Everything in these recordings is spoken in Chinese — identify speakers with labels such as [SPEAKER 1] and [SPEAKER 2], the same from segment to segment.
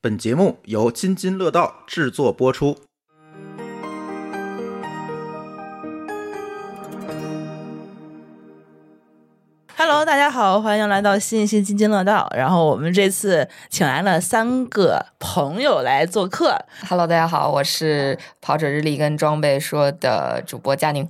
[SPEAKER 1] 本节目由津津乐道制作播出。
[SPEAKER 2] Hello，大家好，欢迎来到新一期津津乐道。然后我们这次请来了三个朋友来做客。
[SPEAKER 3] Hello，大家好，我是跑者日历跟装备说的主播佳宁。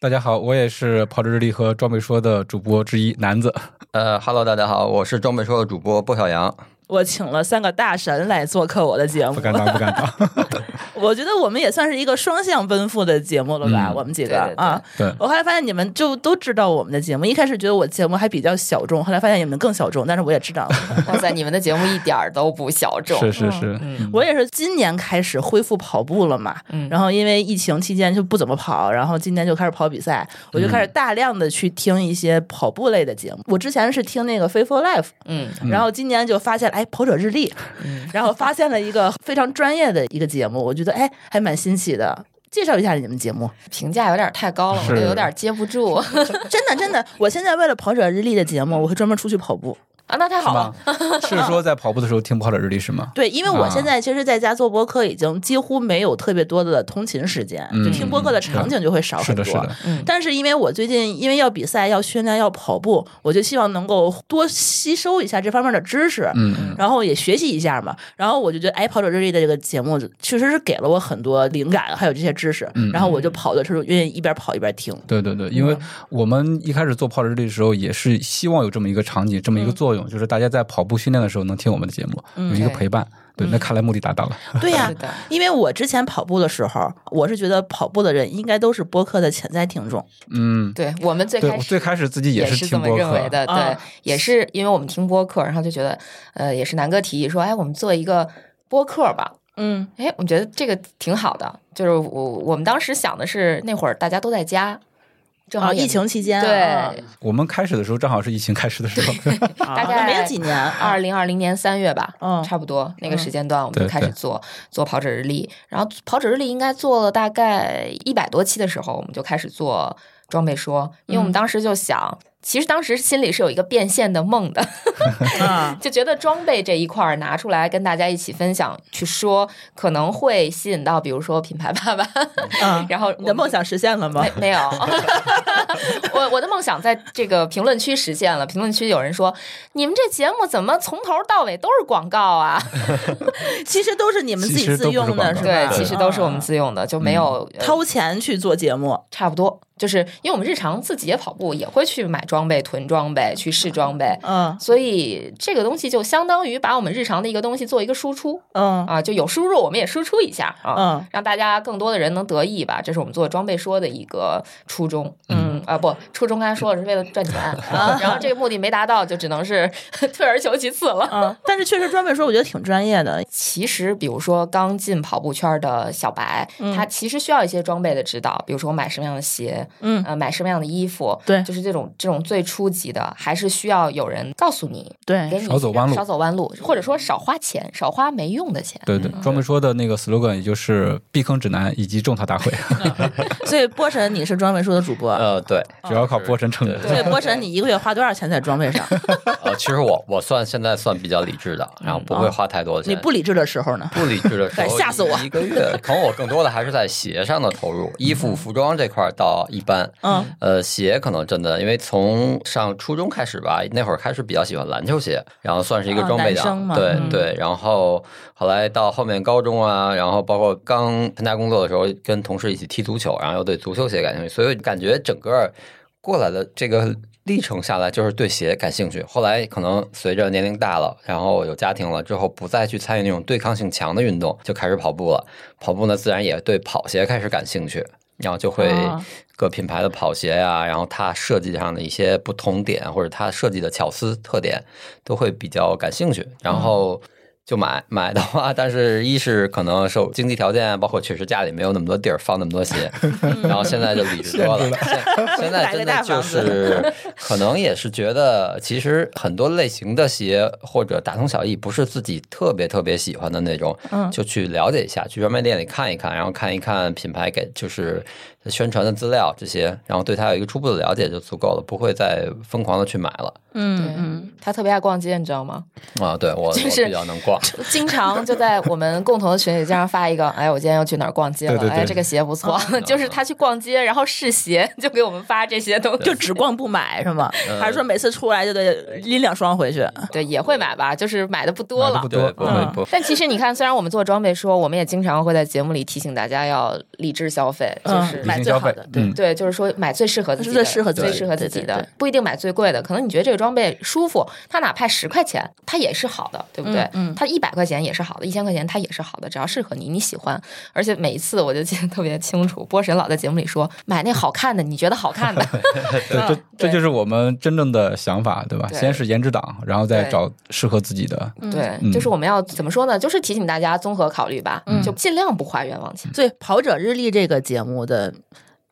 [SPEAKER 4] 大家好，我也是跑者日历和装备说的主播之一 南子。
[SPEAKER 5] 呃哈喽，大家好，我是装备说的主播郭小杨。
[SPEAKER 2] 我请了三个大神来做客我的节目
[SPEAKER 4] 不，敢当，不 敢当。
[SPEAKER 2] 我觉得我们也算是一个双向奔赴的节目了吧？
[SPEAKER 4] 嗯
[SPEAKER 2] 我们几个
[SPEAKER 3] 对对对
[SPEAKER 2] 啊，
[SPEAKER 4] 对，
[SPEAKER 2] 我后来发现你们就都知道我们的节目，一开始觉得我节目还比较小众，后来发现你们更小众，但是我也知道了。
[SPEAKER 3] 哇塞，你们的节目一点儿都不小众，
[SPEAKER 4] 是是是，
[SPEAKER 3] 嗯
[SPEAKER 2] 我也是今年开始恢复跑步了嘛，
[SPEAKER 3] 嗯
[SPEAKER 2] 然后因为疫情期间就不怎么跑，然后今年就开始跑比赛，我就开始
[SPEAKER 4] 嗯
[SPEAKER 2] 大量的去听一些跑步类的节目。我之前是听那个《Faithful Life
[SPEAKER 3] 嗯》，
[SPEAKER 2] 然后今年就发现哎跑者日历，
[SPEAKER 3] 嗯，
[SPEAKER 2] 然后发现了一个非常专业的一个节目，我觉得哎还蛮新奇的。介绍一下你们节目，
[SPEAKER 3] 评价有点太高了，我都
[SPEAKER 4] 是
[SPEAKER 3] 有点接不住 啊。
[SPEAKER 2] 真的真的，我现在为了跑者日历的节目，我会专门出去跑步。
[SPEAKER 3] 那太好了，
[SPEAKER 4] 嗯是说在跑步的时候听跑者日历是吗？
[SPEAKER 2] 对，因为我
[SPEAKER 4] 啊
[SPEAKER 2] 现在其实在家做播客，已经几乎没有特别多的通勤时间，就听播客的场景就会少
[SPEAKER 4] 嗯是
[SPEAKER 2] 很多。
[SPEAKER 4] 的，是的，
[SPEAKER 3] 嗯
[SPEAKER 2] 但是因为我最近因为要比赛、要训练、要跑步，我就希望能够多吸收一下这方面的知识，
[SPEAKER 4] 嗯嗯，
[SPEAKER 2] 然后也学习一下嘛。然后我就觉得，哎，跑者日历的这个节目确实是给了我很多灵感，还有这些知识。然
[SPEAKER 3] 嗯
[SPEAKER 2] 后我就跑的时候愿意一边跑一边 听。
[SPEAKER 4] 对对对，因为我们一开始做跑者日历的时候，也是希望有这么一个场景，这么一个作用，就是大家在跑步训练的时候能听我们的节目，有一个
[SPEAKER 3] 嗯对嗯
[SPEAKER 4] 陪伴。对，那看来目的达到了。
[SPEAKER 2] 对呀、
[SPEAKER 3] 是的
[SPEAKER 2] 因为我之前跑步的时候，我是觉得跑步的人应该都是播客的潜在听众。
[SPEAKER 4] 嗯，
[SPEAKER 3] 对我们最
[SPEAKER 4] 对
[SPEAKER 3] 开
[SPEAKER 4] 我
[SPEAKER 3] 始
[SPEAKER 4] 最开始自己也
[SPEAKER 3] 也
[SPEAKER 4] 是
[SPEAKER 3] 这
[SPEAKER 4] 听
[SPEAKER 3] 么
[SPEAKER 4] 播
[SPEAKER 3] 认为
[SPEAKER 4] 客，嗯
[SPEAKER 3] 的，对
[SPEAKER 2] 啊，
[SPEAKER 3] 也是因为我们听播客，然后就觉得，呃，也是南哥提议说，哎，我们做一个播客吧。
[SPEAKER 2] 嗯，
[SPEAKER 3] 哎，我觉得这个挺好的，就是我我们当时想的是那会儿大家都在家，正好
[SPEAKER 2] 啊，
[SPEAKER 3] 也
[SPEAKER 2] 疫情期间啊，
[SPEAKER 3] 对，
[SPEAKER 4] 我们开始的时候正好是疫情开始的时候，
[SPEAKER 2] 啊
[SPEAKER 3] 大概
[SPEAKER 2] 没有几年，啊
[SPEAKER 3] 二零二零年三月吧，
[SPEAKER 2] 嗯
[SPEAKER 3] 差不多那个时间段，我们
[SPEAKER 4] 对
[SPEAKER 3] 就开始
[SPEAKER 4] 对
[SPEAKER 3] 做做跑者日历。然后跑者日历应该做了大概一百多期的时候，我们就开始做装备说，因为我
[SPEAKER 2] 嗯
[SPEAKER 3] 们当时就想，其实当时心里是有一个变现的梦的，
[SPEAKER 2] 啊，
[SPEAKER 3] 就觉得装备这一块儿拿出来跟大家一起分享去说，可能会吸引到比如说品牌爸 爸，
[SPEAKER 2] 嗯
[SPEAKER 3] 然后
[SPEAKER 2] 你的
[SPEAKER 3] 我们
[SPEAKER 2] 梦想实现了吗？
[SPEAKER 3] 没没有，我我的梦想在这个评论区实现了。评论区有人说：“你们这节目怎么从头到尾都是广告啊
[SPEAKER 2] 其实都是你们自己自用的，？”是
[SPEAKER 4] 其实都不是广告
[SPEAKER 2] 吧？
[SPEAKER 3] 对，其实都是我们自用的，就没有、
[SPEAKER 2] 啊
[SPEAKER 3] 呃
[SPEAKER 2] 掏钱去做节目，
[SPEAKER 3] 差不多，就是因为我们日常自己也跑步，也会去买装备、囤装备、去试装备，
[SPEAKER 2] 嗯
[SPEAKER 3] 所以这个东西就相当于把我们日常的一个东西做一个输出
[SPEAKER 2] 嗯
[SPEAKER 3] 啊，就有输入我们也输出一下啊。
[SPEAKER 2] 嗯
[SPEAKER 3] 让大家更多的人能得益吧，这是我们做装备说的一个初衷。嗯啊，不，初衷刚才说了是为了赚 钱，啊、然后这个目的没达到，就只能是 退而求其次了。
[SPEAKER 2] 嗯，但是确实专门说，我觉得挺专业的，
[SPEAKER 3] 其实，比如说刚进跑步圈的小白，
[SPEAKER 2] 嗯
[SPEAKER 3] 他其实需要一些装备的指导，比如说买什么样的鞋，
[SPEAKER 2] 嗯
[SPEAKER 3] 呃，买什么样的衣服，
[SPEAKER 2] 对
[SPEAKER 3] 就是这种这种最初级的，还是需要有人告诉你，给
[SPEAKER 2] 对，
[SPEAKER 3] 你
[SPEAKER 4] 少走弯路
[SPEAKER 3] 少走弯路，或者说少花钱，少花没用的钱。
[SPEAKER 4] 对对，专门说的那个 slogan 也就是避坑指南以及种草 大会，
[SPEAKER 2] 所以波神你是装备书的主播，
[SPEAKER 5] 呃，对，
[SPEAKER 4] 主要靠波神撑着。
[SPEAKER 2] 所以波神你一个月花多少钱在装备上？
[SPEAKER 5] 呃，其实我 我算现在算比较理智的，然嗯啊后不会花太多的钱。
[SPEAKER 2] 你不理智的时候 呢？
[SPEAKER 5] 不理智的时
[SPEAKER 2] 哎
[SPEAKER 5] 候，
[SPEAKER 2] 吓死我
[SPEAKER 5] 一个月，可能我更多的还是在鞋上的投入，衣服、服装这块儿倒一般。
[SPEAKER 2] 嗯，
[SPEAKER 5] 呃，鞋可能真的，因为从上初中开始吧，那会儿开始比较喜欢篮球鞋，然后算是一个
[SPEAKER 2] 啊
[SPEAKER 5] 装备
[SPEAKER 2] 男生
[SPEAKER 5] 党，
[SPEAKER 2] 嘛
[SPEAKER 5] 对
[SPEAKER 2] 嗯
[SPEAKER 5] 对。然后后来到后面高中啊，然后包括刚参加工作的时候，跟同事一起踢足球，然后又对足球鞋感兴趣，所以感觉整个过来的这个历程下来，就是对鞋感兴趣。后来可能随着年龄大了，然后有家庭了之后，不再去参与那种对抗性强的运动，就开始跑步了。跑步呢，自然也对跑鞋开始感兴趣。然后就会
[SPEAKER 2] 啊
[SPEAKER 5] 各品牌的跑鞋呀、然后它设计上的一些不同点，或者它设计的巧思特点，都会比较感兴趣。然
[SPEAKER 2] 嗯
[SPEAKER 5] 后就买 买的话，但是一是可能受经济条件，包括确实家里没有那么多地儿放那么多 鞋，然后现在就理智多了。现现在真的就
[SPEAKER 2] 买
[SPEAKER 5] 是可能也是觉得，其实很多类型的鞋或者大同小异，不是自己特别特别喜欢的那种，
[SPEAKER 2] 嗯
[SPEAKER 5] 就去了解一下，去专卖店里看一看，然后看一看品牌给就是宣传的资料这些，然后对它有一个初步的了解就足够了，不会再疯狂的去买了。
[SPEAKER 2] 嗯
[SPEAKER 3] 嗯，他特别爱逛街，你知道吗？
[SPEAKER 5] 啊，对我
[SPEAKER 3] 就是
[SPEAKER 5] 我比较能逛，逛。
[SPEAKER 3] 经常就在我们共同的群里经常发一 个，哎，我今天又去哪儿逛街了？
[SPEAKER 4] 对对对嗯
[SPEAKER 3] 哎，这个鞋不 错，就是他去逛街，然后试鞋，就给我们发这些东西。
[SPEAKER 2] 就只逛不买是吗？还是说每次出来就得拎两双回去？
[SPEAKER 5] 嗯
[SPEAKER 3] 对，也会 买吧，就是买的不多
[SPEAKER 4] 买得
[SPEAKER 3] 了
[SPEAKER 4] 不。
[SPEAKER 5] 对，
[SPEAKER 4] 多
[SPEAKER 5] 不
[SPEAKER 2] 嗯
[SPEAKER 5] 会不会，
[SPEAKER 3] 但其实你看，虽然我们做装备说，我们也经常会在节目里提醒大家要理智消费，就
[SPEAKER 2] 嗯
[SPEAKER 3] 是
[SPEAKER 2] 买
[SPEAKER 4] 理性
[SPEAKER 2] 最
[SPEAKER 4] 消
[SPEAKER 2] 好
[SPEAKER 4] 费
[SPEAKER 2] 的，对
[SPEAKER 4] 嗯，
[SPEAKER 3] 对，就是说买最适合自己的，
[SPEAKER 2] 最适合自己
[SPEAKER 3] 最适合
[SPEAKER 2] 对
[SPEAKER 3] 自己
[SPEAKER 2] 对
[SPEAKER 3] 的
[SPEAKER 2] 对，
[SPEAKER 3] 不一定买最贵的。可能你觉得这个装备舒服，它哪怕十块钱，它也是好的，对不对？
[SPEAKER 2] 嗯嗯
[SPEAKER 3] 它一百块钱也是好的，一千块钱它也是好的，只要适合你，你喜欢。而且每一次我就记得特别清楚，波神老在节目里说，买那好看的，你觉得 好看的，
[SPEAKER 4] 对，这这就是我们真正的想法，对吧？
[SPEAKER 3] 对
[SPEAKER 4] 先是颜值党，然后再
[SPEAKER 3] 对
[SPEAKER 4] 找适合自己的。
[SPEAKER 3] 对，
[SPEAKER 4] 嗯
[SPEAKER 3] 就是我们要怎么说呢？就是提醒大家综合考虑吧，
[SPEAKER 2] 嗯
[SPEAKER 3] 就尽量不花冤枉钱。
[SPEAKER 2] 所以《跑者日历》这个节目的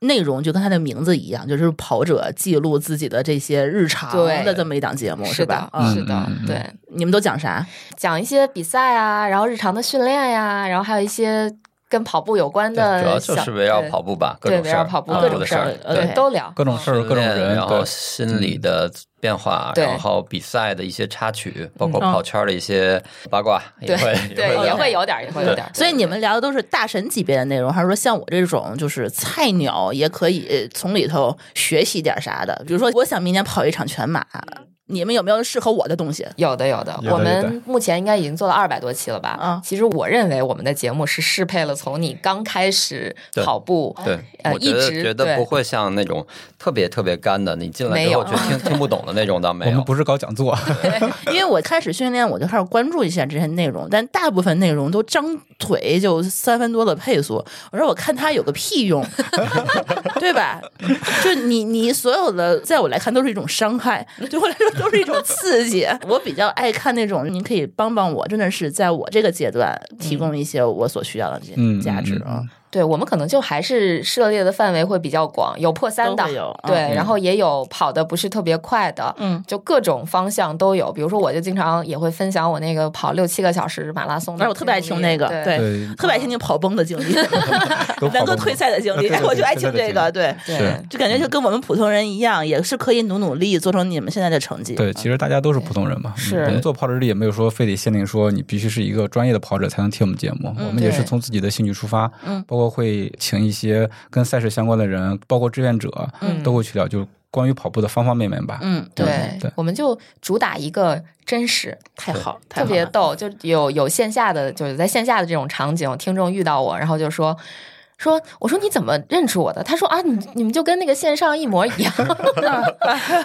[SPEAKER 2] 内容就跟它的名字一样，就是跑者记录自己的这些日常
[SPEAKER 3] 对
[SPEAKER 2] 的这么一档节目，是
[SPEAKER 3] 是
[SPEAKER 2] 吧
[SPEAKER 3] 的？，
[SPEAKER 2] 嗯，
[SPEAKER 3] 是的
[SPEAKER 4] 嗯嗯嗯，
[SPEAKER 3] 对。
[SPEAKER 2] 你们都讲啥？
[SPEAKER 3] 讲一些比赛啊，然后日常的训练呀、然后还有一些跟跑步有关
[SPEAKER 5] 主
[SPEAKER 3] 的
[SPEAKER 5] 要
[SPEAKER 3] 小，
[SPEAKER 5] 就是围绕
[SPEAKER 3] 对
[SPEAKER 5] 跑步吧，各
[SPEAKER 3] 对
[SPEAKER 5] 种
[SPEAKER 3] 围
[SPEAKER 5] 事
[SPEAKER 3] 绕
[SPEAKER 5] 儿，
[SPEAKER 3] 跑步
[SPEAKER 2] 嗯
[SPEAKER 3] 各
[SPEAKER 5] 的
[SPEAKER 3] 种
[SPEAKER 5] 事
[SPEAKER 3] 事
[SPEAKER 5] 儿
[SPEAKER 3] 儿，，
[SPEAKER 2] 呃
[SPEAKER 5] 对
[SPEAKER 2] 对
[SPEAKER 3] 都聊
[SPEAKER 4] 各种事儿、各种
[SPEAKER 5] 训练
[SPEAKER 4] 人，
[SPEAKER 5] 然
[SPEAKER 4] 对嗯
[SPEAKER 5] 后，心理的变化，
[SPEAKER 3] 对
[SPEAKER 5] 然后比赛的一些插曲，包
[SPEAKER 4] 嗯
[SPEAKER 5] 括跑圈儿的一些八卦，也
[SPEAKER 3] 对
[SPEAKER 5] 会
[SPEAKER 3] 嗯对，也
[SPEAKER 5] 有
[SPEAKER 3] 会有点儿，也会有点儿。
[SPEAKER 2] 所以你们聊的都是大神级别的内容，还是说像我这种就是菜鸟也可以呃从里头学习点啥的？比如说，我想明年跑一场全马，
[SPEAKER 3] 嗯
[SPEAKER 2] 你们有没有适合我的东西？
[SPEAKER 3] 有的有的，
[SPEAKER 4] 有的
[SPEAKER 3] 我
[SPEAKER 4] 有
[SPEAKER 3] 们
[SPEAKER 4] 的
[SPEAKER 3] 目前应该已经做了二百多期了吧？
[SPEAKER 2] 嗯
[SPEAKER 3] 其实我认为我们的节目是适配了从你刚开始
[SPEAKER 5] 对
[SPEAKER 3] 跑步，
[SPEAKER 5] 对，
[SPEAKER 3] 呃
[SPEAKER 5] 我
[SPEAKER 3] 一
[SPEAKER 5] 觉得
[SPEAKER 3] 直
[SPEAKER 5] 觉得
[SPEAKER 3] 对
[SPEAKER 5] 不会像那种特别特别干的，你进来
[SPEAKER 3] 没
[SPEAKER 5] 之
[SPEAKER 3] 有
[SPEAKER 5] 后就听听不懂的那种倒没
[SPEAKER 4] 我们
[SPEAKER 5] 有。
[SPEAKER 4] 不是搞讲座，
[SPEAKER 2] 因为我开始训练，我就开始关注一下这些内容，但大部分内容都张腿就三分多的配速。我说我看它有个屁 用，对吧？就你你所有的，在我来看都是一种伤害，对我来说都是一种刺 激。我比较爱看那种，您可以帮帮我，真的是在我这个阶段提供一些我所需要的这些
[SPEAKER 4] 嗯
[SPEAKER 2] 价值
[SPEAKER 4] 嗯嗯
[SPEAKER 2] 啊。
[SPEAKER 3] 对我们可能就还是涉猎的范围会比较广，有破三
[SPEAKER 2] 都
[SPEAKER 3] 的
[SPEAKER 2] 会有，嗯
[SPEAKER 3] 对，然后也有跑的不是特别快的，
[SPEAKER 2] 嗯，
[SPEAKER 3] 就各种方向都有。比如说，我就经常也会分享我那个跑六七个小时马拉松的经历，
[SPEAKER 2] 而我特别爱听那个，
[SPEAKER 3] 对
[SPEAKER 4] 对
[SPEAKER 2] 特别爱听你跑崩的经历，
[SPEAKER 4] 嗯 都跑
[SPEAKER 2] 南哥
[SPEAKER 4] 不
[SPEAKER 2] 退赛的经历，
[SPEAKER 4] 对对对
[SPEAKER 2] 我就爱听
[SPEAKER 4] 退赛的
[SPEAKER 2] 这个，对。
[SPEAKER 3] 对
[SPEAKER 4] 是
[SPEAKER 2] 就感觉就跟我们普通人一样，也是可以努努力做成你们现在的成绩。
[SPEAKER 4] 对，其实大家都是普通人嘛。
[SPEAKER 3] 是
[SPEAKER 4] 嗯我们做跑者日历也没有说非得限定说你必须是一个专业的跑者才能听我们节目，我们也是
[SPEAKER 3] 对
[SPEAKER 4] 从自己的兴趣出发，包括会请一些跟赛事相关的人，包括志愿者，
[SPEAKER 3] 嗯
[SPEAKER 4] 都会去聊，就关于跑步的方方面面吧。
[SPEAKER 2] 嗯，
[SPEAKER 4] 对
[SPEAKER 3] 对
[SPEAKER 4] 对
[SPEAKER 3] 我们就主打一个真实，
[SPEAKER 2] 太好，太
[SPEAKER 3] 特
[SPEAKER 2] 好
[SPEAKER 3] 别
[SPEAKER 2] 了
[SPEAKER 3] 逗，就有有线下的，就是在线下的这种场景，听众遇到我，然后就说。说，我说你怎么认出我的？他说啊，你你们就跟那个线上一模一样。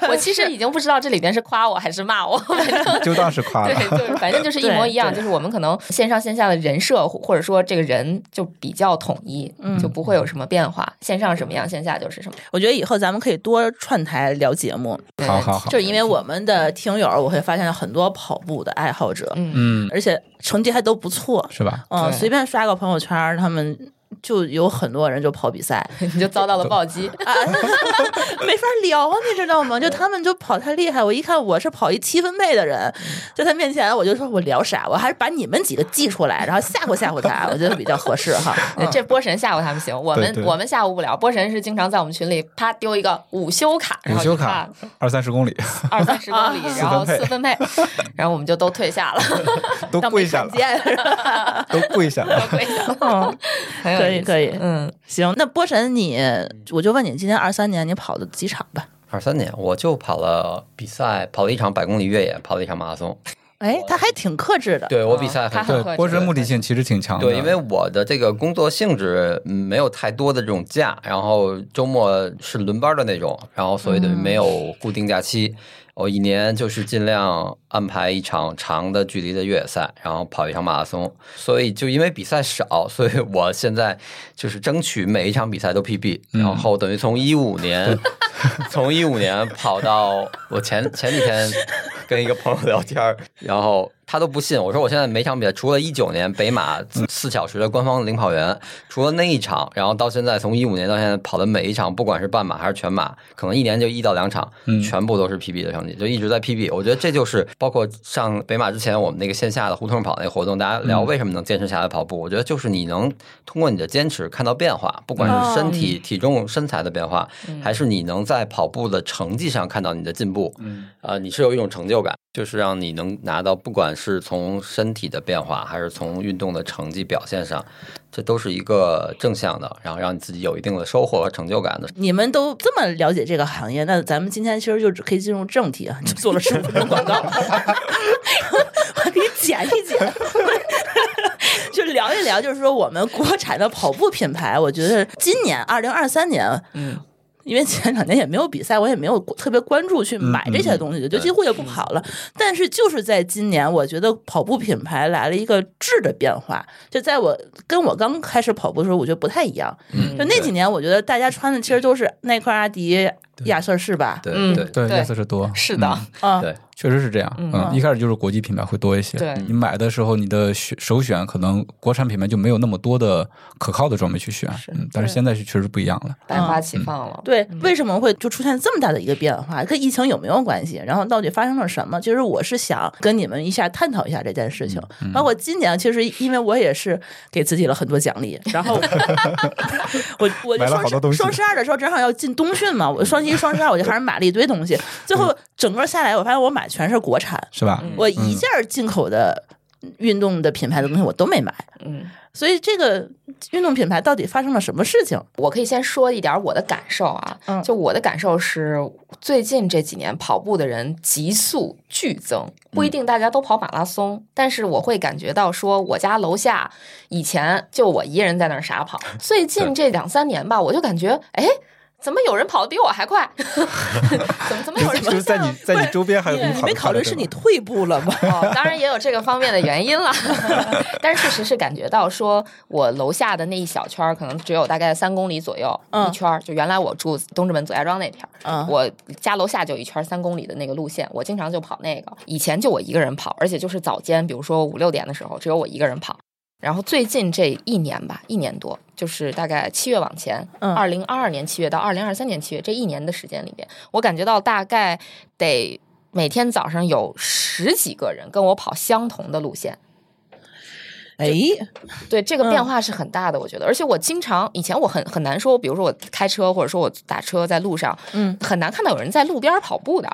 [SPEAKER 3] 我其实已经不知道这里边是夸我还是骂我， 反正
[SPEAKER 4] 就当是夸 了。
[SPEAKER 3] 对，就是反正就是一模一样，
[SPEAKER 2] 对对
[SPEAKER 3] 就是我们可能线上线下的人设或或者说这个人就比较统一，
[SPEAKER 2] 嗯
[SPEAKER 3] 就不会有什么变化。线上什么样，线下就是什么。
[SPEAKER 2] 我觉得以后咱们可以多串台聊节目，
[SPEAKER 3] 对
[SPEAKER 4] 好好好，
[SPEAKER 2] 就是因为我们的听友，我会发现很多跑步的爱好者，
[SPEAKER 3] 嗯，
[SPEAKER 4] 嗯，
[SPEAKER 2] 而且成绩还都不错。
[SPEAKER 4] 是吧？
[SPEAKER 2] 嗯，
[SPEAKER 3] 对
[SPEAKER 2] 随便刷个朋友圈儿，他们就有很多人就跑比赛，
[SPEAKER 3] 你就遭到了暴击。
[SPEAKER 2] 啊， 没法聊，啊你知道吗？就他们就跑太厉害，我一看我是跑一七分贝的人，在他面前我就说我聊啥，我还是把你们几个记出来，然后吓唬吓唬他，我觉得比较合适 哈。嗯
[SPEAKER 3] 呃这波神吓唬他们行，我
[SPEAKER 4] 对
[SPEAKER 3] 们
[SPEAKER 4] 对
[SPEAKER 3] 我们吓唬不了。波神是经常在我们群里啪丢一个午休卡，然
[SPEAKER 4] 午
[SPEAKER 3] 后
[SPEAKER 4] 休
[SPEAKER 3] 一
[SPEAKER 4] 卡
[SPEAKER 3] 看
[SPEAKER 4] 二三十公里
[SPEAKER 3] 二 三十公里，然后
[SPEAKER 4] 四
[SPEAKER 3] 四分配，然后我们就都退下 了，
[SPEAKER 4] 都
[SPEAKER 2] 当
[SPEAKER 4] 跪
[SPEAKER 2] 没
[SPEAKER 4] 下
[SPEAKER 2] 看
[SPEAKER 4] 了，
[SPEAKER 2] 见，
[SPEAKER 4] 都跪下 了。
[SPEAKER 3] 退下了，
[SPEAKER 2] 嗯，
[SPEAKER 3] 很有
[SPEAKER 2] 可以
[SPEAKER 3] 意思
[SPEAKER 2] 可以
[SPEAKER 3] 嗯，
[SPEAKER 2] 行，那波神你，我就问你，今年二三年你跑了几场吧？
[SPEAKER 5] 二三年我就跑了比赛，跑了一场百公里越野，跑了一场马拉松。
[SPEAKER 2] 哎，他还挺克制的，
[SPEAKER 5] 对我比赛
[SPEAKER 3] 他
[SPEAKER 5] 很
[SPEAKER 3] 很
[SPEAKER 5] 多。
[SPEAKER 4] 对，波神目的性其实挺强的。
[SPEAKER 5] 对，因为我的这个工作性质嗯没有太多的这种假，然后周末是轮班的那种，然后所以等于没
[SPEAKER 4] 嗯
[SPEAKER 5] 有固定假期。我一年就是尽量安排一场长的距离的越野赛，然后跑一场马拉松。所以就因为比赛少，所以我现在就是争取每一场比赛都 PB，然后等于从一五年，从一五年跑到我前前几天跟一个朋友聊天儿，然后他都不信，我说我现在每场比赛除了一九年北马四小时的官方领跑员，除了那一场，然后到现在从一五年到现在跑的每一场，不管是半马还是全马，可能一年就一到两场，全部都是 PB 的成绩，就一直在 PB。我觉得这就是包括上北马之前我们那个线下的胡同跑那个活动，大家聊为什么能坚持下来跑步，我觉得就是你能通过你的坚持看到变化，不管是身体、体重、身材的变化，还是你能在跑步的成绩上看到你的进步。呃，你是有一种成就感，就是让你能拿到不管是从身体的变化，还是从运动的成绩表现上，这都是一个正向的，然后让你自己有一定的收获和成就感的。
[SPEAKER 2] 你们都这么了解这个行业，那咱们今天其实就只可以进入正题啊， 就做了十五分钟广告， 我给你剪一剪， 就聊一聊，就是说我们国产的跑步品牌，我觉得今年二零二三年，嗯。因为前两年也没有比赛，我也没有特别关注去买这些东西，就几乎也不跑了。但是就是在今年，我觉得跑步品牌来了一个质的变化，就在我跟我刚开始跑步的时候，我觉得不太一样。
[SPEAKER 5] 嗯
[SPEAKER 2] 就那几年，我觉得大家穿的其实都是耐克、阿迪、亚瑟士吧。
[SPEAKER 5] 对
[SPEAKER 3] 嗯
[SPEAKER 5] 对
[SPEAKER 4] 对，
[SPEAKER 3] 对
[SPEAKER 4] 亚瑟士多，
[SPEAKER 3] 是的
[SPEAKER 4] 嗯
[SPEAKER 2] 啊，
[SPEAKER 5] 对，
[SPEAKER 4] 确实是这样。嗯，一开始就是国际品牌会多一些。
[SPEAKER 3] 对
[SPEAKER 4] 你买的时候，你的选首选可能国产品牌就没有那么多的可靠的装备去选。嗯，但是现在是确实不一样了。
[SPEAKER 3] 百花
[SPEAKER 4] 嗯
[SPEAKER 3] 齐放了。
[SPEAKER 2] 对，
[SPEAKER 6] 嗯
[SPEAKER 2] 为什么会就出现这么大的一个变化？跟疫情有没有关系？然后到底发生了什么？其实我是想跟你们一下探讨一下这件事情。
[SPEAKER 6] 嗯
[SPEAKER 2] 包括今年，其实因为我也是给自己了很多奖励，然 后我我就
[SPEAKER 6] 买了
[SPEAKER 2] 双
[SPEAKER 6] 好多东
[SPEAKER 2] 十
[SPEAKER 6] 西
[SPEAKER 2] 双十二的时候正好要进冬训嘛，我双十一、双十二我就还是买了一堆东西，最
[SPEAKER 6] 嗯
[SPEAKER 2] 后整个下来我发现我买全是国产，
[SPEAKER 4] 是吧？
[SPEAKER 2] 我
[SPEAKER 6] 嗯
[SPEAKER 2] 一件儿进口的运动的品牌的东西我都没买。
[SPEAKER 3] 嗯，
[SPEAKER 2] 所以这个运动品牌到底发生了什么事情？
[SPEAKER 3] 我可以先说一点我的感受啊，
[SPEAKER 2] 嗯
[SPEAKER 3] 就我的感受是，最近这几年跑步的人急速剧增，不一
[SPEAKER 6] 嗯
[SPEAKER 3] 定大家都跑马拉松，但是我会感觉到说，我家楼下以前就我一个人在那儿傻 跑，最近这两三年吧，我就感觉，哎，怎么有人跑得比我还快？ 怎么怎么有人
[SPEAKER 6] 就
[SPEAKER 3] 跑
[SPEAKER 6] 是
[SPEAKER 3] 得
[SPEAKER 6] 在你在你周边还有
[SPEAKER 2] 你
[SPEAKER 6] 比
[SPEAKER 2] 你
[SPEAKER 6] 跑
[SPEAKER 2] 没
[SPEAKER 6] 得
[SPEAKER 2] 考
[SPEAKER 6] 快
[SPEAKER 2] 虑
[SPEAKER 6] 的
[SPEAKER 2] 是
[SPEAKER 6] 对吧
[SPEAKER 2] 你退步了吗？
[SPEAKER 3] 哦，当然也有这个方面的原因了，但是确实是感觉到说，我楼下的那一小圈儿，可能只有大概三公里左右、
[SPEAKER 2] 嗯
[SPEAKER 3] 一圈儿，就原来我住东直门左家庄那片 儿，
[SPEAKER 2] 啊，
[SPEAKER 3] 我家楼下就有一圈三公里的那个路线，我经常就跑那个。以前就我一个人跑，而且就是早间，比如说五六点的时候，只有我一个人跑。然后最近这一年吧，一年多，就是大概七月往前，
[SPEAKER 2] 嗯
[SPEAKER 3] 二零二二年七月到二零二三年七月这一年的时间里面，我感觉到大概得每天早上有十几个人跟我跑相同的路线，
[SPEAKER 2] 哎，
[SPEAKER 3] 对这个
[SPEAKER 2] 嗯
[SPEAKER 3] 变化是很大的，我觉得。而且我经常以前我很很难说，比如说我开车或者说我打车在路上，
[SPEAKER 2] 嗯
[SPEAKER 3] 很难看到有人在路边跑步的。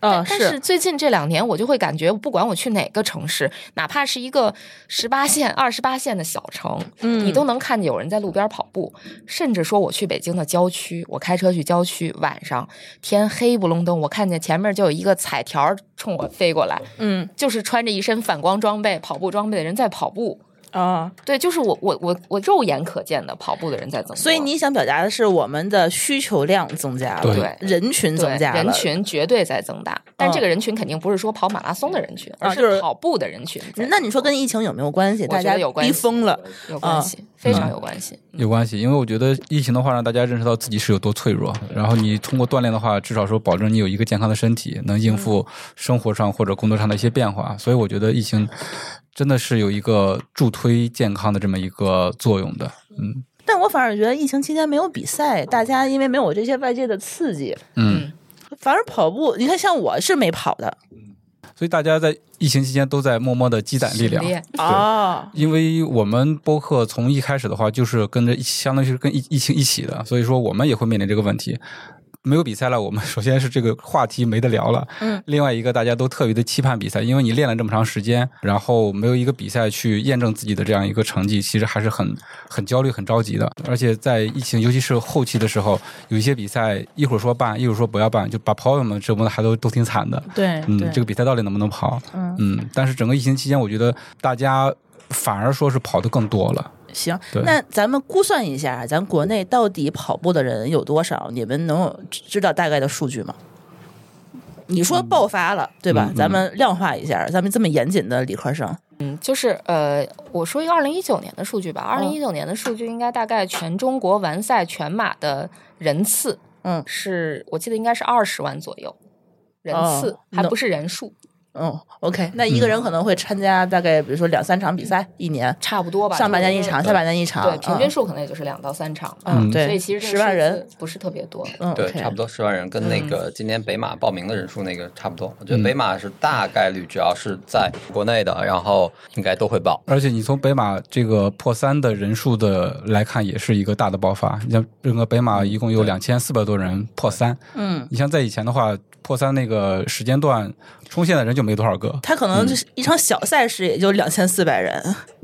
[SPEAKER 2] 啊
[SPEAKER 3] 但但是最近这两年，我就会感觉，不管我去哪个城市，哪怕是一个十八线、二十八线的小城，
[SPEAKER 2] 嗯
[SPEAKER 3] 你都能看见有人在路边跑步。甚至说我去北京的郊区，我开车去郊区，晚上天黑不隆咚，我看见前面就有一个彩条儿冲我飞过来，
[SPEAKER 2] 嗯
[SPEAKER 3] 就是穿着一身反光装备、跑步装备的人在跑步。
[SPEAKER 2] 啊，
[SPEAKER 3] 对，就是我我我我肉眼可见的跑步的人在增多，
[SPEAKER 2] 所以你想表达的是我们的需求量增加了，
[SPEAKER 4] 对
[SPEAKER 2] 人群
[SPEAKER 3] 对
[SPEAKER 2] 增加了，
[SPEAKER 3] 人群绝对在增大，
[SPEAKER 2] 嗯
[SPEAKER 3] 但
[SPEAKER 2] 啊
[SPEAKER 3] 这个人群肯定不是说跑马拉松的人群，而
[SPEAKER 2] 就是是
[SPEAKER 3] 跑步的人群在增多。
[SPEAKER 2] 那你说跟疫情有没有关系？
[SPEAKER 3] 觉
[SPEAKER 2] 大
[SPEAKER 3] 得
[SPEAKER 2] 家
[SPEAKER 3] 有关
[SPEAKER 2] 逼
[SPEAKER 3] 系
[SPEAKER 2] 疯了，
[SPEAKER 3] 有关系，非
[SPEAKER 4] 嗯
[SPEAKER 3] 常有关系。
[SPEAKER 4] 有关系，因为我觉得疫情的话，让大家认识到自己是有多脆弱。然后你通过锻炼的话，至少说保证你有一个健康的身体，能应付生活上或者工作上的一些变化。所以我觉得疫情真的是有一个助推健康的这么一个作用的。嗯
[SPEAKER 2] 但我反而觉得疫情期间没有比赛，大家因为没有这些外界的刺激，
[SPEAKER 4] 嗯，
[SPEAKER 2] 反而跑步，你看像我是没跑的
[SPEAKER 4] 所以大家在疫情期间都在默默的积攒力量
[SPEAKER 3] 训。练
[SPEAKER 2] 啊，
[SPEAKER 4] 因为我们播客从一开始的话，就是跟着一起，相当于是跟疫疫情一起的，所以说我们也会面临这个问题。没有比赛了，我们首先是这个话题没得聊了。
[SPEAKER 2] 嗯，
[SPEAKER 4] 另外一个大家都特别的期盼比赛，因为你练了这么长时间，然后没有一个比赛去验证自己的这样一个成绩，其实还是很很焦虑、很着急的。而且在疫情，尤其是后期的时候，有一些比赛一会儿说办，一会儿说不要办，就把跑友们折磨的还都都挺惨的。
[SPEAKER 2] 对
[SPEAKER 4] 嗯
[SPEAKER 2] 对，，
[SPEAKER 4] 这个比赛到底能不能跑？
[SPEAKER 2] 嗯
[SPEAKER 4] 但是整个疫情期间，我觉得大家反而说是跑的更多了。
[SPEAKER 2] 行，
[SPEAKER 4] 对
[SPEAKER 2] 那咱们估算一下，啊咱国内到底跑步的人有多少？你们能有知知道大概的数据吗？你说爆发了，对吧？
[SPEAKER 4] 嗯嗯
[SPEAKER 2] 咱们量化一下，咱们这么严谨的理科生，
[SPEAKER 3] 嗯，就是呃，我说一个二零一九年的数据吧，
[SPEAKER 2] 嗯
[SPEAKER 3] 二零一九年的数据应该大概全中国完赛全马的人次，
[SPEAKER 2] 嗯
[SPEAKER 3] 是我记得应该是二十万左右。人
[SPEAKER 2] 哦
[SPEAKER 3] 次、还
[SPEAKER 2] 那
[SPEAKER 3] 不是人数，
[SPEAKER 2] 嗯，OK，那一个人可能会参加大概，比如说两三场比赛，一年
[SPEAKER 3] 差不多吧。
[SPEAKER 2] 上半年一
[SPEAKER 3] 就是
[SPEAKER 2] 场，下半年一场，
[SPEAKER 3] 对，平均
[SPEAKER 2] 嗯
[SPEAKER 3] 数可能也就是两到三场吧。
[SPEAKER 2] 嗯，
[SPEAKER 4] 嗯
[SPEAKER 2] 对，
[SPEAKER 3] 所以其实这
[SPEAKER 2] 十
[SPEAKER 3] 个
[SPEAKER 2] 万
[SPEAKER 3] 数
[SPEAKER 2] 人
[SPEAKER 3] 字，不是特别多。
[SPEAKER 2] 嗯，
[SPEAKER 5] 对，差不
[SPEAKER 2] 多，
[SPEAKER 5] 多十万人，跟
[SPEAKER 3] 嗯
[SPEAKER 5] 那个今年北马报名的人数那个差不多。我觉得北马是大概率，只要是在国内的，然后应该都会报。
[SPEAKER 4] 而且你从北马这个破三的人数的来看，也是一个大的爆发。你像整个北马一共有两千四百多人破三，
[SPEAKER 2] 嗯
[SPEAKER 4] 你像在以前的话，破三那个时间段冲线的人就没多少个。
[SPEAKER 2] 他可能就是一场小赛事也就两千四百人，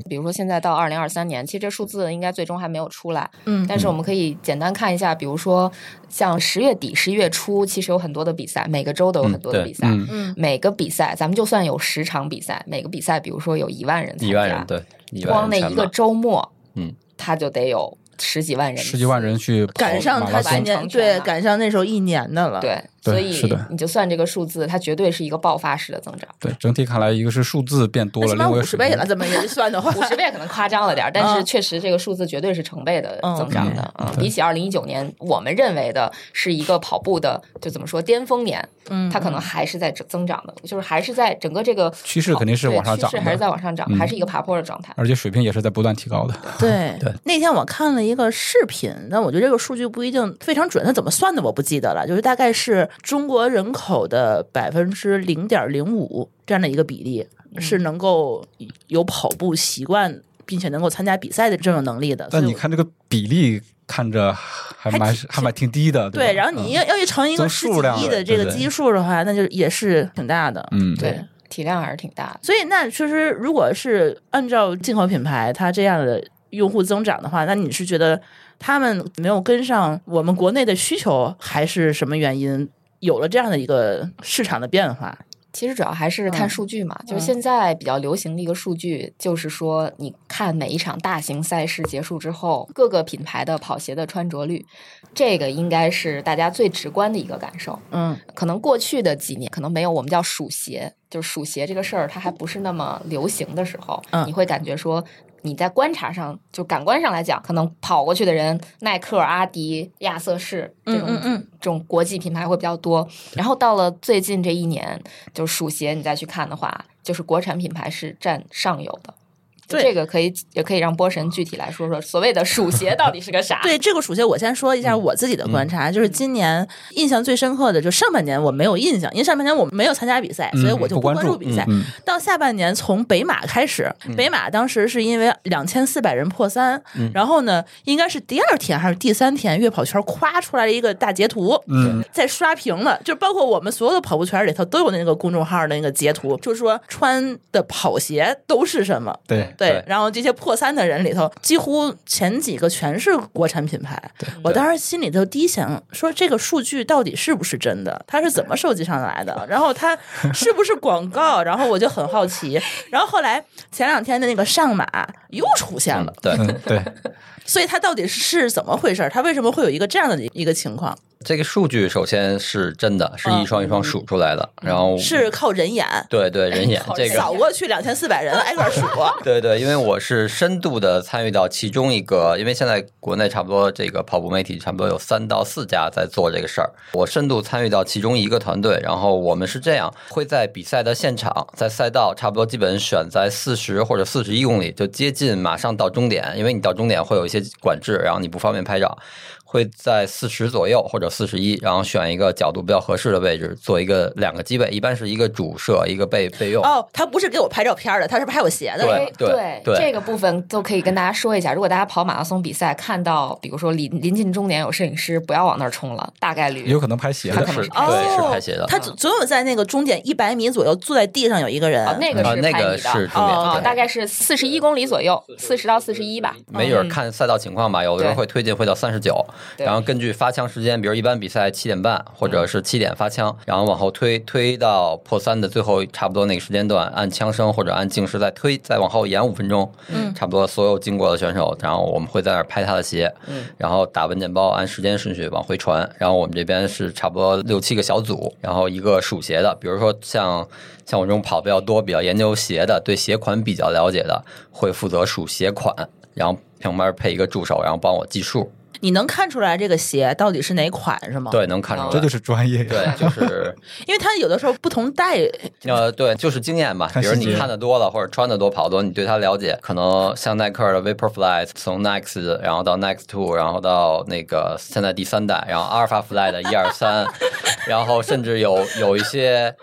[SPEAKER 3] 比如说现在到二零二三年，其实这数字应该最终还没有出来，
[SPEAKER 2] 嗯
[SPEAKER 3] 但是我们可以简单看一下，比如说像十月底、十一月初，其实有很多的比赛，每个州都有很多
[SPEAKER 5] 嗯
[SPEAKER 3] 的
[SPEAKER 5] 对
[SPEAKER 3] 比赛，
[SPEAKER 4] 嗯，
[SPEAKER 2] 嗯，
[SPEAKER 3] 每个比赛咱们就算有十场比赛，每个比赛比如说有一万人参加，
[SPEAKER 5] 一万人，对，一
[SPEAKER 3] 光
[SPEAKER 5] 万
[SPEAKER 3] 那
[SPEAKER 5] 人
[SPEAKER 3] 一
[SPEAKER 5] 全
[SPEAKER 3] 个
[SPEAKER 5] 马。
[SPEAKER 3] 周末，
[SPEAKER 5] 嗯，
[SPEAKER 3] 他就得有十几万人，
[SPEAKER 4] 十几万。人去跑
[SPEAKER 2] 赶上
[SPEAKER 4] 马
[SPEAKER 2] 他
[SPEAKER 4] 拉
[SPEAKER 2] 今
[SPEAKER 4] 松，
[SPEAKER 2] 年
[SPEAKER 3] 马拉松
[SPEAKER 2] 对赶上那时候一年的了，，
[SPEAKER 3] 对，
[SPEAKER 4] 对
[SPEAKER 3] 所
[SPEAKER 4] 是
[SPEAKER 3] 以
[SPEAKER 4] 的
[SPEAKER 3] 你就算这个数字，它绝对是一个爆发式的增长。
[SPEAKER 4] 对整体看来，一个是数字变多
[SPEAKER 2] 那
[SPEAKER 4] 了，
[SPEAKER 2] 起码
[SPEAKER 4] 另外
[SPEAKER 2] 五
[SPEAKER 4] 一个
[SPEAKER 2] 十
[SPEAKER 4] 是
[SPEAKER 2] 倍了，怎么也算的话，
[SPEAKER 3] 五十倍可能夸张了点儿，但是
[SPEAKER 2] 嗯
[SPEAKER 3] 确实这个数字绝对是成倍的增长的。
[SPEAKER 4] 嗯
[SPEAKER 3] 啊！
[SPEAKER 4] 对
[SPEAKER 3] 比起二零一九年，我们认为的是一个跑步的，就怎么说巅峰年，
[SPEAKER 2] 嗯，
[SPEAKER 3] 它可能还是在增长的，就是还是在整个这个
[SPEAKER 4] 趋势肯定是
[SPEAKER 3] 对
[SPEAKER 4] 往上涨
[SPEAKER 3] 趋
[SPEAKER 4] 的
[SPEAKER 3] 势还是在往上涨，
[SPEAKER 4] 嗯
[SPEAKER 3] 还是一个爬坡的状态。
[SPEAKER 4] 而且水平也是在不断提高的。
[SPEAKER 2] 对
[SPEAKER 5] 对
[SPEAKER 2] 那天我看了一个视频，但我觉得这个数据不一定非常准，它怎么算的我不记得了，就是大概是中国人口的百分之零点零五这样的一个比例、
[SPEAKER 4] 嗯
[SPEAKER 2] 是能够有跑步习惯。并且能够参加比赛的这种能力的，所以
[SPEAKER 4] 但你
[SPEAKER 2] 我
[SPEAKER 4] 看这个比例，看着还
[SPEAKER 2] 还
[SPEAKER 4] 蛮
[SPEAKER 2] 挺
[SPEAKER 4] 还蛮挺低的，
[SPEAKER 2] 对，
[SPEAKER 4] 吧嗯
[SPEAKER 2] 然后你要要去乘一个
[SPEAKER 4] 增
[SPEAKER 2] 十
[SPEAKER 4] 数量
[SPEAKER 2] 几亿
[SPEAKER 4] 的
[SPEAKER 2] 的这个
[SPEAKER 4] 对对
[SPEAKER 2] 基数的话，那就也是挺大的。
[SPEAKER 4] 嗯，
[SPEAKER 3] 对，体量还是挺大的。
[SPEAKER 2] 所以那其实如果是按照进口品牌它这样的用户增长的话，那你是觉得他们没有跟上我们国内的需求，还是什么原因有了这样的一个市场的变化？
[SPEAKER 3] 其实主要还是看数据嘛，就
[SPEAKER 2] 嗯
[SPEAKER 3] 是现在比较流行的一个数据，就是说你看每一场大型赛事结束之后，各个品牌的跑鞋的穿着率，这个应该是大家最直观的一个感受。
[SPEAKER 2] 嗯
[SPEAKER 3] 可能过去的几年，可能没有我们叫数鞋，就是数鞋这个事儿，它还不是那么流行的时候，
[SPEAKER 2] 嗯
[SPEAKER 3] 你会感觉说。你在观察上，就感官上来讲，可能跑过去的人，耐克、阿迪、亚瑟士这种
[SPEAKER 2] 嗯嗯嗯
[SPEAKER 3] 这种国际品牌会比较多。然后到了最近这一年，就数鞋，你再去看的话，就是国产品牌是占上游的。就
[SPEAKER 2] 对
[SPEAKER 3] 这个可以也可以让波神具体来说说，所谓的数鞋到底是 个啥？
[SPEAKER 2] 对这个暑假，我先说一
[SPEAKER 4] 嗯
[SPEAKER 2] 下我自己的观察，就是今年印象最深刻的，就上半年我没有印象，因为上半年我没有参加比赛，所以
[SPEAKER 4] 嗯
[SPEAKER 2] 我就不
[SPEAKER 4] 不关
[SPEAKER 2] 关
[SPEAKER 4] 注
[SPEAKER 2] 注比赛。
[SPEAKER 4] 嗯，
[SPEAKER 2] 到下半年，从北马开始，北马当时是因为两千四百人破三，然后呢，应该是第二天还是第三天，月跑圈夸出来了一个大截图，
[SPEAKER 4] 嗯，
[SPEAKER 2] 在刷屏了，就包括我们所有的跑步圈里头都有那个公众号的那个截图，就说穿的跑鞋都是什么。
[SPEAKER 4] 对，
[SPEAKER 2] 对
[SPEAKER 5] 对，
[SPEAKER 2] 然后这些破三的人里头，几乎前几个全是国产品牌。我当时心里头第一想说，这个数据到底是不是真的？它是怎么收集上来 的？然后它是不是广告？然后我就很好 奇。然后后来前两天的那个上马又出现了
[SPEAKER 5] 嗯，对，
[SPEAKER 4] 嗯，对，
[SPEAKER 2] 所以它到底是怎么回事儿？它为什么会有一个这样的一个情况？
[SPEAKER 5] 这个数据首先是真的，是
[SPEAKER 3] 嗯
[SPEAKER 5] 一双一双数出来的，然后
[SPEAKER 2] 是靠人眼
[SPEAKER 5] 对对人眼嗯这个
[SPEAKER 2] 扫过去两千四百人挨个儿 数。
[SPEAKER 5] 对对，因为我是深度的参与到其中一个，因为现在国内差不多这个跑步媒体差不多有三到四家在做这个事儿，我深度参与到其中一个团队，然后我们是这样，会在比赛的现场，在赛道差不多基本选在四十或者四十一公里，就接近马上到终点，因为你到终点会有一些管制，然后你不方便拍照，会在四十左右或者四十一，然后选一个角度比较合适的位置做一个两个机位，一般是一个主射一个备备用。
[SPEAKER 2] 哦，他不是给我拍照片儿的，他是拍我鞋的。
[SPEAKER 5] 对对对
[SPEAKER 3] 哎这个部分都可以跟大家说一下。如果大家跑马拉松比赛，看到比如说临临近终点有摄影师，不要往那儿冲了，大概率
[SPEAKER 4] 有可能拍啊鞋
[SPEAKER 5] 是
[SPEAKER 4] 的
[SPEAKER 5] 的，是
[SPEAKER 3] 是
[SPEAKER 2] 哦，
[SPEAKER 5] 对，是拍鞋的。
[SPEAKER 2] 他总总有在那个终点一百米左右坐在地上有一个人，
[SPEAKER 3] 啊，那个
[SPEAKER 5] 啊
[SPEAKER 3] 是
[SPEAKER 5] 那
[SPEAKER 3] 拍你
[SPEAKER 5] 个
[SPEAKER 3] 的
[SPEAKER 5] 是重
[SPEAKER 2] 点
[SPEAKER 3] 啊
[SPEAKER 2] 对
[SPEAKER 3] 大概是四十一公里左右，四十到四十一吧。
[SPEAKER 5] 没准儿
[SPEAKER 3] 嗯
[SPEAKER 5] 看赛道情况吧，有的人
[SPEAKER 3] 对
[SPEAKER 5] 会推进会到三十九，
[SPEAKER 3] 对
[SPEAKER 5] 然后根据发枪时间，比如一般比赛七点半或者是七点发
[SPEAKER 3] 嗯
[SPEAKER 5] 枪，然后往后推推到破三的最后差不多那个时间段，按枪声或者按静时再推，再往后延五分钟，
[SPEAKER 2] 嗯
[SPEAKER 5] 差不多所有经过的选手，然后我们会在那儿拍他的鞋，
[SPEAKER 3] 嗯
[SPEAKER 5] 然后打文件包按时间顺序往回传，然后我们这边是差不多六七个小组，然后一个数鞋的，比如说像像我这种跑比较多、比较研究鞋的，对鞋款比较了解的，会负责数鞋款，然后旁边配一个助手，然后帮我计数，
[SPEAKER 2] 你能看出来这个鞋到底是哪款是
[SPEAKER 3] 哦
[SPEAKER 2] 吗？，
[SPEAKER 5] 对，能看出来，
[SPEAKER 4] 这就是专业。
[SPEAKER 5] 对，就是
[SPEAKER 2] 因为它有的时候不同代，
[SPEAKER 5] 呃，对，就是经验吧。
[SPEAKER 4] 看
[SPEAKER 5] 比如
[SPEAKER 4] 细
[SPEAKER 5] 你
[SPEAKER 4] 节
[SPEAKER 5] 看的多了，或者穿的多、跑得多，你对它了解，可能像耐克的 Vaporfly，从 Next，然后到 Next Two，然后到那个现在第三代，然后阿尔法 Fly 的一二三， 然后甚至有有一些。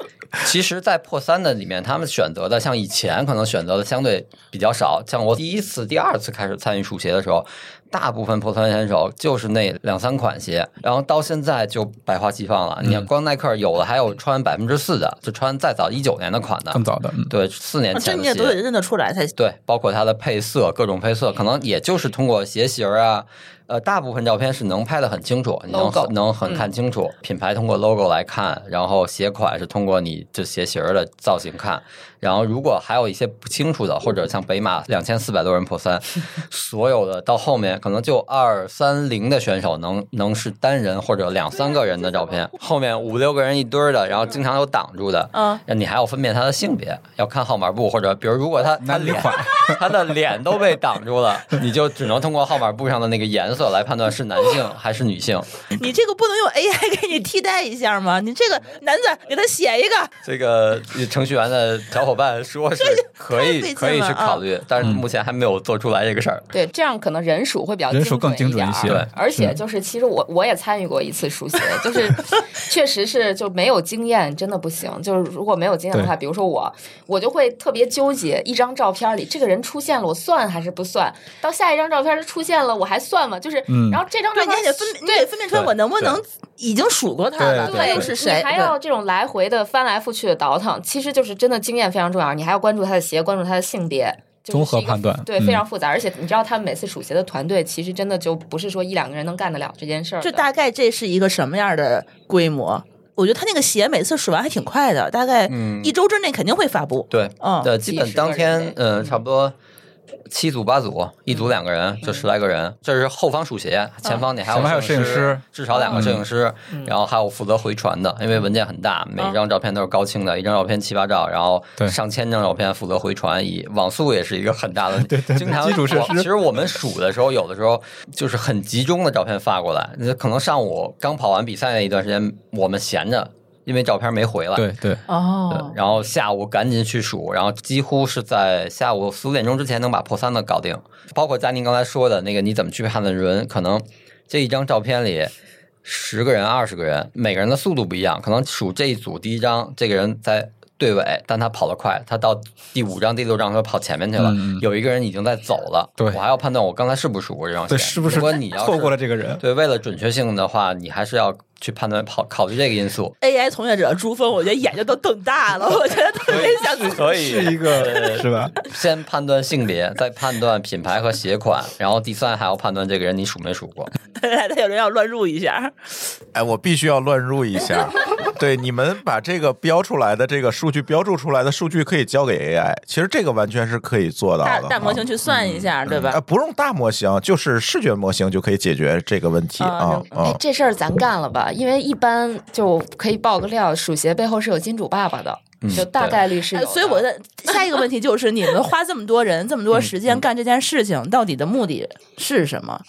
[SPEAKER 5] 其实，在破三的里面，他们选择的像以前可能选择的相对比较少。像我第一次、第二次开始参与数鞋的时候，大部分破团选手就是那两三款鞋，然后到现在就百花齐放了。
[SPEAKER 2] 嗯
[SPEAKER 5] 你看，光耐克有的还有穿百分之四的，就穿再早一九年的款的，
[SPEAKER 4] 更早的，嗯，
[SPEAKER 5] 对，四年
[SPEAKER 2] 啊这
[SPEAKER 5] 前
[SPEAKER 2] 你
[SPEAKER 5] 的
[SPEAKER 2] 也都得
[SPEAKER 5] 鞋，
[SPEAKER 2] 认得出来才行。
[SPEAKER 5] 对，包括它的配色，各种配色，可能也就是通过鞋型儿啊，呃，大部分照片是能拍得很清楚，你能
[SPEAKER 3] Logo
[SPEAKER 5] 很能很看清楚、品牌，通过 logo 来看，然后鞋款是通过你这鞋型儿的造型看，然后如果还有一些不清楚的，或者像北马两千四百多人破三，所有的到后面可能就二三零的选手能能是单人或者两三个人的照片，后面五六个人一堆儿的，然后经常有挡住的，
[SPEAKER 2] 嗯，
[SPEAKER 5] 你还要分辨他的性别，要看号码布， 或者比如如果他他
[SPEAKER 4] 男女
[SPEAKER 5] 脸
[SPEAKER 4] 款
[SPEAKER 5] 他的脸都被挡住了，你就只能通过号码布上的那个颜色来判断是男性还是女性。
[SPEAKER 2] 你这个不能用 AI 给你替代一下吗？你这个男子给他写一个，
[SPEAKER 5] 这个程序员的小伙伴 说是可
[SPEAKER 2] 太费
[SPEAKER 5] 以
[SPEAKER 2] 劲
[SPEAKER 5] 可以
[SPEAKER 2] 了
[SPEAKER 5] 去
[SPEAKER 2] 啊
[SPEAKER 5] 考虑，但是目前还没有做出来这个事儿。
[SPEAKER 3] 对，这样可能人数会比较
[SPEAKER 4] 人数更精准
[SPEAKER 3] 准
[SPEAKER 4] 一些
[SPEAKER 3] 点儿
[SPEAKER 4] 对
[SPEAKER 3] 而且就是，其实我我也参与过一次输血，就是 确实是就没有经验，真的不行。就是如果没有经验的话，比如说我，我就会特别纠结，一张照片里这个人出现了，我算还是不算？到下一张照片就出现了，我还算吗？就是，
[SPEAKER 4] 嗯
[SPEAKER 3] 然后这张照
[SPEAKER 2] 对，你
[SPEAKER 3] 片
[SPEAKER 2] 也得分，你
[SPEAKER 3] 对
[SPEAKER 2] 得分辨出来
[SPEAKER 5] 对
[SPEAKER 2] 我能不能已经数过他了，
[SPEAKER 4] 对
[SPEAKER 2] 他
[SPEAKER 3] 对，
[SPEAKER 2] 又是谁
[SPEAKER 3] 你？还
[SPEAKER 2] 对
[SPEAKER 3] 要这种来回的翻来覆去的倒腾，其实就是真的经验非常重要，你还要关注他的鞋，关注他的性别。就是
[SPEAKER 4] 综合
[SPEAKER 3] 是一个
[SPEAKER 4] 判断
[SPEAKER 3] 对，
[SPEAKER 4] 嗯
[SPEAKER 3] 非常复杂，而且你知道，他们每次数鞋的团队，其实真的就不是说一两个人能干得了这件事儿的。
[SPEAKER 2] 就大概这是一个什么样的规模？我觉得他那个鞋每次数完还挺快的，大概
[SPEAKER 5] 嗯
[SPEAKER 2] 一周之内肯定会发布。
[SPEAKER 5] 对，
[SPEAKER 2] 嗯
[SPEAKER 5] 呃，基本当
[SPEAKER 3] 几十，
[SPEAKER 5] 天
[SPEAKER 3] 个人嗯
[SPEAKER 5] 嗯，差不多七组八组，一组两个人，就十来个人。这是后方数鞋，前方你还
[SPEAKER 4] 前方还有
[SPEAKER 5] 有
[SPEAKER 4] 摄影师嗯
[SPEAKER 5] 师，至少两个摄影师，
[SPEAKER 3] 嗯
[SPEAKER 5] 然后还有负责回传的，因为文件很大，每一张照片都是高清的，一张照片七八兆，然后
[SPEAKER 4] 对
[SPEAKER 5] 上千张照片负责回传，以网速也是一个很大的，对
[SPEAKER 4] 对
[SPEAKER 5] 经常
[SPEAKER 4] 基础设
[SPEAKER 5] 我
[SPEAKER 4] 施
[SPEAKER 5] 其实我们数的时候，有的时候就是很集中的照片发过来，那可能上午刚跑完比赛那一段时间，我们闲着，因为照片没回来，
[SPEAKER 4] 对对，
[SPEAKER 5] 对
[SPEAKER 2] 哦，
[SPEAKER 5] 然后下午赶紧去数，然后几乎是在下午四五点钟之前能把破三的搞定。包括佳宁刚才说的那个，你怎么去判断人？可能这一张照片里十个人、二十个人，每个人的速度不一样。可能数这一组第一张，这个人在队尾，但他跑得快，他到第五张、第六张的时候跑前面去了。
[SPEAKER 4] 嗯嗯
[SPEAKER 5] 有一个人已经在走了，
[SPEAKER 4] 对
[SPEAKER 5] 我还要判断我刚才是不是数过这张
[SPEAKER 4] 对，
[SPEAKER 5] 线
[SPEAKER 4] 是不是
[SPEAKER 5] 如果你要是
[SPEAKER 4] 错过了这个人？
[SPEAKER 5] 对，为了准确性的话，你还是要去判断、考考虑这个因素。
[SPEAKER 2] AI 从业者朱峰，我觉得眼睛都瞪大了，我觉得特别想
[SPEAKER 5] 可以
[SPEAKER 4] 是一个是吧？
[SPEAKER 5] 先判断性别，再判断品牌和鞋款，然后第三还要判断这个人你数没数过。
[SPEAKER 2] 他有人要乱入一下。
[SPEAKER 6] 哎，我必须要乱入一下。对，你们把这个标出来的这个数据标注出来的数据可以交给 AI，其实这个完全是可以做 到
[SPEAKER 2] 大
[SPEAKER 6] 的。
[SPEAKER 2] 大模型
[SPEAKER 6] 啊
[SPEAKER 2] 去算一下，对
[SPEAKER 6] 呃，
[SPEAKER 2] 吧？
[SPEAKER 6] 不用大模型，就是视觉模型就可以解决这个问题啊
[SPEAKER 2] 啊
[SPEAKER 6] 啊
[SPEAKER 4] 嗯
[SPEAKER 3] 哎，！这事儿咱干了吧，因为一般就可以爆个料，数鞋背后是有金主爸爸的，
[SPEAKER 4] 嗯
[SPEAKER 3] 就大概率是有
[SPEAKER 2] 哎
[SPEAKER 3] 的。
[SPEAKER 2] 所以我的下一个问题就是，你们花这么多人、这么多时间干这件事情，到底的目的是什么？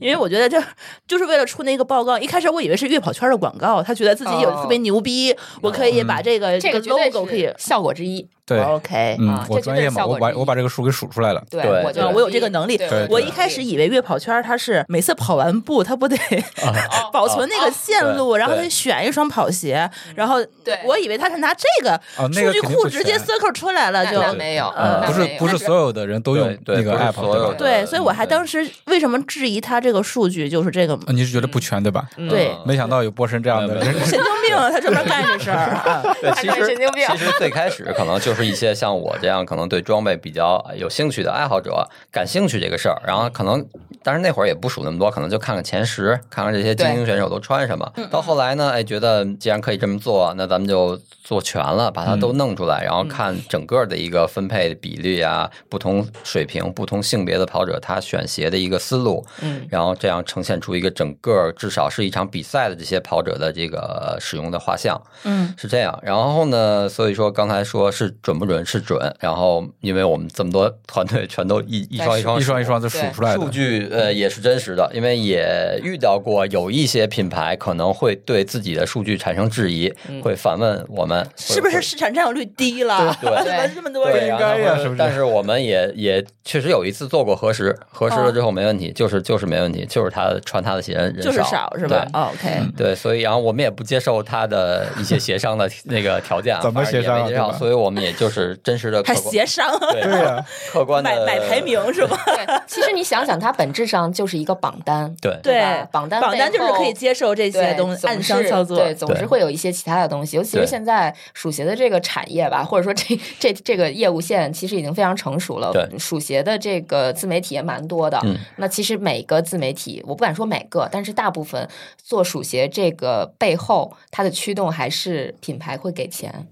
[SPEAKER 2] 因为我觉得这就是为了出那个报告。一开始我以为是月跑圈的广告，他觉得自己有
[SPEAKER 3] 哦
[SPEAKER 2] 特别牛逼，我可以把嗯这个
[SPEAKER 3] 这个绝对
[SPEAKER 2] logo 可以
[SPEAKER 3] 是效果之一。
[SPEAKER 4] 对，
[SPEAKER 2] OK。
[SPEAKER 4] 嗯
[SPEAKER 3] 啊，
[SPEAKER 4] 我
[SPEAKER 3] 这
[SPEAKER 4] 专
[SPEAKER 3] 就是
[SPEAKER 4] 业嘛，
[SPEAKER 3] 效
[SPEAKER 4] 我
[SPEAKER 3] 果
[SPEAKER 4] 把
[SPEAKER 3] 之一
[SPEAKER 4] 我把这个数给数出来了。
[SPEAKER 3] 对
[SPEAKER 5] 对
[SPEAKER 3] 我就
[SPEAKER 5] 对
[SPEAKER 2] 我有这个能力
[SPEAKER 3] 啊对
[SPEAKER 4] 对
[SPEAKER 2] 我一开始以为月跑圈他是每次跑完步，他不得
[SPEAKER 4] 啊
[SPEAKER 3] 哦
[SPEAKER 2] 保存那个线路，
[SPEAKER 5] 对
[SPEAKER 2] 然后
[SPEAKER 5] 对
[SPEAKER 2] 他选一双跑鞋，然后
[SPEAKER 3] 嗯对
[SPEAKER 2] 我以为他是拿这个
[SPEAKER 4] 哦那
[SPEAKER 2] 数
[SPEAKER 4] 个
[SPEAKER 2] 据
[SPEAKER 4] 肯定不
[SPEAKER 2] 库直接
[SPEAKER 4] 全
[SPEAKER 2] circle 出来了，
[SPEAKER 3] 那
[SPEAKER 2] 就
[SPEAKER 3] 那没有，
[SPEAKER 4] 嗯，
[SPEAKER 3] 那
[SPEAKER 4] 不是
[SPEAKER 3] 没有
[SPEAKER 4] 不是所有的人都用那
[SPEAKER 5] 对对
[SPEAKER 4] 个
[SPEAKER 5] 不是
[SPEAKER 4] app，
[SPEAKER 5] 所有
[SPEAKER 4] 对吧？
[SPEAKER 5] 的
[SPEAKER 2] 对，所以我还
[SPEAKER 5] 对
[SPEAKER 2] 当时为什么质疑他这个数据，就是这个嘛
[SPEAKER 4] 呃你是觉得不全对吧？呃
[SPEAKER 3] 嗯
[SPEAKER 2] 对
[SPEAKER 4] 没想到有波神这样的
[SPEAKER 5] 嗯没有
[SPEAKER 4] 人，
[SPEAKER 2] 神经病啊，他专门干这事儿 啊。
[SPEAKER 5] 对，
[SPEAKER 3] 他
[SPEAKER 5] 其
[SPEAKER 3] 可能
[SPEAKER 5] 实
[SPEAKER 3] 神经病
[SPEAKER 5] 其实最开始可能就是一些像我这样可能对装备比较有兴趣的爱好者感兴趣这个事儿，然后可能但是那会儿也不数那么多，可能就看看前十，看看这些精英选手都穿什么。到后来呢，哎，觉得既然可以这么做，那咱们就做全了，把它都弄出来，然后看整个的一个分配比率啊，不同水平、不同性别的跑者他选鞋的一个思路，
[SPEAKER 3] 嗯，
[SPEAKER 5] 然后这样呈现出一个整个至少是一场比赛的这些跑者的这个使用的画像。
[SPEAKER 2] 嗯，
[SPEAKER 5] 是这样。然后呢，所以说刚才说是准不准是准，然后因为我们这么多团队全都一一双一 双
[SPEAKER 4] 一双一双就
[SPEAKER 3] 对
[SPEAKER 4] 数出来
[SPEAKER 5] 数
[SPEAKER 4] 的。
[SPEAKER 5] 据呃也是真实的，因为也遇到过有一些品牌可能会对自己的数据产生质疑，会反问我们
[SPEAKER 2] 嗯是不是市场占有率低了？
[SPEAKER 5] 对
[SPEAKER 2] 怎么
[SPEAKER 5] 对
[SPEAKER 2] 这么多
[SPEAKER 5] 对，
[SPEAKER 2] 人
[SPEAKER 5] 然后
[SPEAKER 4] 应该呀
[SPEAKER 5] 他们
[SPEAKER 4] 是不是
[SPEAKER 5] 但是我们也也确实有一次做过核实，核实了之后没问题，就是就是没问题，就是他穿他的鞋人人
[SPEAKER 2] 就是少是吧
[SPEAKER 5] 对
[SPEAKER 2] 哦？OK，
[SPEAKER 5] 对，所以然后我们也不接受他的一些协商的那个条件啊，
[SPEAKER 4] 怎么
[SPEAKER 5] 反正
[SPEAKER 4] 协
[SPEAKER 5] 也
[SPEAKER 4] 商啊
[SPEAKER 5] 没接
[SPEAKER 4] 对
[SPEAKER 5] 上，
[SPEAKER 4] 吧
[SPEAKER 5] 所以我们也就是真实的
[SPEAKER 2] 还
[SPEAKER 5] 客观，
[SPEAKER 2] 协商，
[SPEAKER 5] 对
[SPEAKER 4] 对呀，
[SPEAKER 5] 客观
[SPEAKER 2] 买
[SPEAKER 5] 的
[SPEAKER 2] 买排名是吧？
[SPEAKER 3] 对。其实你想想，它本质上就是一个榜单，
[SPEAKER 5] 对
[SPEAKER 3] 对吧榜单
[SPEAKER 2] 榜单
[SPEAKER 3] 背
[SPEAKER 2] 就是可
[SPEAKER 3] 后
[SPEAKER 2] 以接受这
[SPEAKER 3] 对
[SPEAKER 2] 些东西，
[SPEAKER 3] 总
[SPEAKER 2] 暗箱
[SPEAKER 3] 是
[SPEAKER 2] 操作。
[SPEAKER 3] 对，总是
[SPEAKER 5] 对
[SPEAKER 3] 会有一些其他的东西，尤其是
[SPEAKER 5] 对
[SPEAKER 3] 现在数鞋的这个产业吧，或者说这这这个业务线其实已经非常成熟了。
[SPEAKER 5] 对
[SPEAKER 3] 数鞋的这个自媒体也蛮多的。
[SPEAKER 5] 嗯
[SPEAKER 3] 那其实每个自媒体，我不敢说每个，但是大部分做数鞋这个背后，它的驱动还是品牌会给钱。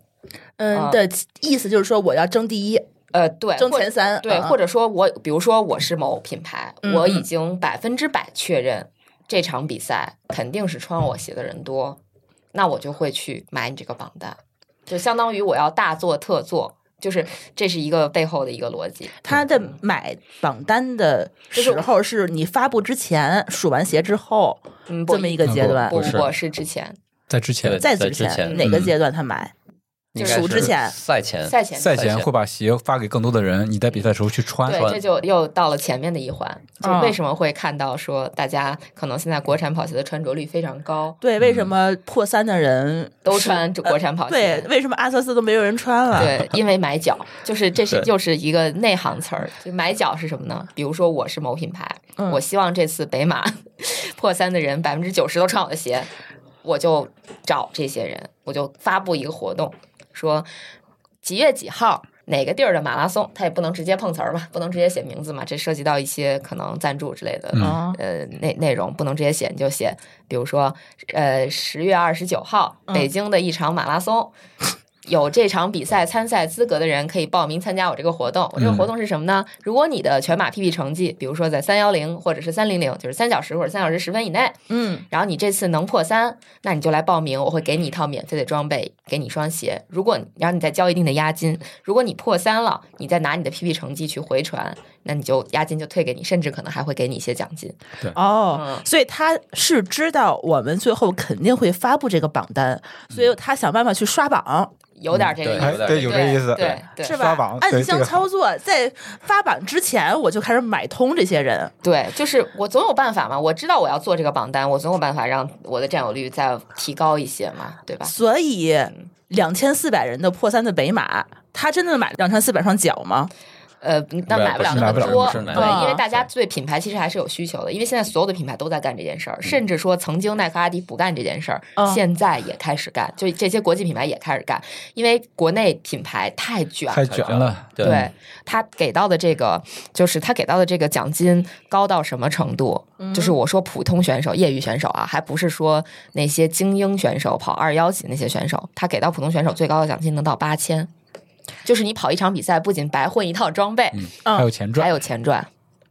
[SPEAKER 2] 嗯
[SPEAKER 3] 啊
[SPEAKER 2] 的意思就是说我要争第一，
[SPEAKER 3] 呃，对，
[SPEAKER 2] 争
[SPEAKER 3] 或者
[SPEAKER 2] 前三，
[SPEAKER 3] 对，
[SPEAKER 2] 嗯
[SPEAKER 3] 或者说我，比如说我是某品牌，
[SPEAKER 2] 嗯
[SPEAKER 3] 我
[SPEAKER 2] 嗯
[SPEAKER 3] 已经百分之百确认这场比赛肯定是穿我鞋的人多，那我就会去买你这个榜单，就相当于我要大做特做，就是这是一个背后的一个逻辑。
[SPEAKER 2] 他的
[SPEAKER 3] 嗯
[SPEAKER 2] 买榜单的时候是你发布之前数完鞋之后
[SPEAKER 3] 嗯，不
[SPEAKER 2] 这么一个阶段，
[SPEAKER 3] 不
[SPEAKER 5] 不
[SPEAKER 3] 不
[SPEAKER 5] 是
[SPEAKER 3] 不是之前
[SPEAKER 4] 在之前
[SPEAKER 5] 对
[SPEAKER 2] 在
[SPEAKER 5] 在
[SPEAKER 2] 之
[SPEAKER 5] 之前
[SPEAKER 3] 嗯
[SPEAKER 2] 哪个阶段他买？
[SPEAKER 5] 应
[SPEAKER 3] 就
[SPEAKER 5] 该
[SPEAKER 3] 是
[SPEAKER 2] 数之
[SPEAKER 5] 是
[SPEAKER 2] 前
[SPEAKER 5] 赛前
[SPEAKER 3] 赛前
[SPEAKER 4] 赛
[SPEAKER 5] 前
[SPEAKER 4] 前会把鞋发给更多的人，你在比赛的时候去穿。
[SPEAKER 3] 对，这就又到了前面的一环，就
[SPEAKER 2] 嗯
[SPEAKER 3] 为什么会看到说大家可能现在国产跑鞋的穿着率非常高，
[SPEAKER 2] 对，为什么破三的人
[SPEAKER 3] 嗯都
[SPEAKER 2] 是呃
[SPEAKER 3] 穿着国产跑
[SPEAKER 2] 对
[SPEAKER 3] 鞋？，
[SPEAKER 2] 为什么阿瑟斯都没有人穿了？
[SPEAKER 3] 对，因为买脚，就是这是
[SPEAKER 5] 对
[SPEAKER 3] 又是一个内行词儿。就买脚是什么呢？比如说我是某品牌，
[SPEAKER 2] 嗯
[SPEAKER 3] 我希望这次北马 破三的人百分之九十都穿我的鞋，我就找这些人，我就发布一个活动，说几月几号。哪个地儿的马拉松，他也不能直接碰瓷儿嘛，不能直接写名字嘛，这涉及到一些可能赞助之类的，
[SPEAKER 4] 嗯
[SPEAKER 2] 啊，
[SPEAKER 3] 呃内内容不能直接写，你就写，比如说呃十月二十九号
[SPEAKER 2] 嗯
[SPEAKER 3] 北京的一场马拉松。有这场比赛参赛资格的人可以报名参加我这个活动。我这个活动是什么呢？如果你的全马 PB 成绩，比如说在三幺零或者是三零零，就是三小时或者三小时十分以内，
[SPEAKER 2] 嗯，
[SPEAKER 3] 然后你这次能破三，那你就来报名，我会给你一套免费的装备，给你一双鞋。如果你然后你再交一定的押金，如果你破三了，你再拿你的 PB 成绩去回传，那你就押金就退给你，甚至可能还会给你一些奖金。
[SPEAKER 2] 哦，
[SPEAKER 3] 嗯
[SPEAKER 2] 所以他是知道我们最后肯定会发布这个榜单，所
[SPEAKER 3] 嗯
[SPEAKER 2] 以他想办法去刷榜，
[SPEAKER 3] 有点这个意
[SPEAKER 5] 哎
[SPEAKER 3] 思，
[SPEAKER 5] 对
[SPEAKER 4] 有这意思
[SPEAKER 3] 对对
[SPEAKER 2] 是
[SPEAKER 3] 对
[SPEAKER 2] 吧？
[SPEAKER 4] 刷榜对
[SPEAKER 2] 暗
[SPEAKER 4] 这
[SPEAKER 2] 箱
[SPEAKER 4] 个
[SPEAKER 2] 操作，在发榜之前我就开始买通这些人，
[SPEAKER 3] 对，就是我总有办法嘛，我知道我要做这个榜单，我总有办法让我的占有率再提高一些嘛，对吧？
[SPEAKER 2] 所以两千四百人的破三的北马，他真的买两千四百双脚吗？
[SPEAKER 3] 呃，但买不了那
[SPEAKER 4] 买不
[SPEAKER 3] 么
[SPEAKER 4] 了
[SPEAKER 3] 多，
[SPEAKER 5] 是买
[SPEAKER 2] 不了
[SPEAKER 3] 对，因为大家对品牌其实还是有需求的，因为现在所有的品牌都在干这件事儿，甚至说曾经耐克、阿迪不干这件事儿
[SPEAKER 2] 嗯，
[SPEAKER 3] 现在也开始干，就这些国际品牌也开始干，因为国内品牌太卷
[SPEAKER 4] 太卷了，
[SPEAKER 5] 对
[SPEAKER 3] 对他给到的这个，就是他给到的这个奖金高到什么程度？就是我说普通选手、业余选手啊，还不是说那些精英选手跑二幺级那些选手，他给到普通选手最高的奖金能到八千，就是你跑一场比赛，不仅白混一套装备，
[SPEAKER 5] 嗯
[SPEAKER 4] 还有钱
[SPEAKER 3] 还
[SPEAKER 4] 赚。
[SPEAKER 3] 有钱赚，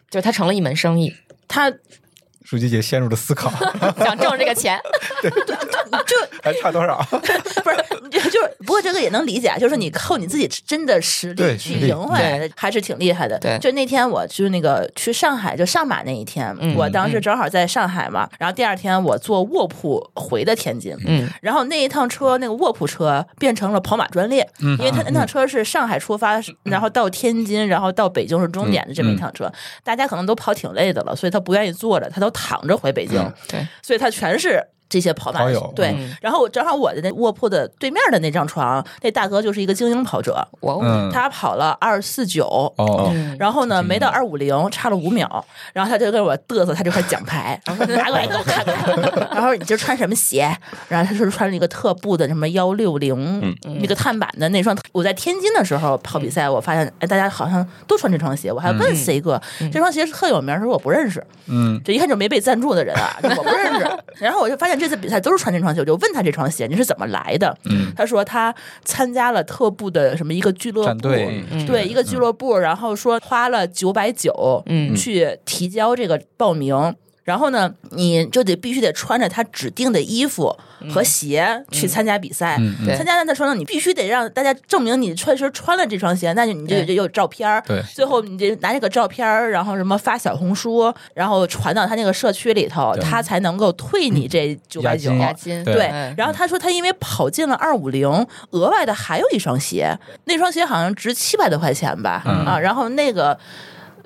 [SPEAKER 3] 就是他成了一门生意，
[SPEAKER 2] 他
[SPEAKER 4] 舒淇姐陷入了思考，
[SPEAKER 3] 想挣这个钱。
[SPEAKER 4] 还差多少？
[SPEAKER 2] 不是， 就就是不过这个也能理解，啊就是你靠你自己真的实力
[SPEAKER 4] 对实
[SPEAKER 2] 去
[SPEAKER 4] 力
[SPEAKER 2] 赢回来的，还是挺厉害的。
[SPEAKER 3] 对
[SPEAKER 2] 就那天我去那个去上海，就上马那一天，
[SPEAKER 3] 嗯
[SPEAKER 2] 我当时正好在上海嘛，然后第二天我坐卧铺回的天津，
[SPEAKER 3] 嗯，
[SPEAKER 2] 然后那一趟车那个卧铺车变成了跑马专列，
[SPEAKER 4] 嗯
[SPEAKER 2] 因为他那趟车是上海出发，然后到天津，然后到北京是终点的这么
[SPEAKER 4] 嗯
[SPEAKER 2] 一趟车，大家可能都跑挺累的了，所以他不愿意坐着，他都躺着回北京，
[SPEAKER 3] 对，
[SPEAKER 2] 所以他全是。这些跑马
[SPEAKER 4] 嗯跑友
[SPEAKER 2] 对，
[SPEAKER 3] 嗯
[SPEAKER 2] 然后我正好我的那卧铺的对面的那张床，那大哥就是一个精英跑者，
[SPEAKER 3] 我、
[SPEAKER 4] 嗯，
[SPEAKER 2] 他跑了二四九，
[SPEAKER 4] 哦，
[SPEAKER 3] 嗯
[SPEAKER 2] 然后呢没到二五零，差了五秒，然后他就跟我嘚瑟他这块奖牌，然后说拿过来给我看看， 然后你这穿什么鞋？然后他说穿了一个特步的什么幺六零那个碳板的那双，我在天津的时候跑比赛，我发现哎大家好像都穿这双鞋，我还问 C 哥这双鞋是特有名，他说我不认识，
[SPEAKER 4] 嗯，
[SPEAKER 2] 这一看就没被赞助的人 啊，就我不认识。然后我就发现这次比赛都是穿这双鞋，我就问他这双鞋你是怎么来的？
[SPEAKER 4] 嗯
[SPEAKER 2] 他说他参加了特步的什么一个俱乐部，
[SPEAKER 4] 战队
[SPEAKER 2] 对一个俱乐部，然后说花了九百九，
[SPEAKER 3] 嗯
[SPEAKER 2] 去提交这个报名。然后呢，你就得必须得穿着他指定的衣服和鞋去参加比赛。
[SPEAKER 4] 嗯
[SPEAKER 3] 嗯对
[SPEAKER 2] 参加他的穿上，你必须得让大家证明你确实穿了这双鞋，那就你就
[SPEAKER 3] 对
[SPEAKER 2] 就有照片儿
[SPEAKER 4] 对
[SPEAKER 2] 最后你得拿这个照片儿，然后什么发小红书，然后传到他那个社区里头，他才能够退你这九百
[SPEAKER 4] 嗯押
[SPEAKER 2] 九
[SPEAKER 4] 金。
[SPEAKER 3] 押金
[SPEAKER 4] 对
[SPEAKER 2] 对
[SPEAKER 3] 嗯，
[SPEAKER 2] 然后他说他因为跑进了二五零，额外的还有一双鞋，那双鞋好像值七百多块钱吧，
[SPEAKER 4] 嗯
[SPEAKER 2] 啊，然后那个。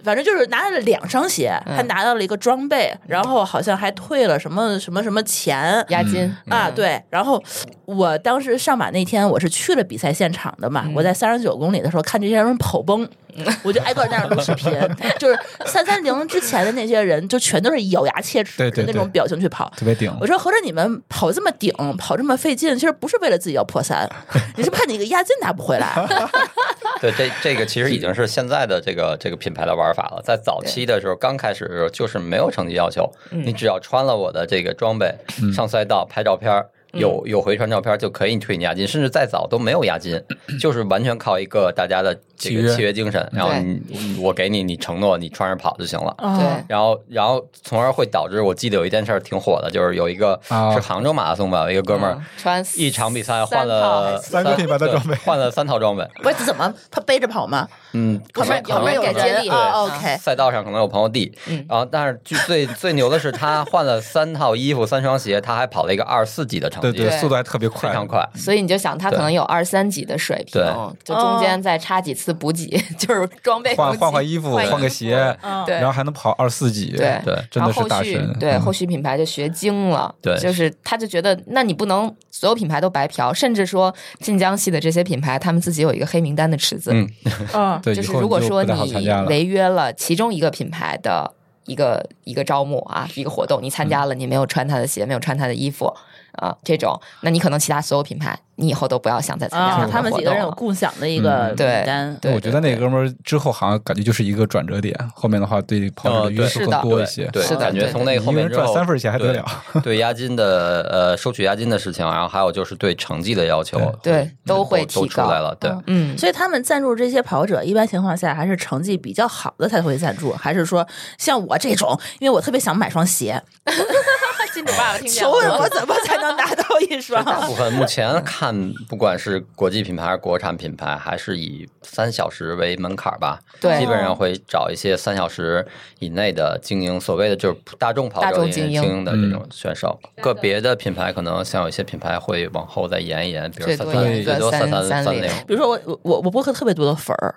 [SPEAKER 2] 反正就是拿了两双鞋，
[SPEAKER 3] 嗯
[SPEAKER 2] 他拿到了一个装备，然后好像还退了什么什么什么钱，
[SPEAKER 3] 押金、
[SPEAKER 2] 啊，
[SPEAKER 3] 嗯，
[SPEAKER 2] 对。然后我当时上马那天，我是去了比赛现场的嘛，我在三十九公里的时候看这些人跑崩，我就挨个儿在那儿录视频，就是三三零之前的那些人，就全都是咬牙切齿
[SPEAKER 4] 对
[SPEAKER 2] 的
[SPEAKER 4] 对
[SPEAKER 2] 那种
[SPEAKER 4] 对
[SPEAKER 2] 表情去跑。
[SPEAKER 4] 特别顶。
[SPEAKER 2] 我说合着你们跑这么顶，跑这么费劲，其实不是为了自己要破三，你是怕你个押金拿不回来。
[SPEAKER 5] 对，这这个其实已经是现在的这个这个品牌的玩法了。在早期的时候，刚开始的时候就是没有成绩要求，
[SPEAKER 3] 嗯
[SPEAKER 5] 你只要穿了我的这个装备
[SPEAKER 7] 嗯
[SPEAKER 5] 上赛道拍照片儿。有
[SPEAKER 3] 嗯
[SPEAKER 5] 有回传照片就可以退你押金，甚至再早都没有押 金，就是完全靠一个大家的这
[SPEAKER 4] 契约
[SPEAKER 5] 个契约精神，然后
[SPEAKER 3] 嗯对
[SPEAKER 5] 你我给你，你承诺你穿着跑就行了。
[SPEAKER 3] 对，
[SPEAKER 5] 然后，然后，从而会导致，我记得有一件事儿挺火的，就是有一个、
[SPEAKER 4] 啊
[SPEAKER 5] 是杭州马拉松吧，有一个哥们儿、
[SPEAKER 3] 嗯穿
[SPEAKER 5] 一场比赛
[SPEAKER 3] 三
[SPEAKER 5] 换了
[SPEAKER 3] 套
[SPEAKER 7] 三
[SPEAKER 5] 三
[SPEAKER 7] 个品牌的装备
[SPEAKER 5] 对换了三套装备。
[SPEAKER 2] 不是怎么他背着跑吗？
[SPEAKER 5] 嗯，
[SPEAKER 2] 不
[SPEAKER 5] 可
[SPEAKER 2] 是
[SPEAKER 5] 能
[SPEAKER 2] 有没有
[SPEAKER 3] 给接力
[SPEAKER 2] 人
[SPEAKER 3] 哦
[SPEAKER 2] 啊？OK，
[SPEAKER 5] 赛道上可能有朋友递，
[SPEAKER 3] 嗯
[SPEAKER 5] 然后但是最最 最牛的是他换了三套衣服、三双鞋，他还跑了一个二十四级的成
[SPEAKER 4] 对
[SPEAKER 5] 绩，
[SPEAKER 4] 对，
[SPEAKER 3] 对
[SPEAKER 4] 速度还特别
[SPEAKER 5] 非
[SPEAKER 4] 快，
[SPEAKER 5] 常快。
[SPEAKER 3] 所以你就想，他可能有二三级的水平
[SPEAKER 5] 对，
[SPEAKER 3] 就
[SPEAKER 2] 哦
[SPEAKER 3] 中间再插几次补给， 就是装备
[SPEAKER 4] 换
[SPEAKER 3] 补给
[SPEAKER 4] 换换衣服，换个鞋，
[SPEAKER 2] 嗯
[SPEAKER 3] 对
[SPEAKER 4] 然后还能跑二四级，
[SPEAKER 3] 对
[SPEAKER 5] 对
[SPEAKER 4] 真
[SPEAKER 3] 然
[SPEAKER 4] 的
[SPEAKER 3] 后
[SPEAKER 4] 是大
[SPEAKER 3] 后续
[SPEAKER 4] 神。
[SPEAKER 3] 对
[SPEAKER 4] 嗯
[SPEAKER 3] 后续品牌就学精了，
[SPEAKER 5] 对
[SPEAKER 3] 就是他就觉得，那你不能所有品牌都白嫖，甚至说晋江系的这些品牌，他们自己有一个黑名单的池子，
[SPEAKER 5] 嗯
[SPEAKER 2] 嗯，
[SPEAKER 4] 对，
[SPEAKER 3] 就
[SPEAKER 4] 以
[SPEAKER 3] 是
[SPEAKER 4] 后
[SPEAKER 3] 如果
[SPEAKER 4] 你就
[SPEAKER 3] 说
[SPEAKER 4] 不太好参
[SPEAKER 3] 你
[SPEAKER 4] 加了，
[SPEAKER 3] 违约了其中一个品牌的一个一个招募啊，一个活动，你参
[SPEAKER 4] 嗯
[SPEAKER 3] 加了，你没有穿他的鞋，没有穿他的衣服啊、这种，那你可能其他所有品牌，你以后都不要想再参加
[SPEAKER 2] 啊，
[SPEAKER 3] 这
[SPEAKER 2] 他
[SPEAKER 3] 个
[SPEAKER 2] 们
[SPEAKER 3] 活
[SPEAKER 2] 几个
[SPEAKER 3] 动
[SPEAKER 2] 人有
[SPEAKER 3] 了。
[SPEAKER 2] 共享的一个
[SPEAKER 4] 嗯
[SPEAKER 2] 名
[SPEAKER 3] 对
[SPEAKER 2] 单。
[SPEAKER 3] 对
[SPEAKER 4] 我觉得那哥们儿之后好像感觉就是一个转折点，后面的话对跑者
[SPEAKER 5] 呃
[SPEAKER 4] 的约束
[SPEAKER 3] 是的
[SPEAKER 4] 更多一些。
[SPEAKER 5] 对，
[SPEAKER 3] 是的
[SPEAKER 5] 感觉
[SPEAKER 3] 对
[SPEAKER 5] 从那
[SPEAKER 4] 你
[SPEAKER 5] 后
[SPEAKER 4] 一个
[SPEAKER 5] 面
[SPEAKER 4] 人
[SPEAKER 5] 之后
[SPEAKER 4] 赚三份钱还得了？
[SPEAKER 5] 对对押金的呃收取押金的事情，然后还有就是对成绩的要求，
[SPEAKER 3] 对对都会
[SPEAKER 5] 嗯都
[SPEAKER 3] 提
[SPEAKER 5] 出
[SPEAKER 3] 高
[SPEAKER 5] 来了。对，
[SPEAKER 2] 嗯
[SPEAKER 3] 嗯，
[SPEAKER 2] 所以他们赞助这些跑者，一般情况下还是成绩比较好的才会赞助，还是说像我这种，因为我特别想买双鞋，
[SPEAKER 3] 金主爸爸听
[SPEAKER 2] 求问我怎么才能拿到一双？
[SPEAKER 5] 大部分目前看，不管是国际品牌还是国产品牌，还是以三小时为门槛儿吧。
[SPEAKER 3] 对
[SPEAKER 5] 基本上会找一些三小时以内的精英，所谓的就是大众跑
[SPEAKER 3] 大
[SPEAKER 5] 者
[SPEAKER 3] 众
[SPEAKER 5] 里面
[SPEAKER 3] 精
[SPEAKER 5] 精
[SPEAKER 3] 英
[SPEAKER 5] 英的这
[SPEAKER 4] 嗯
[SPEAKER 5] 种选手。个别的品牌可能像有一些品牌会往后再延一延，比如
[SPEAKER 3] 最
[SPEAKER 5] 三
[SPEAKER 3] 多
[SPEAKER 5] 三
[SPEAKER 3] 延一个
[SPEAKER 5] 最多三
[SPEAKER 3] 三
[SPEAKER 5] 三
[SPEAKER 3] 三
[SPEAKER 5] 三
[SPEAKER 3] 零
[SPEAKER 5] 零
[SPEAKER 2] 比如说我我我播客特别多的粉儿，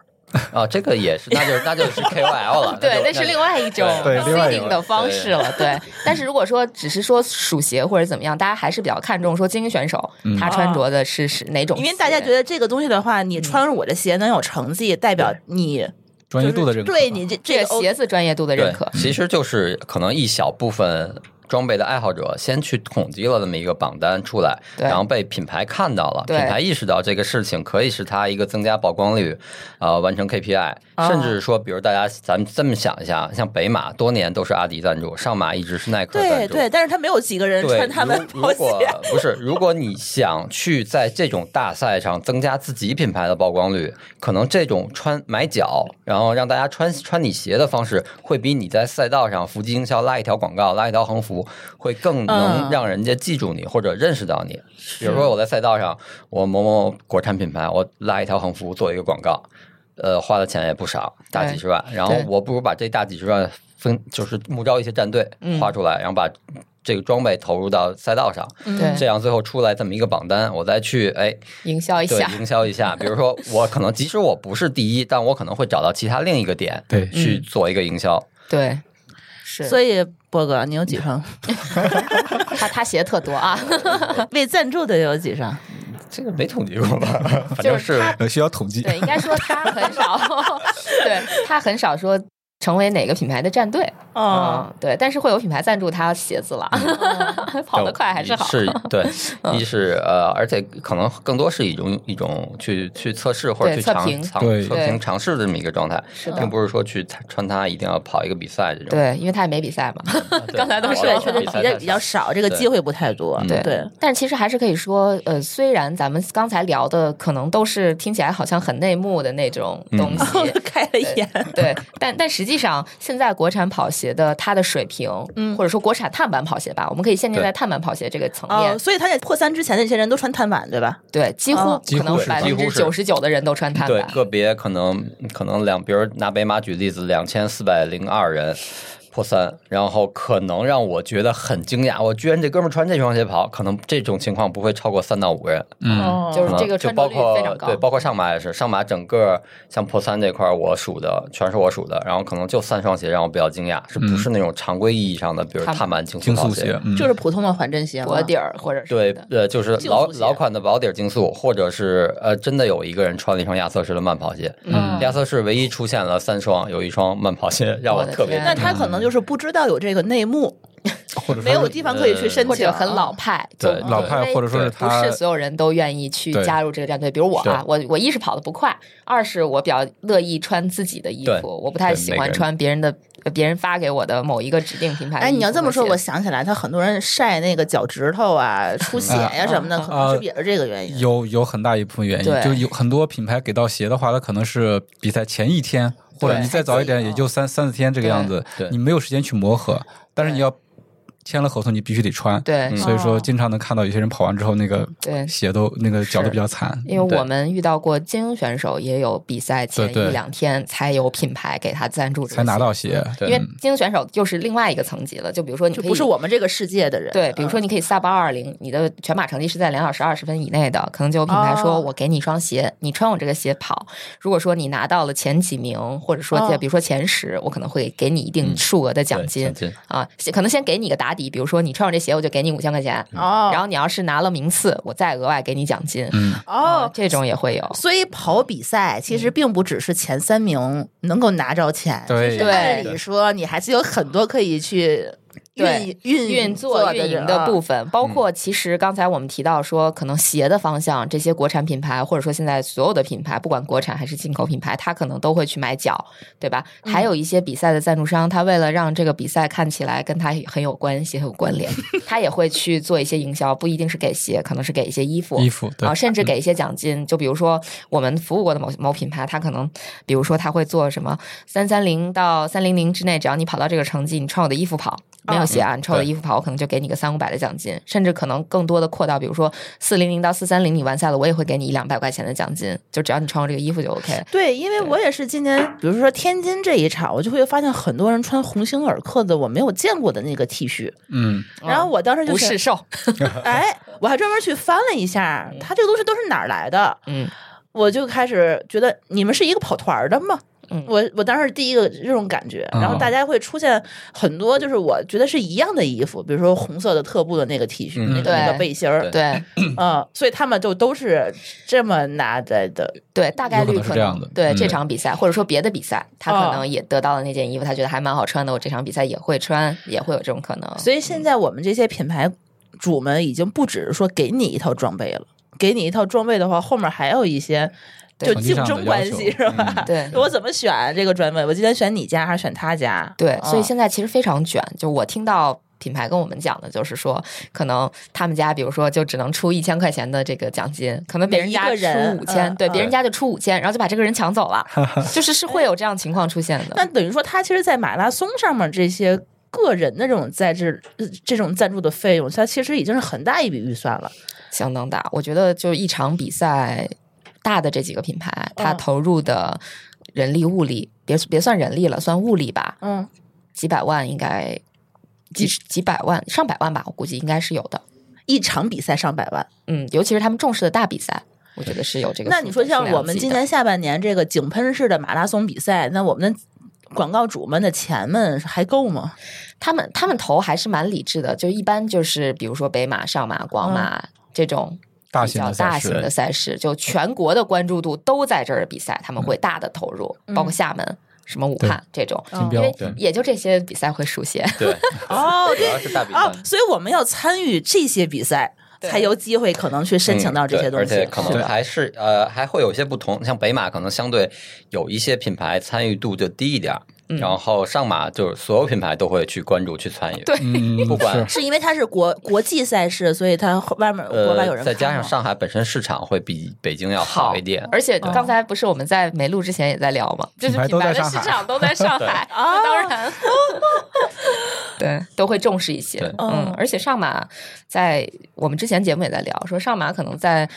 [SPEAKER 5] 啊，这个也是，那就是那就是 KYL 了，
[SPEAKER 3] 对，
[SPEAKER 5] 就
[SPEAKER 3] 那是另。外一种
[SPEAKER 4] 对另外一
[SPEAKER 3] seeding
[SPEAKER 4] 种
[SPEAKER 3] 的方式了。对，但是如果说只是说属鞋或者怎么样，大家还是比较看重说精英选手
[SPEAKER 5] 嗯
[SPEAKER 3] 他穿着的是是哪种鞋，
[SPEAKER 2] 啊因为大家觉得这个东西的话，你穿上我的鞋能有成绩，代表你
[SPEAKER 4] 专业度的认可，
[SPEAKER 2] 对你这
[SPEAKER 3] 这
[SPEAKER 2] 这
[SPEAKER 3] 个
[SPEAKER 2] 个哦欧
[SPEAKER 3] 鞋子专业度的
[SPEAKER 5] 对
[SPEAKER 3] 认可。
[SPEAKER 5] 其实就是可能一小部分装备的爱好者先去统计了这么一个榜单出来，
[SPEAKER 3] 对
[SPEAKER 5] 然后被品牌看到了，
[SPEAKER 3] 对
[SPEAKER 5] 品牌意识到这个事情可以是它一个增加曝光率，呃，完成 KPI，
[SPEAKER 3] 哦
[SPEAKER 5] 甚至说，比如大家咱们这么想一下，像北马多年都是阿迪赞助，上马一直是耐克
[SPEAKER 2] 对
[SPEAKER 5] 赞助。
[SPEAKER 2] 对，但是他没有几个人
[SPEAKER 5] 对，
[SPEAKER 2] 穿他们
[SPEAKER 5] 如
[SPEAKER 2] 跑
[SPEAKER 5] 如
[SPEAKER 2] 鞋。
[SPEAKER 5] 果 不是，如果你想去在这种大赛上增加自己品牌的曝光率，可能这种穿买脚，然后让大家穿穿你鞋的方式，会比你在赛道上伏击营销拉一条广告、拉一条横幅，会更能
[SPEAKER 2] 嗯
[SPEAKER 5] 让人家记住你或者认识到你。比如说我在赛道上，我某某国产品牌，我拉一条横幅做一个广告，呃，花的钱也不少，大
[SPEAKER 3] 对
[SPEAKER 5] 几十万。然后
[SPEAKER 3] 对
[SPEAKER 5] 我不如把这大几十万分，就是募招一些战队
[SPEAKER 3] 嗯
[SPEAKER 5] 花出来，然后把这个装备投入到赛道上，
[SPEAKER 3] 嗯
[SPEAKER 2] 嗯
[SPEAKER 3] 对
[SPEAKER 5] 这样最后出来这么一个榜单，我再去哎
[SPEAKER 3] 营销一
[SPEAKER 5] 对
[SPEAKER 3] 下，
[SPEAKER 5] 营销一下。比如 说我可能即使我不是第一，但我可能会找到其他另一个点
[SPEAKER 4] 对
[SPEAKER 3] 嗯
[SPEAKER 5] 去做一个营销。
[SPEAKER 3] 对，是，
[SPEAKER 2] 所以波哥，你有几双？
[SPEAKER 3] 他他鞋特多 啊，
[SPEAKER 2] 为赞助的有几双？
[SPEAKER 5] 这个没统计过吧？ 反
[SPEAKER 3] 就
[SPEAKER 5] 正
[SPEAKER 3] 是
[SPEAKER 5] 是
[SPEAKER 3] 他
[SPEAKER 4] 呃需要统计。
[SPEAKER 3] 对，应该说他很少，对他很少说成为哪个品牌的战队，
[SPEAKER 2] 哦，
[SPEAKER 3] 嗯，对，但是会有品牌赞助他鞋子了，
[SPEAKER 2] 嗯
[SPEAKER 3] 跑得快还是好， 嗯
[SPEAKER 5] 是对，一是呃，而且可能更多是一种一种去去测试或者
[SPEAKER 3] 对
[SPEAKER 5] 去
[SPEAKER 3] 测
[SPEAKER 5] 尝
[SPEAKER 3] 评
[SPEAKER 5] 尝
[SPEAKER 4] 对
[SPEAKER 5] 测
[SPEAKER 3] 对
[SPEAKER 5] 评尝试的这么一个状态，
[SPEAKER 3] 的
[SPEAKER 5] 并不是说去穿它一定要跑一个比赛这种。
[SPEAKER 3] 对，因为他也没比赛嘛，
[SPEAKER 5] 啊，
[SPEAKER 3] 刚才都
[SPEAKER 5] 跑
[SPEAKER 3] 说
[SPEAKER 5] 了
[SPEAKER 3] 了
[SPEAKER 2] 对，
[SPEAKER 5] 跑
[SPEAKER 2] 确
[SPEAKER 5] 了
[SPEAKER 2] 实
[SPEAKER 5] 比
[SPEAKER 2] 比
[SPEAKER 5] 赛
[SPEAKER 2] 较
[SPEAKER 5] 再
[SPEAKER 2] 比较
[SPEAKER 5] 说
[SPEAKER 2] 少，这个
[SPEAKER 5] 对
[SPEAKER 2] 机会不太多。
[SPEAKER 5] 嗯
[SPEAKER 2] 对，
[SPEAKER 3] 但是其实还是可以说，呃，虽然咱们刚才聊的可能都是听起来好像很内幕的那种东西，
[SPEAKER 5] 嗯
[SPEAKER 2] 开了眼。
[SPEAKER 3] 对，但但实际上，现在国产跑鞋的它的水平，
[SPEAKER 2] 嗯
[SPEAKER 3] 或者说国产碳板跑鞋吧，我们可以限定
[SPEAKER 5] 对
[SPEAKER 3] 在碳板跑鞋这个层面，
[SPEAKER 2] 哦，所以他在破三之前，那些人都穿碳板，对吧？
[SPEAKER 3] 对，几乎
[SPEAKER 2] 哦
[SPEAKER 4] 几
[SPEAKER 3] 可能
[SPEAKER 4] 乎是
[SPEAKER 3] 百
[SPEAKER 5] 几
[SPEAKER 3] 分之
[SPEAKER 5] 乎是
[SPEAKER 3] 九十九的人都穿碳
[SPEAKER 5] 对
[SPEAKER 3] 板，
[SPEAKER 5] 个别可能可能两，比如拿北马举例子，两千四百零二人破三，然后可能让我觉得很惊讶，我居然这哥们儿穿这双鞋跑，可能这种情况不会超过三到五个人。
[SPEAKER 2] 哦
[SPEAKER 4] 嗯，
[SPEAKER 3] 就
[SPEAKER 5] 可
[SPEAKER 3] 是
[SPEAKER 5] 能
[SPEAKER 3] 这个
[SPEAKER 5] 就
[SPEAKER 3] 穿
[SPEAKER 5] 包
[SPEAKER 3] 着率
[SPEAKER 5] 括
[SPEAKER 3] 非常高，
[SPEAKER 5] 对，包括上马也是，上马整个像破三这块儿我数的全是我数的，然后可能能就三双鞋让我比较惊讶，是不是那种常规意义上的，比如
[SPEAKER 3] 碳
[SPEAKER 5] 碳板竞速
[SPEAKER 4] 竞
[SPEAKER 5] 跑
[SPEAKER 4] 速鞋，嗯，
[SPEAKER 2] 就是普通的缓震鞋嘛，
[SPEAKER 3] 薄底儿或者什么
[SPEAKER 5] 对
[SPEAKER 3] 的，
[SPEAKER 5] 呃，就是
[SPEAKER 2] 竞
[SPEAKER 5] 老
[SPEAKER 2] 速鞋
[SPEAKER 5] 老款的薄底儿竞速，或者是呃，真的有一个人穿了一双亚瑟士的慢跑鞋，
[SPEAKER 3] 嗯
[SPEAKER 5] 亚瑟士唯一出现了三双，有一双慢跑鞋让
[SPEAKER 3] 我
[SPEAKER 5] 我
[SPEAKER 3] 的
[SPEAKER 5] 特别
[SPEAKER 3] 天
[SPEAKER 2] 那他可能就是不知道有这个内 幕，
[SPEAKER 4] 或者说
[SPEAKER 2] 没有地方可以去申
[SPEAKER 3] 呃或
[SPEAKER 2] 请，
[SPEAKER 3] 者很老派，就
[SPEAKER 5] 对
[SPEAKER 4] 老派，或者说是
[SPEAKER 3] 不
[SPEAKER 4] 他
[SPEAKER 3] 是所有人都愿意去
[SPEAKER 4] 对
[SPEAKER 3] 加入这个战队。比如我啊
[SPEAKER 5] 是，
[SPEAKER 3] 我我一是跑得不快，二是我比较乐意穿自己的衣
[SPEAKER 5] 对
[SPEAKER 3] 服，我不太
[SPEAKER 5] 对
[SPEAKER 3] 喜
[SPEAKER 5] 每个
[SPEAKER 3] 欢
[SPEAKER 5] 人
[SPEAKER 3] 穿别人的呃别人发给我的某一个指定品牌的衣服和鞋。
[SPEAKER 2] 哎，你要这么说，我想起来，他很多人晒那个脚趾头啊、出血呀、什么 的，可能是不是也是这个原因。
[SPEAKER 4] 有有很大一部分原
[SPEAKER 3] 对
[SPEAKER 4] 因，就有很多品牌给到鞋的话，它可能是比赛前一天，或者
[SPEAKER 3] 对嗯
[SPEAKER 4] 你再早一点，也就三三四天这个样子
[SPEAKER 5] 对，对
[SPEAKER 4] 你没有时间去磨合。但是你要签了合同，你必须得穿。
[SPEAKER 3] 对哦
[SPEAKER 5] 嗯
[SPEAKER 4] 所以说经常能看到有些人跑完之后，那个
[SPEAKER 3] 对
[SPEAKER 4] 鞋都那个脚都
[SPEAKER 5] 是
[SPEAKER 4] 比较残。
[SPEAKER 3] 因为
[SPEAKER 5] 对
[SPEAKER 3] 我们遇到过精英选手，也有比赛前
[SPEAKER 4] 对对
[SPEAKER 3] 一两天才有品牌给他赞助这个
[SPEAKER 4] 才拿到
[SPEAKER 3] 鞋，
[SPEAKER 4] 鞋，嗯
[SPEAKER 5] 对嗯
[SPEAKER 3] 因为精英选手又是另外一个层级了。就比如说，你
[SPEAKER 2] 就
[SPEAKER 3] 可以
[SPEAKER 2] 不是我们这个世界的人。
[SPEAKER 3] 对，比如说
[SPEAKER 2] 嗯
[SPEAKER 3] 你可以赛八二零，你的全马成绩是在两小时二十分以内的，可能就有品牌
[SPEAKER 2] 哦
[SPEAKER 3] 说我给你一双鞋，你穿我这个鞋跑。如果说你拿到了前几名，或者说
[SPEAKER 2] 哦
[SPEAKER 3] 比如说前十，我可能会给你一定
[SPEAKER 5] 嗯
[SPEAKER 3] 数额的奖
[SPEAKER 5] 对
[SPEAKER 3] 金
[SPEAKER 5] 奖金
[SPEAKER 3] 啊，可能先给你个打底，比如说你穿我这鞋，我就给你五千块钱。
[SPEAKER 2] 哦，
[SPEAKER 3] 然后你要是拿了名次，我再额外给你奖金。
[SPEAKER 4] 嗯，
[SPEAKER 3] 啊
[SPEAKER 2] 哦，
[SPEAKER 3] 这种也会有。
[SPEAKER 2] 所以跑比赛其实并不只是前三名能够拿着钱，
[SPEAKER 4] 对
[SPEAKER 2] 就是按
[SPEAKER 3] 嗯对
[SPEAKER 2] 理说你还是有很多可以去运
[SPEAKER 3] 对
[SPEAKER 2] 运
[SPEAKER 3] 运
[SPEAKER 2] 作
[SPEAKER 3] 作
[SPEAKER 2] 的
[SPEAKER 3] 运
[SPEAKER 2] 人
[SPEAKER 3] 营
[SPEAKER 2] 啊
[SPEAKER 3] 的部分，包括其实刚才我们提到说，可能鞋的方向，这些国产品牌或者说现在所有的品牌，不管国产还是进口品牌，它可能都会去买脚，对吧？
[SPEAKER 2] 嗯
[SPEAKER 3] 还有一些比赛的赞助商，他为了让这个比赛看起来跟他很有关系、很 有关联，他也会去做一些营销，不一定是给鞋，可能是给一些衣服。
[SPEAKER 4] 衣服对
[SPEAKER 3] 啊，，甚至给一些奖金，就比如说我们服务过的某某品牌，它可能，比如说它会做什么三三零到三零零之内，只要你跑到这个成绩，你穿我的衣服跑，没有鞋啊，你穿我的衣服跑，我可能就给你个三五百的奖金，甚至可能更多的扩到，比如说四零零到四三零，你完赛了，我也会给你一两百块钱的奖金，就只要你穿我这个衣服就 OK 了。
[SPEAKER 2] 对，因为我也是今年，比如说天津这一场，我就会发现很多人穿鸿星尔克的我没有见过的那个 T 恤，
[SPEAKER 4] 嗯，
[SPEAKER 2] 然后我当时就
[SPEAKER 3] 啊不是瘦，
[SPEAKER 2] 哎，我还专门去翻了一下，它这个东西都是哪儿来的，
[SPEAKER 3] 嗯，
[SPEAKER 2] 我就开始觉得你们是一个跑团儿的吗？
[SPEAKER 3] 嗯
[SPEAKER 2] 我我当时第一个这种感觉，然后
[SPEAKER 4] 哦
[SPEAKER 2] 大家会出现很多，就是我觉得是一样的衣服，比如说红色的特步的那个 T 恤，那个那个
[SPEAKER 3] 对
[SPEAKER 2] 背心儿，
[SPEAKER 3] 对
[SPEAKER 2] 嗯，所以他们就都是这么拿着的，
[SPEAKER 3] 对，大概率
[SPEAKER 4] 有可能是这样的
[SPEAKER 3] 对
[SPEAKER 4] 嗯
[SPEAKER 3] 这场比赛或者说别的比赛，他
[SPEAKER 2] 哦
[SPEAKER 3] 可能也得到了那件衣服，他觉得还蛮好穿的，我这场比赛也会穿，也会有这种可能。
[SPEAKER 2] 所以现在我们这些品牌主们已经不只是说给你一套装备了，给你一套装备的话，后面还有一些就
[SPEAKER 3] 对
[SPEAKER 2] 竞争关系是吧？
[SPEAKER 3] 对
[SPEAKER 2] 我怎么选这个专位？我今天选你家还是选他家？
[SPEAKER 3] 对，所以
[SPEAKER 2] 嗯
[SPEAKER 3] 现在其实非常卷。就我听到品牌跟我们讲的，就是说，可能他们家比如说就只能出一千块钱的这个奖金，可能别人家
[SPEAKER 2] 每一个人
[SPEAKER 3] 出五千、
[SPEAKER 2] 嗯
[SPEAKER 3] 对，
[SPEAKER 2] 嗯
[SPEAKER 3] 别人家就出五千，然后就把这个人抢走了，就是是会有这样情况出现
[SPEAKER 2] 那
[SPEAKER 3] 的。
[SPEAKER 2] 等于说，他其实，在马拉松上面这些个人的这种在这呃这种赞助的费用，它其实已经是很大一笔预算了。
[SPEAKER 3] 相当大，我觉得就一场比赛，大的这几个品牌，它
[SPEAKER 2] 嗯
[SPEAKER 3] 投入的人力物力，别别算人力了，算物力吧，
[SPEAKER 2] 嗯，
[SPEAKER 3] 几百万应该。几几百万、上百万吧，我估计应该是有的。
[SPEAKER 2] 一场比赛上百万。
[SPEAKER 3] 嗯，尤其是他们重视的大比赛，我觉得是有这个数。
[SPEAKER 2] 那你说，像
[SPEAKER 3] 数量
[SPEAKER 2] 我们
[SPEAKER 3] 级
[SPEAKER 2] 今
[SPEAKER 3] 的
[SPEAKER 2] 年下半年这个井喷式的马拉松比赛，那我们的广告主们的钱们还够 吗？
[SPEAKER 3] 他们他们投还是蛮理智的，就一般就是比如说北马、上马、广马、
[SPEAKER 2] 嗯
[SPEAKER 3] 这种。
[SPEAKER 4] 大
[SPEAKER 3] 比
[SPEAKER 4] 型
[SPEAKER 3] 较
[SPEAKER 4] 的赛
[SPEAKER 3] 大
[SPEAKER 4] 事
[SPEAKER 3] 型的赛事，就全国的关注度都在这儿的比赛，他们
[SPEAKER 4] 嗯
[SPEAKER 3] 会大的投入，
[SPEAKER 2] 嗯
[SPEAKER 3] 包括厦门、什么武汉这种，
[SPEAKER 4] 金
[SPEAKER 3] 哦因
[SPEAKER 4] 标
[SPEAKER 3] 为
[SPEAKER 4] 对
[SPEAKER 3] 也就这些比赛会输血。
[SPEAKER 5] 对，
[SPEAKER 2] 哦，
[SPEAKER 5] 主要 是大比
[SPEAKER 2] 哦
[SPEAKER 5] 赛，。
[SPEAKER 2] 所以我们要参与这些比赛，
[SPEAKER 3] 对
[SPEAKER 2] 才有机会可能去申请到这些东
[SPEAKER 5] 嗯
[SPEAKER 2] 西。
[SPEAKER 5] 对而且可
[SPEAKER 2] 是
[SPEAKER 5] 能
[SPEAKER 2] 吧
[SPEAKER 5] 还是呃还会有一些不同，像北马可能相对有一些品牌参与度就低一点儿，
[SPEAKER 3] 嗯
[SPEAKER 5] 然后上马就是所有品牌都会去关注去参与，
[SPEAKER 3] 对
[SPEAKER 4] 嗯，
[SPEAKER 5] 不管
[SPEAKER 4] 是
[SPEAKER 2] 是因为它是国国际赛事，所以它外面国外有人
[SPEAKER 5] 呃，
[SPEAKER 2] 看吗、
[SPEAKER 5] 再加上上海本身市场会比北京要好一点，
[SPEAKER 3] 而且
[SPEAKER 2] 嗯
[SPEAKER 3] 刚才不是我们在没录之前也在聊嘛，就是
[SPEAKER 4] 品牌
[SPEAKER 3] 品
[SPEAKER 4] 都
[SPEAKER 3] 牌
[SPEAKER 4] 在
[SPEAKER 3] 的
[SPEAKER 4] 上海
[SPEAKER 3] 市场都在 上海，
[SPEAKER 2] 哦
[SPEAKER 3] 那 当然，对，都会重视一些
[SPEAKER 5] 对。
[SPEAKER 3] 嗯
[SPEAKER 2] 嗯，
[SPEAKER 3] 而且上马在我们之前节目也在聊，说上马可能在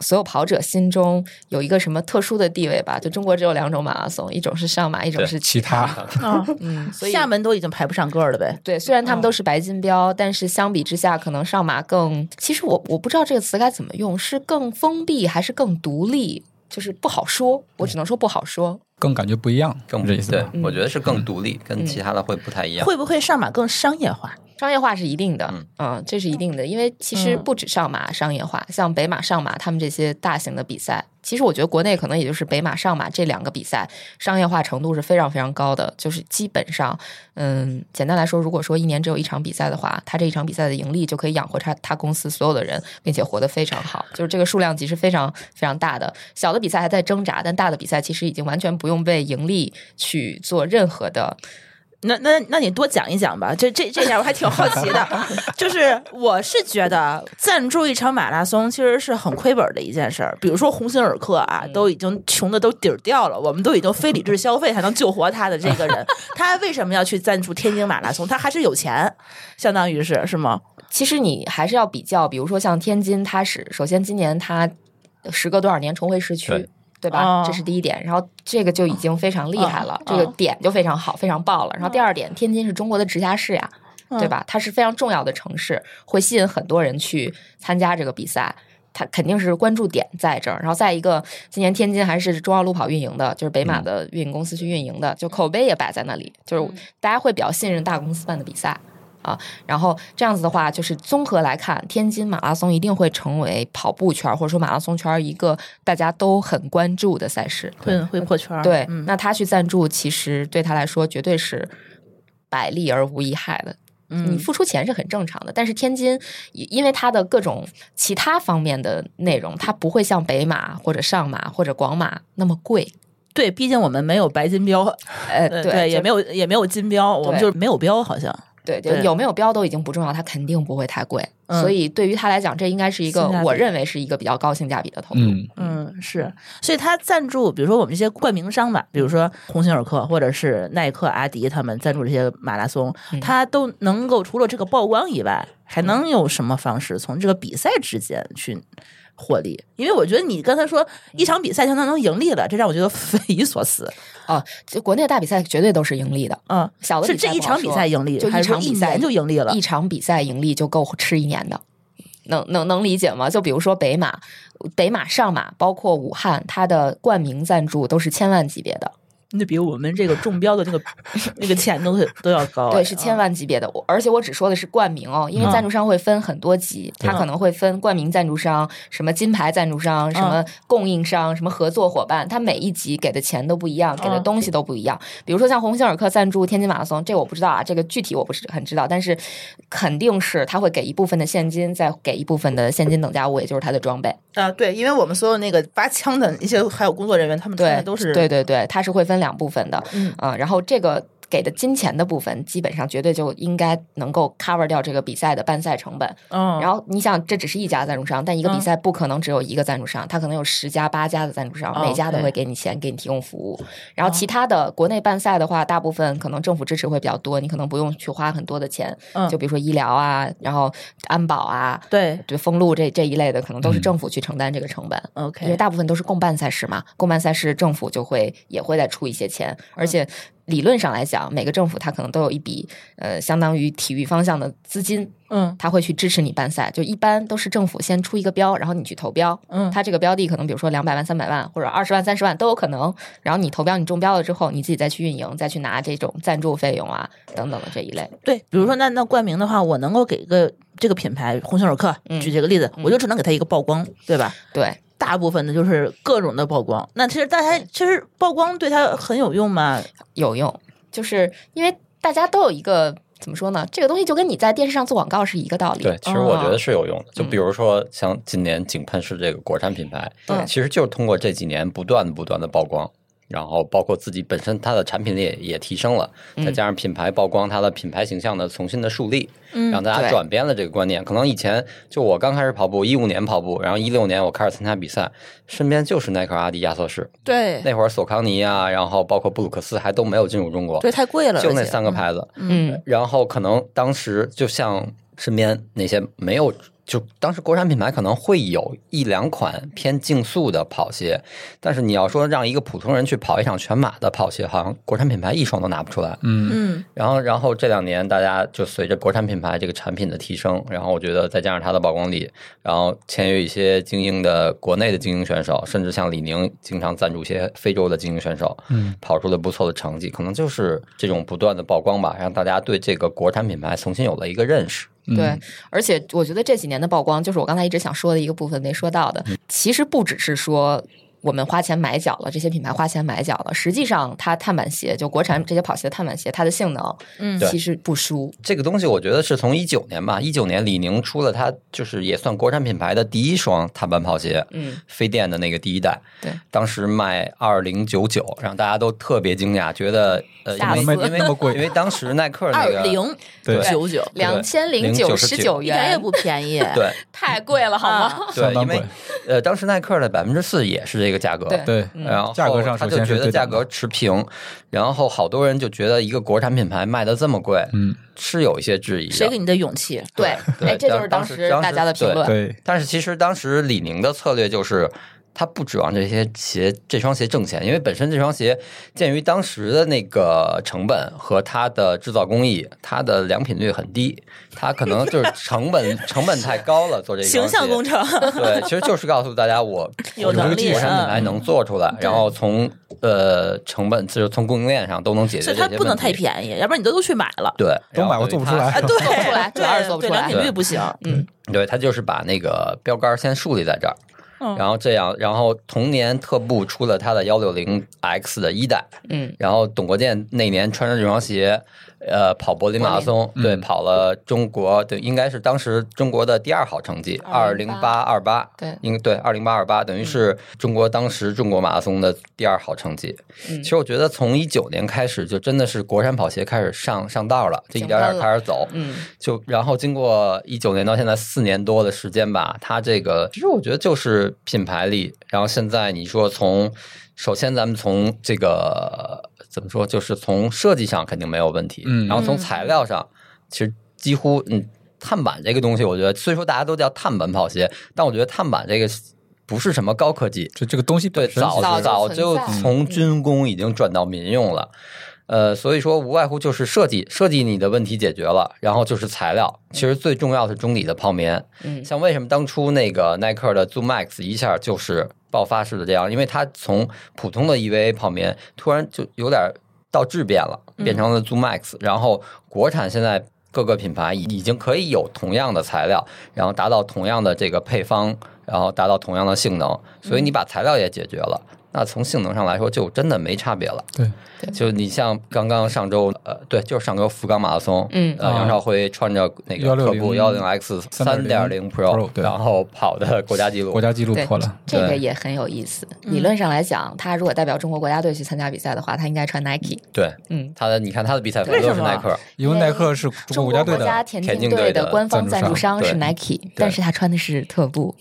[SPEAKER 3] 所有跑者心中有一个什么特殊的地位吧？就中国只有两种马拉松，一种是上马，一种
[SPEAKER 5] 对
[SPEAKER 3] 是
[SPEAKER 4] 其他。
[SPEAKER 3] 嗯，所以
[SPEAKER 2] 厦门都已经排不上个儿了呗。
[SPEAKER 3] 对，虽然他们都是白金标，但是相比之下，可能上马更……其实我我不知道这个词该怎么用，是更封闭还是更独立？就是不好说，我只能说不好说。
[SPEAKER 4] 更感觉不一样，
[SPEAKER 5] 更
[SPEAKER 4] 是这意思
[SPEAKER 5] 对
[SPEAKER 4] 吧？，
[SPEAKER 5] 我觉得是更独立，跟其他的会不太一样。
[SPEAKER 2] 会不会上马更商业化？
[SPEAKER 3] 商业化是一定的，
[SPEAKER 5] 嗯
[SPEAKER 3] 嗯这是一定的，因为其实
[SPEAKER 2] 嗯
[SPEAKER 3] 不止上马商业化，像北马、上马他们这些大型的比赛，其实我觉得国内可能也就是北马、上马这两个比赛商业化程度是非常非常高的，就是基本上，嗯，简单来说，如果说一年只有一场比赛的话，他这一场比赛的盈利就可以养活他他公司所有的人，并且活得非常好，就是这个数量级是非常非常大的。小的比赛还在挣扎，但大的比赛其实已经完全不用为盈利去做任何的
[SPEAKER 2] 那那那你多讲一讲吧，这这这点我还挺好奇的。 就是我是觉得赞助一场马拉松其实是很亏本的一件事儿。比如说鸿星尔克啊，都已经穷的都底儿掉了，我们都已经非理智消费才能救活他的这个人，他为什么要去赞助天津马拉松？他还是有钱，相当于是是吗？
[SPEAKER 3] 其实你还是要比较，比如说像天津，它是首先今年它呃时隔多少年重回市区
[SPEAKER 5] 对，
[SPEAKER 3] 对吧？
[SPEAKER 2] 哦
[SPEAKER 3] 这是第一点，然后这个就已经非常厉害了，
[SPEAKER 2] 嗯
[SPEAKER 3] 这个点就非常好，非常爆了。然后第二点，天津是中国的直辖市呀，
[SPEAKER 2] 嗯
[SPEAKER 3] 对吧？它是非常重要的城市，会吸引很多人去参加这个比赛。它肯定是关注点在这儿，然后再一个，今年天津还是中央路跑运营的，就是北马
[SPEAKER 2] 嗯
[SPEAKER 3] 的运营公司去运营的，就口碑也摆在那里，就是大家会比较信任大公司办的比赛啊。然后这样子的话，就是综合来看，天津马拉松一定会成为跑步圈儿或者说马拉松圈儿一个大家都很关注的赛事。
[SPEAKER 2] 会会破圈儿？
[SPEAKER 3] 对，
[SPEAKER 2] 嗯，
[SPEAKER 3] 那他去赞助，其实对他来说绝对是百利而无一害的。你
[SPEAKER 2] 嗯
[SPEAKER 3] 付出钱是很正常的，但是天津因因为它的各种其他方面的内容，它不会像北马或者上马或者广马那么贵。
[SPEAKER 2] 对，毕竟我们没有白金标，
[SPEAKER 3] 呃，
[SPEAKER 2] 呃
[SPEAKER 3] 对，
[SPEAKER 2] 也没
[SPEAKER 3] 有
[SPEAKER 2] 有也没有金标，我们
[SPEAKER 3] 对
[SPEAKER 2] 就是没有标，好像
[SPEAKER 3] 对，就
[SPEAKER 2] 对
[SPEAKER 3] 有没有标都已经不重要，它肯定不会太贵。
[SPEAKER 2] 嗯
[SPEAKER 3] 所以对于他来讲，这应该是一个
[SPEAKER 2] 性价比
[SPEAKER 3] 我认为是一个比较高性价比的投入。
[SPEAKER 4] 嗯，
[SPEAKER 2] 嗯，是，所以他赞助，比如说我们这些冠名商吧，比如说鸿星尔克或者是耐克、阿迪他们赞助这些马拉松，
[SPEAKER 3] 嗯
[SPEAKER 2] 他都能够除了这个曝光以外，还能有什么方式从这个比赛之间去获利？因为我觉得你刚才说一场比赛就能能盈利了，这让我觉得匪夷所思。
[SPEAKER 3] 哦，就国内大比赛绝对都是盈利的，
[SPEAKER 2] 嗯，
[SPEAKER 3] 小的
[SPEAKER 2] 是
[SPEAKER 3] 比赛
[SPEAKER 2] 这一
[SPEAKER 3] 不好
[SPEAKER 2] 场比
[SPEAKER 3] 说
[SPEAKER 2] 赛盈利
[SPEAKER 3] 就
[SPEAKER 2] 还
[SPEAKER 3] 一
[SPEAKER 2] 是说
[SPEAKER 3] 场
[SPEAKER 2] 一
[SPEAKER 3] 比赛
[SPEAKER 2] 年就盈利了
[SPEAKER 3] 一场比赛盈利就够吃一年的，能能能理解吗？就比如说北马、北马、上马，包括武汉，它的冠名赞助都是千万级别的，
[SPEAKER 2] 那比我们这个中标的那个那个钱都都要高哎，
[SPEAKER 3] 对，是千
[SPEAKER 2] 万
[SPEAKER 3] 万级别的。我而且我只说的是冠名哦，因为赞助商会分很多级，它可能会分冠名赞助商、什么金牌赞助商、什么供应商、什么合作伙伴，它每一级给的钱都不一样，给的
[SPEAKER 2] 嗯
[SPEAKER 3] 东西都不一样。比如说像鸿星尔克赞助天津马拉松，这我不知道啊，这个具体我不是很知道，但是肯定是他会给一部分的现金，再给一部分的现金等价物，也就是他的装备。
[SPEAKER 2] 啊，对，因为我们所有那个拔枪的一些还有工作人员，他们穿
[SPEAKER 3] 对
[SPEAKER 2] 的，都是
[SPEAKER 3] 对对对，它是会分两部分的，
[SPEAKER 2] 嗯
[SPEAKER 3] 啊、然后这个给的金钱的部分，基本上绝对就应该能够 cover 掉这个比赛的办赛成本。
[SPEAKER 2] 嗯，
[SPEAKER 3] 然后你想，这只是一家赞助商，但一个比
[SPEAKER 2] 嗯
[SPEAKER 3] 赛不可能只有一个赞助商，它可能有十家、八家的赞助商，
[SPEAKER 2] 哦
[SPEAKER 3] 每家都
[SPEAKER 2] OK
[SPEAKER 3] 会给你钱，给你提供服务。然后其他的国内办赛的话，大部分可能政府支持会比较多，你可能不用去花很多的钱，
[SPEAKER 2] 嗯
[SPEAKER 3] 就比如说医疗啊，然后安保啊，
[SPEAKER 2] 对
[SPEAKER 3] 对封路这这一类的，可
[SPEAKER 2] 嗯
[SPEAKER 3] 能都是政府去承担这个成本。因为
[SPEAKER 2] ，OK，
[SPEAKER 3] 大部分都是共办赛事嘛，共办赛事政府就会也会再出一些钱，
[SPEAKER 2] 嗯
[SPEAKER 3] 而且理论上来讲，每个政府它可能都有一笔呃相当于体育方向的资金，
[SPEAKER 2] 嗯
[SPEAKER 3] 它会去支持你办赛，就一般都是政府先出一个标，然后你去投标，
[SPEAKER 2] 嗯，
[SPEAKER 3] 它这个标的可能比如说两百万、三百万或者二十万、三十万都有可能，然后你投标你中标了之后，你自己再去运营，再去拿这种赞助费用啊等等的这一类，
[SPEAKER 2] 对，比如说那那冠名的话，我能够给一个这个品牌鸿星尔克，
[SPEAKER 3] 嗯
[SPEAKER 2] 举这个例子，我就只能给他一个曝光，对吧？
[SPEAKER 3] 对。
[SPEAKER 2] 大部分的就是各种的曝光，那其实大家其实曝光对他很有用嘛，
[SPEAKER 3] 有用，就是因为大家都有一个怎么说呢？这个东西就跟你在电视上做广告是一个道理。
[SPEAKER 5] 对，其实我觉
[SPEAKER 2] 哦
[SPEAKER 5] 得是有用的。就比如说，像今年井喷是这个国产品牌，
[SPEAKER 2] 嗯
[SPEAKER 3] 对
[SPEAKER 5] 其实就是通过这几年不断的、不断的曝光，然后包括自己本身它的产品力也也提升了，
[SPEAKER 2] 嗯
[SPEAKER 5] 再加上品牌曝光，它的品牌形象的重新的树立，
[SPEAKER 2] 嗯
[SPEAKER 5] 让大家
[SPEAKER 3] 对
[SPEAKER 5] 转变了这个观念。可能以前就我刚开始跑步，一五年跑步，然后一六年我开始参加比赛，身边就是耐克、阿迪、亚瑟士，
[SPEAKER 2] 对，
[SPEAKER 5] 那会儿索康尼啊，然后包括布鲁克斯还都没有进入中国，
[SPEAKER 2] 对，太贵了，
[SPEAKER 5] 就
[SPEAKER 2] 而
[SPEAKER 5] 那
[SPEAKER 2] 且嗯
[SPEAKER 5] 三个牌子，
[SPEAKER 3] 嗯
[SPEAKER 5] 然后可能当时就像身边那些没有就当时国产品牌可能会有一两款偏竞速的跑鞋，但是你要说让一个普通人去跑一场全马的跑鞋，好像国产品牌一双都拿不出来。
[SPEAKER 4] 嗯，
[SPEAKER 2] 嗯，
[SPEAKER 5] 然后，然后这两年大家就随着国产品牌这个产品的提升，然后我觉得再加上它的曝光力，然后签约一些精英的国内的精英选手，甚至像李宁经常赞助一些非洲的精英选手，
[SPEAKER 4] 嗯，
[SPEAKER 5] 跑出了不错的成绩，可能就是这种不断的曝光吧，让大家对这个国产品牌重新有了一个认识。
[SPEAKER 4] 嗯
[SPEAKER 3] 对，而且我觉得这几年的曝光，就是我刚才一直想说的一个部分没说到的。
[SPEAKER 5] 嗯
[SPEAKER 3] 其实不只是说我们花钱买脚了，这些品牌花钱买脚了，实际上它碳板鞋，就国产这些跑鞋的碳板鞋，它的性能，
[SPEAKER 2] 嗯
[SPEAKER 3] 其实不输。
[SPEAKER 5] 这个东西我觉得是从一九年吧，一九年李宁出了它就是也算国产品牌的第一双碳板跑鞋，
[SPEAKER 3] 嗯，
[SPEAKER 5] 飞电的那个第一代，
[SPEAKER 3] 对，
[SPEAKER 5] 当时卖二零九九，让大家都特别惊讶，觉得呃，
[SPEAKER 4] 嗯
[SPEAKER 5] 因
[SPEAKER 3] 吓
[SPEAKER 5] 为
[SPEAKER 3] 死
[SPEAKER 5] 因 为
[SPEAKER 4] 那么 贵
[SPEAKER 5] 因为当时耐克那
[SPEAKER 2] 二
[SPEAKER 5] 个
[SPEAKER 2] 零
[SPEAKER 4] 对
[SPEAKER 2] 九九，
[SPEAKER 3] 两千零九十九
[SPEAKER 5] 099
[SPEAKER 2] 一点也
[SPEAKER 3] 元，啊
[SPEAKER 2] 不便宜。
[SPEAKER 5] 对
[SPEAKER 3] 太贵了，好吗？
[SPEAKER 5] 对
[SPEAKER 4] 相，当
[SPEAKER 5] 因为
[SPEAKER 4] 贵
[SPEAKER 5] 呃，当时耐克的百分之四也是这个价格，
[SPEAKER 3] 对
[SPEAKER 4] 对，
[SPEAKER 3] 嗯
[SPEAKER 5] 然后
[SPEAKER 4] 价格上
[SPEAKER 5] 他
[SPEAKER 4] 首
[SPEAKER 5] 就
[SPEAKER 4] 先
[SPEAKER 5] 觉
[SPEAKER 4] 是
[SPEAKER 5] 得
[SPEAKER 4] 对
[SPEAKER 5] 价
[SPEAKER 4] 等的
[SPEAKER 5] 格持平，然后好多人就觉得一个国产品牌卖的这么贵，
[SPEAKER 4] 嗯，
[SPEAKER 5] 是有一些质疑的。
[SPEAKER 2] 谁给你的勇气？
[SPEAKER 3] 对，
[SPEAKER 5] 对
[SPEAKER 3] 哎，这就是
[SPEAKER 5] 当
[SPEAKER 3] 时
[SPEAKER 5] 当时
[SPEAKER 3] 大家的评论。
[SPEAKER 4] 对，
[SPEAKER 5] 但是其实当时李宁的策略就是，他不指望这些鞋这双鞋挣钱，因为本身这双鞋鉴于当时的那个成本和它的制造工艺，它的良品率很低，它可能就是成本 成本太高了做这个
[SPEAKER 2] 形象工。程，
[SPEAKER 5] 对，其实就是告诉大家我
[SPEAKER 2] 有能力
[SPEAKER 5] 我这个国产品牌
[SPEAKER 2] 嗯
[SPEAKER 5] 能做出来，然后从呃成本就是从供应链上都能解决
[SPEAKER 2] 所
[SPEAKER 5] 这
[SPEAKER 2] 以它
[SPEAKER 5] 些问题。
[SPEAKER 2] 不能太便宜，要不然你都都去买了。
[SPEAKER 5] 对，
[SPEAKER 4] 都
[SPEAKER 5] 然后
[SPEAKER 4] 买我
[SPEAKER 5] 所
[SPEAKER 4] 做
[SPEAKER 5] 以
[SPEAKER 4] 不出
[SPEAKER 5] 它
[SPEAKER 4] 来
[SPEAKER 2] 啊，。对，
[SPEAKER 3] 做不出来
[SPEAKER 2] 对
[SPEAKER 3] 主要是做不
[SPEAKER 2] 对
[SPEAKER 3] 出来
[SPEAKER 2] 良品率不行。嗯，
[SPEAKER 5] 对他就是把那个标杆先树立在这儿，
[SPEAKER 2] 嗯
[SPEAKER 5] 然后这样，然后同年特步出了他的幺六零 X 的一代，
[SPEAKER 3] 嗯，
[SPEAKER 5] 然后董国建那年穿着这双鞋，呃，跑柏林马拉松，对，
[SPEAKER 4] 嗯
[SPEAKER 5] 跑了中国，对，应该是当时中国的第二好成绩，二零八二八，
[SPEAKER 3] 对
[SPEAKER 5] 应对二零八二八，等于是中国当时中国马拉松的第二好成绩。
[SPEAKER 3] 嗯
[SPEAKER 5] 其实我觉得从一九年开始，就真的是国产跑鞋开始上上道了，就一点点开始走，
[SPEAKER 3] 嗯，
[SPEAKER 5] 就然后经过一九年到现在四年多的时间吧，它这个其实我觉得就是品牌力。然后现在你说从，首先咱们从这个怎么说，就是从设计上肯定没有问题，
[SPEAKER 4] 嗯
[SPEAKER 5] 然后从材料上，其实几乎嗯，碳板这个东西，我觉得虽说大家都叫碳板跑鞋，但我觉得碳板这个不是什么高科技，
[SPEAKER 4] 这这个东西
[SPEAKER 5] 对，
[SPEAKER 4] 本身
[SPEAKER 5] 早
[SPEAKER 4] 其
[SPEAKER 3] 早
[SPEAKER 4] 实嗯
[SPEAKER 5] 早
[SPEAKER 3] 就
[SPEAKER 5] 就
[SPEAKER 3] 存在
[SPEAKER 5] 从军工已经转到民用了。呃，所以说无外乎就是设计，设计你的问题解决了，然后就是材料。其实最重要的是中底的泡棉。
[SPEAKER 3] 嗯
[SPEAKER 5] 像为什么当初那个耐克的 Zoom Max 一下就是爆发式的这样，因为它从普通的 E EVA 泡棉突然就有点到质变了，
[SPEAKER 3] 嗯
[SPEAKER 5] 变成了 Zoom Max，、然后国产现在。各个品牌已已经可以有同样的材料，然后达到同样的这个配方，然后达到同样的性能，所以你把材料也解决了，
[SPEAKER 3] 嗯
[SPEAKER 5] 那从性能上来说就真的没差别了。
[SPEAKER 4] 对，
[SPEAKER 5] 就你像刚刚上周，呃，对，就是上周福冈马拉松，
[SPEAKER 3] 嗯
[SPEAKER 5] 呃，
[SPEAKER 4] 啊
[SPEAKER 5] 杨少辉穿着那
[SPEAKER 4] 160
[SPEAKER 5] 个特步幺零 X 三点零 Pro，
[SPEAKER 4] Pro，对
[SPEAKER 5] 然后跑的国家纪录
[SPEAKER 4] 国。家纪录
[SPEAKER 3] 对
[SPEAKER 4] 破了，
[SPEAKER 3] 这个
[SPEAKER 5] 对
[SPEAKER 3] 也很有意思。理论上来讲，他如果代表中国国家队去参加比赛的话，他应该穿 Nike。
[SPEAKER 5] 对，
[SPEAKER 3] 嗯，
[SPEAKER 5] 他的你看他的比赛服
[SPEAKER 2] 为
[SPEAKER 5] 都
[SPEAKER 2] 什
[SPEAKER 5] 是
[SPEAKER 2] 么
[SPEAKER 5] 耐克，
[SPEAKER 4] 因为耐克是中
[SPEAKER 3] 中国
[SPEAKER 4] 国国家队
[SPEAKER 3] 国家
[SPEAKER 4] 的，
[SPEAKER 3] 田
[SPEAKER 5] 田
[SPEAKER 3] 径
[SPEAKER 5] 径
[SPEAKER 3] 队
[SPEAKER 5] 队的
[SPEAKER 3] 的官方
[SPEAKER 4] 赞
[SPEAKER 3] 赞
[SPEAKER 4] 助
[SPEAKER 3] 助
[SPEAKER 4] 商
[SPEAKER 3] 商是
[SPEAKER 5] 对
[SPEAKER 3] Nike，但是他穿的是特步，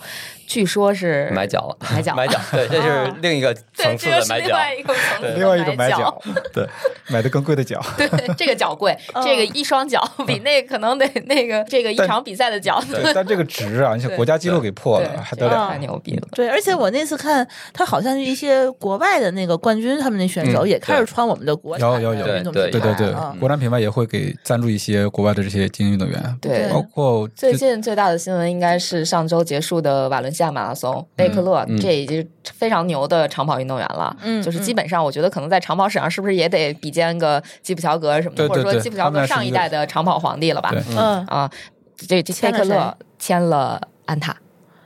[SPEAKER 3] 据说是
[SPEAKER 5] 买脚了，
[SPEAKER 3] 买脚
[SPEAKER 5] 买脚， 对，这是
[SPEAKER 3] 啊
[SPEAKER 5] 另一个层次的买脚。
[SPEAKER 3] 一个层
[SPEAKER 5] 对
[SPEAKER 4] 另外一种买脚， 对，买的更贵的脚，
[SPEAKER 3] 对，这个脚贵，这个一双脚比那可能得那个这个一
[SPEAKER 4] 嗯但
[SPEAKER 3] 场比赛的脚， 对
[SPEAKER 4] 对，但这个值啊，你想
[SPEAKER 3] 对嗯
[SPEAKER 4] 国家纪录给破了，还
[SPEAKER 3] 这
[SPEAKER 4] 得
[SPEAKER 3] 个
[SPEAKER 4] 了？
[SPEAKER 3] 太牛逼了。
[SPEAKER 2] 对，而且我那次看，他好像是一些国外的那个冠军，他们那选手
[SPEAKER 5] 嗯
[SPEAKER 2] 也开始
[SPEAKER 5] 对
[SPEAKER 2] 穿我们的国产
[SPEAKER 4] 有有有
[SPEAKER 2] 的运动
[SPEAKER 5] 对
[SPEAKER 2] 品
[SPEAKER 4] 对对
[SPEAKER 2] 牌
[SPEAKER 4] 对
[SPEAKER 3] 嗯
[SPEAKER 2] 啊，
[SPEAKER 4] 国产品牌也会给赞助一些国外的这些精英运动员，
[SPEAKER 3] 对
[SPEAKER 4] 包括
[SPEAKER 3] 最
[SPEAKER 4] 这
[SPEAKER 3] 近最大的新闻应该是上周结束的瓦伦西亚马拉松，贝
[SPEAKER 4] 嗯
[SPEAKER 3] 克勒、这已经是非常牛的长跑运动员了。
[SPEAKER 2] 嗯
[SPEAKER 3] 就是基本上我觉得可能在长跑史上是不是也得比肩个基普乔格什么的，
[SPEAKER 4] 对对
[SPEAKER 3] 或者
[SPEAKER 4] 对
[SPEAKER 3] 说基普乔
[SPEAKER 4] 他们
[SPEAKER 3] 格
[SPEAKER 4] 俩是
[SPEAKER 3] 上
[SPEAKER 4] 一
[SPEAKER 3] 一
[SPEAKER 4] 个
[SPEAKER 3] 代的长跑皇帝了吧？
[SPEAKER 4] 对
[SPEAKER 2] 嗯，
[SPEAKER 3] 啊，这这贝
[SPEAKER 2] 签了
[SPEAKER 3] 克勒
[SPEAKER 2] 谁
[SPEAKER 3] 签了安踏，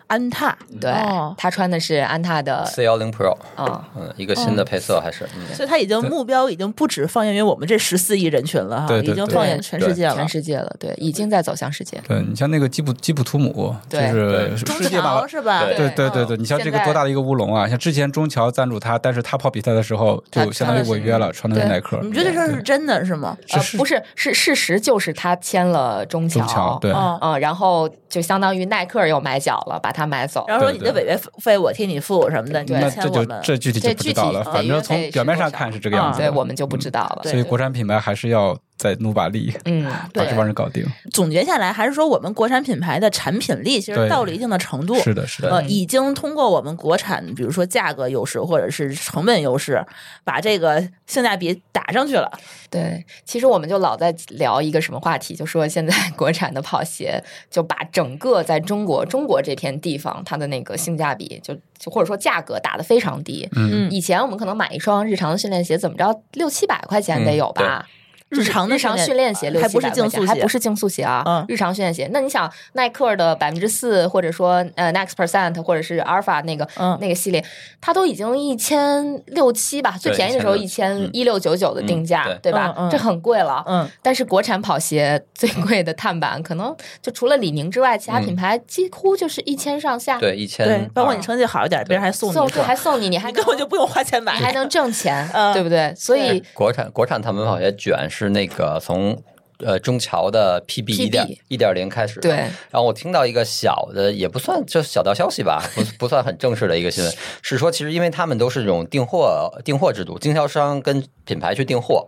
[SPEAKER 2] 安踏，
[SPEAKER 4] 嗯
[SPEAKER 3] 对、
[SPEAKER 2] 哦
[SPEAKER 3] 他穿的是安踏的，
[SPEAKER 5] C 幺零 Pro，
[SPEAKER 3] 嗯，
[SPEAKER 5] 嗯，一个新的配色还是，嗯，
[SPEAKER 2] 所以他已经目标已经不止放眼于我们这十四亿人群了哈，
[SPEAKER 4] 对对
[SPEAKER 2] 已经
[SPEAKER 4] 对
[SPEAKER 2] 放眼全世界了
[SPEAKER 3] 全。世界了，对，已经在走向世界。
[SPEAKER 4] 对你像那个吉普吉普图姆，就
[SPEAKER 3] 对
[SPEAKER 4] 是
[SPEAKER 2] 中
[SPEAKER 4] 世界马
[SPEAKER 2] 桥
[SPEAKER 4] 拉。
[SPEAKER 2] 是吧？
[SPEAKER 5] 对
[SPEAKER 4] 对对
[SPEAKER 3] 嗯
[SPEAKER 4] 对对，你像这个
[SPEAKER 3] 现在
[SPEAKER 4] 多大的一个乌龙啊！像之前中桥赞助他，但是他跑比赛的时候
[SPEAKER 3] 他
[SPEAKER 4] 就相当于违约了，穿的是
[SPEAKER 3] 对
[SPEAKER 4] 耐克。
[SPEAKER 2] 你觉得这事儿是真的是吗？
[SPEAKER 4] 这
[SPEAKER 3] 呃，
[SPEAKER 4] 是
[SPEAKER 3] 不是，是事实就是他签了中
[SPEAKER 4] 中桥对
[SPEAKER 2] 嗯，
[SPEAKER 3] 嗯，然后就相当于耐克又买脚了，把它买走。
[SPEAKER 2] 然后说你的违约费我替你付什么的，你
[SPEAKER 3] 对
[SPEAKER 4] 那
[SPEAKER 2] 来
[SPEAKER 4] 这
[SPEAKER 2] 签我
[SPEAKER 4] 就
[SPEAKER 2] 们。
[SPEAKER 4] 这具体就
[SPEAKER 3] 这
[SPEAKER 4] 不
[SPEAKER 3] 具
[SPEAKER 4] 知道
[SPEAKER 3] 体呃
[SPEAKER 4] 了，
[SPEAKER 3] 的
[SPEAKER 4] 反
[SPEAKER 3] 约
[SPEAKER 4] 正
[SPEAKER 3] 费
[SPEAKER 4] 从
[SPEAKER 3] 是
[SPEAKER 4] 表面
[SPEAKER 3] 多
[SPEAKER 4] 上
[SPEAKER 3] 少
[SPEAKER 4] 看是这个样
[SPEAKER 2] 啊
[SPEAKER 4] 子
[SPEAKER 3] 对
[SPEAKER 4] 的。嗯
[SPEAKER 3] 我们就不知道了。
[SPEAKER 4] 所以国产品牌还是要再努把力，
[SPEAKER 3] 嗯，
[SPEAKER 4] 把
[SPEAKER 2] 对
[SPEAKER 4] 啊这帮人搞定。
[SPEAKER 2] 总结下来，还是说我们国产品牌的产品力其实
[SPEAKER 4] 对
[SPEAKER 2] 到了一定的程度，
[SPEAKER 4] 是的，是的，
[SPEAKER 2] 呃，已经通过我们国产，比如说价格优势或者是成本优势，把这个性价比打上去了。
[SPEAKER 3] 对，其实我们就老在聊一个什么话题，就说现在 国产的跑鞋就把整个在中国中国这片地方它的那个性价比就就或者说价格打得非常低。
[SPEAKER 4] 嗯，
[SPEAKER 3] 以前我们可能买一双日常的训练鞋，怎么着六七百块钱
[SPEAKER 4] 嗯
[SPEAKER 3] 得有吧？
[SPEAKER 2] 日常的
[SPEAKER 3] 日常训练鞋六
[SPEAKER 2] 还
[SPEAKER 3] 七
[SPEAKER 2] 不
[SPEAKER 3] 百
[SPEAKER 2] 是
[SPEAKER 3] 块
[SPEAKER 2] 竞
[SPEAKER 3] 钱，
[SPEAKER 2] 速
[SPEAKER 3] 还
[SPEAKER 2] 鞋，
[SPEAKER 3] 不是竞速鞋啊，
[SPEAKER 2] 嗯
[SPEAKER 3] 日常训练鞋。那你想耐克的百分之四，或者说呃 Next Percent，或者是阿尔法那个、
[SPEAKER 2] 嗯
[SPEAKER 3] 那个系列，它都已经一千六七吧，最
[SPEAKER 5] 对
[SPEAKER 3] 便宜的时候一
[SPEAKER 5] 1600
[SPEAKER 3] 千
[SPEAKER 5] 嗯
[SPEAKER 3] 一六九九的定价，
[SPEAKER 5] 嗯
[SPEAKER 3] 对吧？
[SPEAKER 2] 嗯嗯
[SPEAKER 3] 这很贵了。
[SPEAKER 2] 嗯，
[SPEAKER 3] 但是国产跑鞋最贵的碳板，可能就除了李宁之外，其他
[SPEAKER 5] 嗯
[SPEAKER 3] 品牌几乎就是一千上下。
[SPEAKER 5] 对，一千
[SPEAKER 2] 对，包括你
[SPEAKER 5] 二
[SPEAKER 2] 成绩好一点，别人还送你
[SPEAKER 3] 送
[SPEAKER 2] 一
[SPEAKER 3] 对
[SPEAKER 2] 双，
[SPEAKER 3] 还送你，你还
[SPEAKER 2] 你根本就不用花钱
[SPEAKER 3] 你
[SPEAKER 2] 买。
[SPEAKER 3] 还能挣钱，
[SPEAKER 2] 嗯
[SPEAKER 3] 对不对？所以
[SPEAKER 5] 国产国产碳板跑鞋卷是那个从呃中桥的 PB 一点
[SPEAKER 3] PB
[SPEAKER 5] 一点零开始，
[SPEAKER 3] 对
[SPEAKER 5] 然后我听到一个小的，也不算就小道消息吧，不不算很正式的一个新闻，是说其实因为他们都是这种订货订货制度，经销商跟品牌去订货，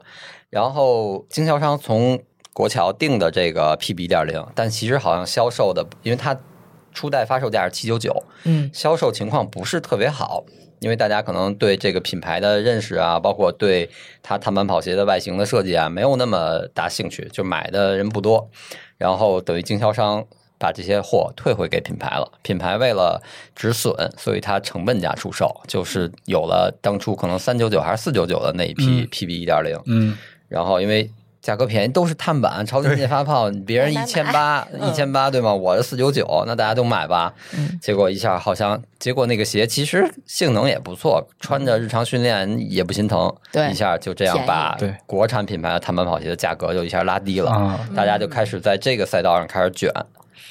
[SPEAKER 5] 然后经销商从国桥订的这个 PB 一点零，但其实好像销售的，因为它初代发售价是七九九，
[SPEAKER 3] 嗯，
[SPEAKER 5] 销售情况不是特别好，因为大家可能对这个品牌的认识啊，包括对它碳板跑鞋的外形的设计啊，没有那么大兴趣，就买的人不多。然后等于经销商把这些货退回给品牌了，品牌为了止损，所以它成本价出售，就是有了当初可能三九九还是四九九的那一批
[SPEAKER 4] 嗯
[SPEAKER 5] PB 一点零，
[SPEAKER 4] 嗯，
[SPEAKER 5] 然后因为。价格便宜都是碳板，超级电发泡，别人
[SPEAKER 3] 买
[SPEAKER 5] 一
[SPEAKER 3] 买
[SPEAKER 5] 千八，一千八对吗？我是四九九，那大家都买吧。
[SPEAKER 3] 嗯
[SPEAKER 5] 结果一下好像，结果那个鞋其实性能也不错，穿着日常训练也不心疼。
[SPEAKER 3] 对
[SPEAKER 5] 一下就这样
[SPEAKER 3] 便宜
[SPEAKER 5] 把
[SPEAKER 4] 对
[SPEAKER 5] 国产品牌的碳板跑鞋的价格就一下拉低了，
[SPEAKER 4] 啊
[SPEAKER 5] 大家就开始在这个赛道上开始卷。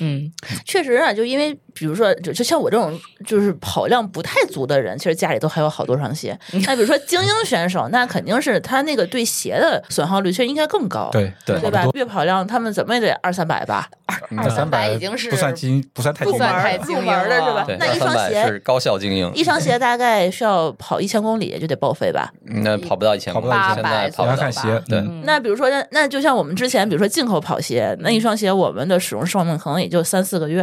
[SPEAKER 3] 嗯，
[SPEAKER 2] 确实啊，就因为比如说，就就像我这种就是跑量不太足的人，其实家里都还有好多双鞋。那比如说精英选手，那肯定是他那个对鞋的损耗率其实应该更高，
[SPEAKER 4] 对对
[SPEAKER 2] 对吧？月跑量他们怎么也得二三百吧，
[SPEAKER 4] 那三
[SPEAKER 3] 百
[SPEAKER 4] 百
[SPEAKER 3] 已经是
[SPEAKER 4] 不算精，不算太精
[SPEAKER 3] 不算
[SPEAKER 4] 明了
[SPEAKER 3] 太
[SPEAKER 2] 入门的是吧
[SPEAKER 5] 对，？
[SPEAKER 2] 那一双
[SPEAKER 5] 三百
[SPEAKER 2] 鞋
[SPEAKER 5] 是高效精英，
[SPEAKER 2] 一双鞋大概需要跑一千公里就得报废吧？
[SPEAKER 5] 那跑不到一千，
[SPEAKER 4] 跑不到1000
[SPEAKER 5] 现在跑
[SPEAKER 4] 你
[SPEAKER 5] 不
[SPEAKER 4] 要
[SPEAKER 5] 到
[SPEAKER 4] 看鞋，
[SPEAKER 5] 对
[SPEAKER 4] 嗯
[SPEAKER 2] 那比如说，那那就像我们之前，比如说进口跑鞋，那一双鞋我们的使用寿命可能也就三四个月，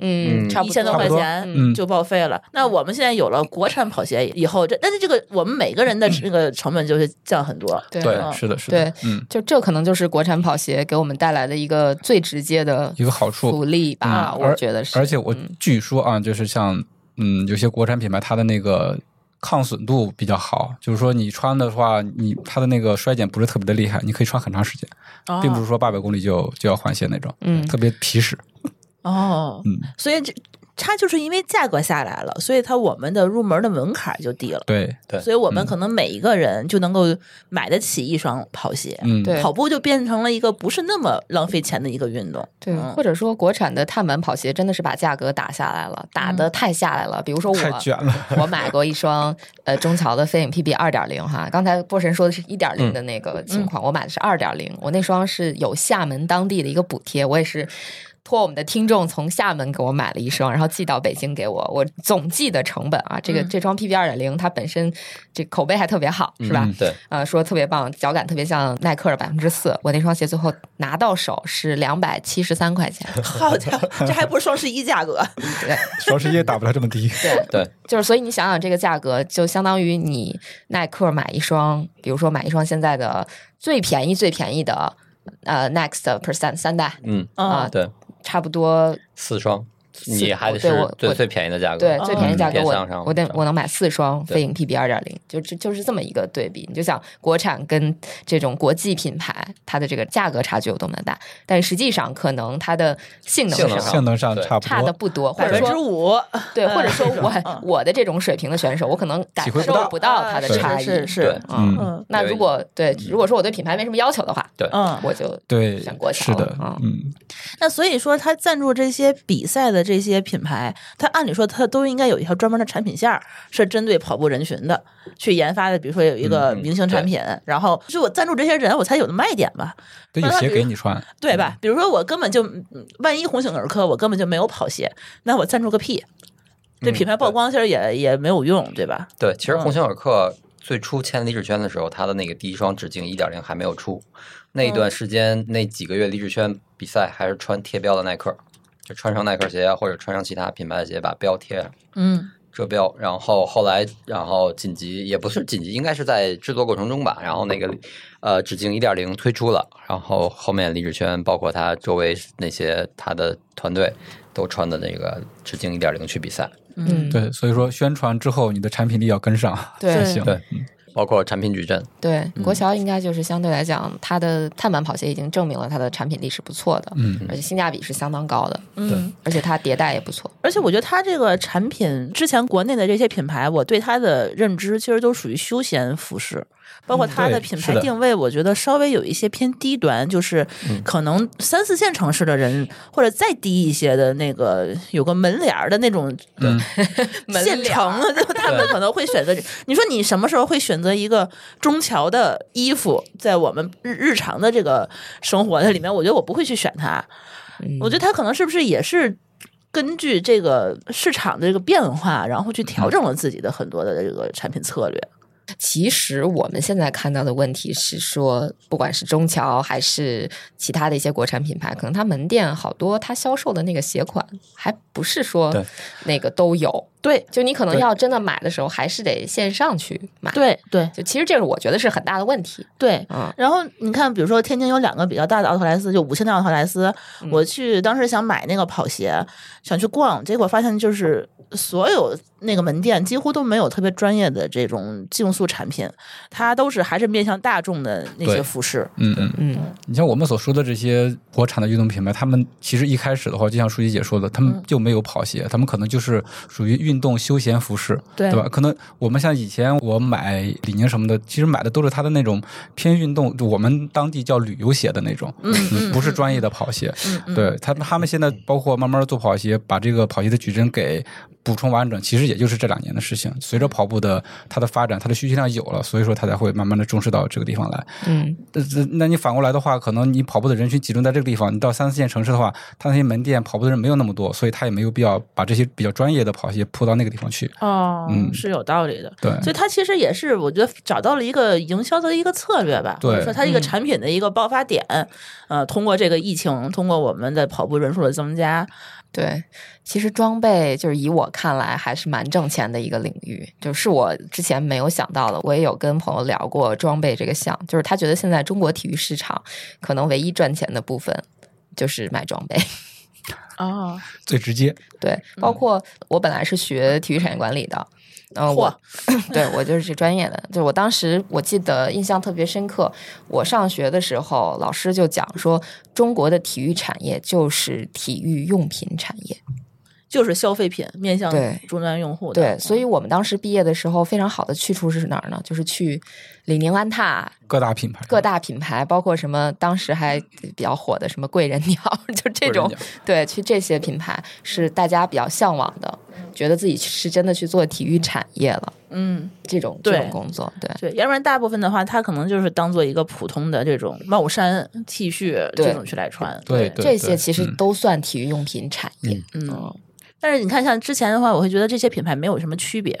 [SPEAKER 3] 嗯，
[SPEAKER 5] 嗯
[SPEAKER 3] 差不
[SPEAKER 2] 一
[SPEAKER 3] 多
[SPEAKER 2] 千多块
[SPEAKER 4] 多
[SPEAKER 2] 钱
[SPEAKER 4] 嗯
[SPEAKER 2] 就报废了。那我们现在有了国产跑鞋以后，这但是这个我们每个人的这个成本就是降很多。
[SPEAKER 3] 对
[SPEAKER 4] 对，是的，是的，嗯，
[SPEAKER 3] 就这可能就是国产跑鞋给我们带来的一个最直接的
[SPEAKER 4] 一个好处
[SPEAKER 3] 福利吧，
[SPEAKER 4] 嗯
[SPEAKER 3] 我觉得是。嗯
[SPEAKER 4] 而且我据说啊，就是像嗯，有些国产品牌它的那个抗损度比较好，就是说你穿的话，你它的那个衰减不是特别的厉害，你可以穿很长时间，并不是说八百公里就就要换鞋那种，
[SPEAKER 3] 哦嗯
[SPEAKER 4] 特别皮实，
[SPEAKER 2] 哦，
[SPEAKER 4] 嗯，
[SPEAKER 2] 所以这它就是因为价格下来了，所以它我们的入门的门槛就低了。
[SPEAKER 4] 对，嗯
[SPEAKER 5] 对
[SPEAKER 2] 所以我们可能每一个人就能够买得起一双跑鞋。
[SPEAKER 4] 嗯，
[SPEAKER 3] 对
[SPEAKER 2] 跑步就变成了一个不是那么浪费钱的一个运动。
[SPEAKER 3] 对，
[SPEAKER 2] 嗯
[SPEAKER 3] 或者说国产的碳板跑鞋真的是把价格打下来了，打的太下来了。比如说我，
[SPEAKER 4] 太卷了，
[SPEAKER 3] 我买过一双呃中桥的飞影 PB 二点零哈，刚才波神说的是一点零的那个情况，我买的是二点零，我那双是有厦门当地的一个补贴，我也是。托我们的听众从厦门给我买了一双，然后寄到北京给我。我总计的成本啊，这个、
[SPEAKER 2] 嗯
[SPEAKER 3] 这双 PB 二点零它本身这口碑还特别好，是吧？
[SPEAKER 4] 嗯
[SPEAKER 5] 对，
[SPEAKER 3] 呃，说特别棒，脚感特别像耐克的百分之四。我那双鞋最后拿到手是两百七十三块钱，
[SPEAKER 2] 好家伙，这还不是双十一价格？
[SPEAKER 3] 对，
[SPEAKER 4] 双十一也打不到这么低，
[SPEAKER 3] 对
[SPEAKER 5] 对，
[SPEAKER 3] 就是所以你想想这个价格，就相当于你耐克买一双，比如说买一双现在的最便宜最便宜的呃 Next Percent 三代
[SPEAKER 5] 嗯，
[SPEAKER 3] 啊、
[SPEAKER 2] 啊，
[SPEAKER 5] 对，
[SPEAKER 3] 差不多
[SPEAKER 5] 四双，
[SPEAKER 3] 四
[SPEAKER 5] 你还得
[SPEAKER 3] 对我
[SPEAKER 5] 是最
[SPEAKER 3] 我
[SPEAKER 5] 最便宜的价格，
[SPEAKER 3] 对最便宜价格
[SPEAKER 5] 嗯
[SPEAKER 3] 我、
[SPEAKER 5] 电商上
[SPEAKER 3] 我得
[SPEAKER 5] 上
[SPEAKER 3] 我能买四双
[SPEAKER 5] 对
[SPEAKER 3] 飞影 PB 二点零，就就就是这么一个对比，你就想国产跟这种国际品牌它的这个价格差距有多么的大，但实际上可能它的性能
[SPEAKER 5] 性能
[SPEAKER 3] 上
[SPEAKER 5] 上
[SPEAKER 4] 性能上
[SPEAKER 5] 对
[SPEAKER 4] 差不
[SPEAKER 3] 差的
[SPEAKER 4] 多，
[SPEAKER 3] 不多，或
[SPEAKER 2] 百
[SPEAKER 3] 者
[SPEAKER 2] 分之
[SPEAKER 3] 说
[SPEAKER 2] 五，
[SPEAKER 3] 对，或者说
[SPEAKER 2] 嗯
[SPEAKER 3] 我我的这种水平的选手，我可能感
[SPEAKER 4] 体会不
[SPEAKER 3] 受
[SPEAKER 4] 到
[SPEAKER 3] 不到它的
[SPEAKER 2] 是
[SPEAKER 3] 差异，
[SPEAKER 2] 是
[SPEAKER 5] 对
[SPEAKER 2] 是，
[SPEAKER 3] 嗯。
[SPEAKER 4] 嗯，
[SPEAKER 2] 嗯
[SPEAKER 3] 那如果对，如果说我对品牌没什么要求的话，
[SPEAKER 5] 对
[SPEAKER 2] 嗯。
[SPEAKER 3] 我就
[SPEAKER 4] 对
[SPEAKER 3] 选国，
[SPEAKER 4] 是
[SPEAKER 3] 潮
[SPEAKER 4] 的
[SPEAKER 3] 啊，
[SPEAKER 4] 嗯，
[SPEAKER 2] 那所以说，他赞助这些比赛的这些品牌，他按理说他都应该有一条专门的产品线儿，是针对跑步人群的，去研发的。比如说有一个
[SPEAKER 5] 嗯嗯
[SPEAKER 2] 明星产品，然后就是我赞助这些人，我才有的卖点吧，
[SPEAKER 4] 得有鞋
[SPEAKER 3] 嗯
[SPEAKER 4] 给你穿，
[SPEAKER 2] 对
[SPEAKER 5] 嗯
[SPEAKER 2] 吧？比如说我根本就，嗯万一鸿星尔克我根本就没有跑鞋，那我赞助个屁！这
[SPEAKER 5] 嗯
[SPEAKER 2] 品牌曝
[SPEAKER 5] 对
[SPEAKER 2] 光其实也也没有用，对吧？
[SPEAKER 5] 对，其实鸿星尔克最初签离职圈的时候，他的那个第一双直径一点零还没有出，那一段时间那几个月离职圈比赛还是穿贴标的耐克，就穿上耐克鞋啊或者穿上其他品牌的鞋把标贴上。
[SPEAKER 2] 嗯
[SPEAKER 5] 遮标，然后后来，然后紧急也不是紧急，应该是在制作过程中吧。然后那个呃，直径一点零推出了，然后后面李志轩包括他周围那些他的团队都穿的那个直径一点零去比赛，
[SPEAKER 2] 嗯，
[SPEAKER 4] 对，所以说宣传之后，你的产品力要跟上
[SPEAKER 3] 对
[SPEAKER 4] 才 行。
[SPEAKER 5] 对包括产品矩阵。
[SPEAKER 3] 对，
[SPEAKER 2] 嗯
[SPEAKER 3] 国桥应该就是相对来讲，它的碳板跑鞋已经证明了它的产品力是不错的，
[SPEAKER 4] 嗯，
[SPEAKER 3] 而且性价比是相当高的，
[SPEAKER 2] 嗯，
[SPEAKER 3] 而且它迭代也不错。
[SPEAKER 2] 而且我觉得它这个产品之前国内的这些品牌，我对它的认知其实都属于休闲服饰，包括它
[SPEAKER 4] 嗯对
[SPEAKER 2] 的品
[SPEAKER 4] 是
[SPEAKER 2] 牌
[SPEAKER 4] 的嗯
[SPEAKER 2] 定位，我觉得稍微有一些偏低端，就是可能三四线城市的人或者再低一些的那个有个门帘儿的那种
[SPEAKER 4] 嗯
[SPEAKER 3] 门
[SPEAKER 2] 县
[SPEAKER 3] 帘
[SPEAKER 2] 城
[SPEAKER 3] 儿，
[SPEAKER 2] 就他们可能会选 择。你说你什么时候会选择一个中桥的衣服，在我们日日常的这个生活的里面？我觉得我不会去选它。我觉得它可能是不是也是根据这个市场的这个变化，然后去调整了自己的很多的这个产品策略。
[SPEAKER 3] 其实我们现在看到的问题是说，不管是中桥还是其他的一些国产品牌，可能它门店好多，它销售的那个鞋款还不是说
[SPEAKER 4] 对
[SPEAKER 3] 那个都有。
[SPEAKER 2] 对
[SPEAKER 3] 就你可能
[SPEAKER 4] 对
[SPEAKER 3] 要真的买的时候，还是得线上去买。，
[SPEAKER 2] 对对
[SPEAKER 3] 就其实这是我觉得是很大的问题。
[SPEAKER 2] 对，
[SPEAKER 3] 嗯
[SPEAKER 2] 然后你看，比如说天津有两个比较大的奥特莱斯，就五星的奥特莱斯。
[SPEAKER 4] 嗯
[SPEAKER 2] 我去当时想买那个跑鞋，想去逛，结果发现就是所有那个门店几乎都没有特别专业的这种竞速产品，它都是还是面向大众的那些
[SPEAKER 4] 对
[SPEAKER 2] 服饰。
[SPEAKER 4] 嗯嗯。
[SPEAKER 3] 嗯，
[SPEAKER 4] 你像我们所说的这些国产的运动品牌，他们其实一开始的话，就像舒淇姐说的，他们就没有跑鞋，他们可能就是属于运动休闲服饰，
[SPEAKER 2] 对
[SPEAKER 4] 吧？可能我们像以前我买李宁什么的，其实买的都是它的那种偏运动，我们当地叫旅游鞋的那种，嗯不是专业的跑鞋。对他们，他们现在包括慢慢地做跑鞋，把这个跑鞋的矩阵给补充完整，其实也就是这两年的事情。随着跑步的它的发展，它的需求量有了，所以说它才会慢慢的重视到这个地方来。
[SPEAKER 3] 嗯，
[SPEAKER 4] 这呃这，那你反过来的话，可能你跑步的人群集中在这个地方，你到三四线城市的话，它那些门店跑步的人没有那么多，所以它也没有必要把这些比较专业的跑鞋铺到那个地方去。
[SPEAKER 2] 哦
[SPEAKER 4] 嗯
[SPEAKER 2] 是有道理的。
[SPEAKER 4] 对，
[SPEAKER 2] 所以它其实也是，我觉得找到了一个营销的一个策略吧，
[SPEAKER 4] 对
[SPEAKER 2] 或者说它一个
[SPEAKER 3] 嗯
[SPEAKER 2] 产品的一个爆发点，呃，通过这个疫情，通过我们的跑步人数的增加，
[SPEAKER 3] 对，其实装备就是以我看来还是蛮挣钱的一个领域，就是我之前没有想到的。我也有跟朋友聊过装备这个项，就是他觉得现在中国体育市场可能唯一赚钱的部分就是卖装备。
[SPEAKER 2] 哦，
[SPEAKER 4] 最直接。
[SPEAKER 3] 对，包括我本来是学体育产业管理的，嗯、呃，
[SPEAKER 2] 嚯
[SPEAKER 3] 我 对我就是这专业的，就是我当时我记得印象特别深刻，我上学的时候老师就讲说，中国的体育产业就是体育用品产业。
[SPEAKER 2] 就是消费品面向
[SPEAKER 3] 对
[SPEAKER 2] 终端用户的。嗯
[SPEAKER 3] 对，所以我们当时毕业的时候，非常好的去处是哪儿呢？就是去李宁、安踏
[SPEAKER 4] 各大品牌，
[SPEAKER 3] 各大品牌，包括什么当时还比较火的什么贵人鸟， 就这种
[SPEAKER 5] 贵人鸟，
[SPEAKER 3] 对，去这些品牌是大家比较向往的，觉得自己是真的去做体育产业了，
[SPEAKER 2] 嗯，
[SPEAKER 3] 这种
[SPEAKER 2] 对
[SPEAKER 3] 这种工作，对。
[SPEAKER 2] 对，要不然大部分的话，它可能就是当做一个普通的这种帽衫、T 恤
[SPEAKER 3] 对
[SPEAKER 2] 这种去来穿。
[SPEAKER 4] 对对
[SPEAKER 3] 这些其实
[SPEAKER 4] 嗯
[SPEAKER 3] 都算体育用品产业，
[SPEAKER 2] 嗯。但是你看，像之前的话，我会觉得这些品牌没有什么区别。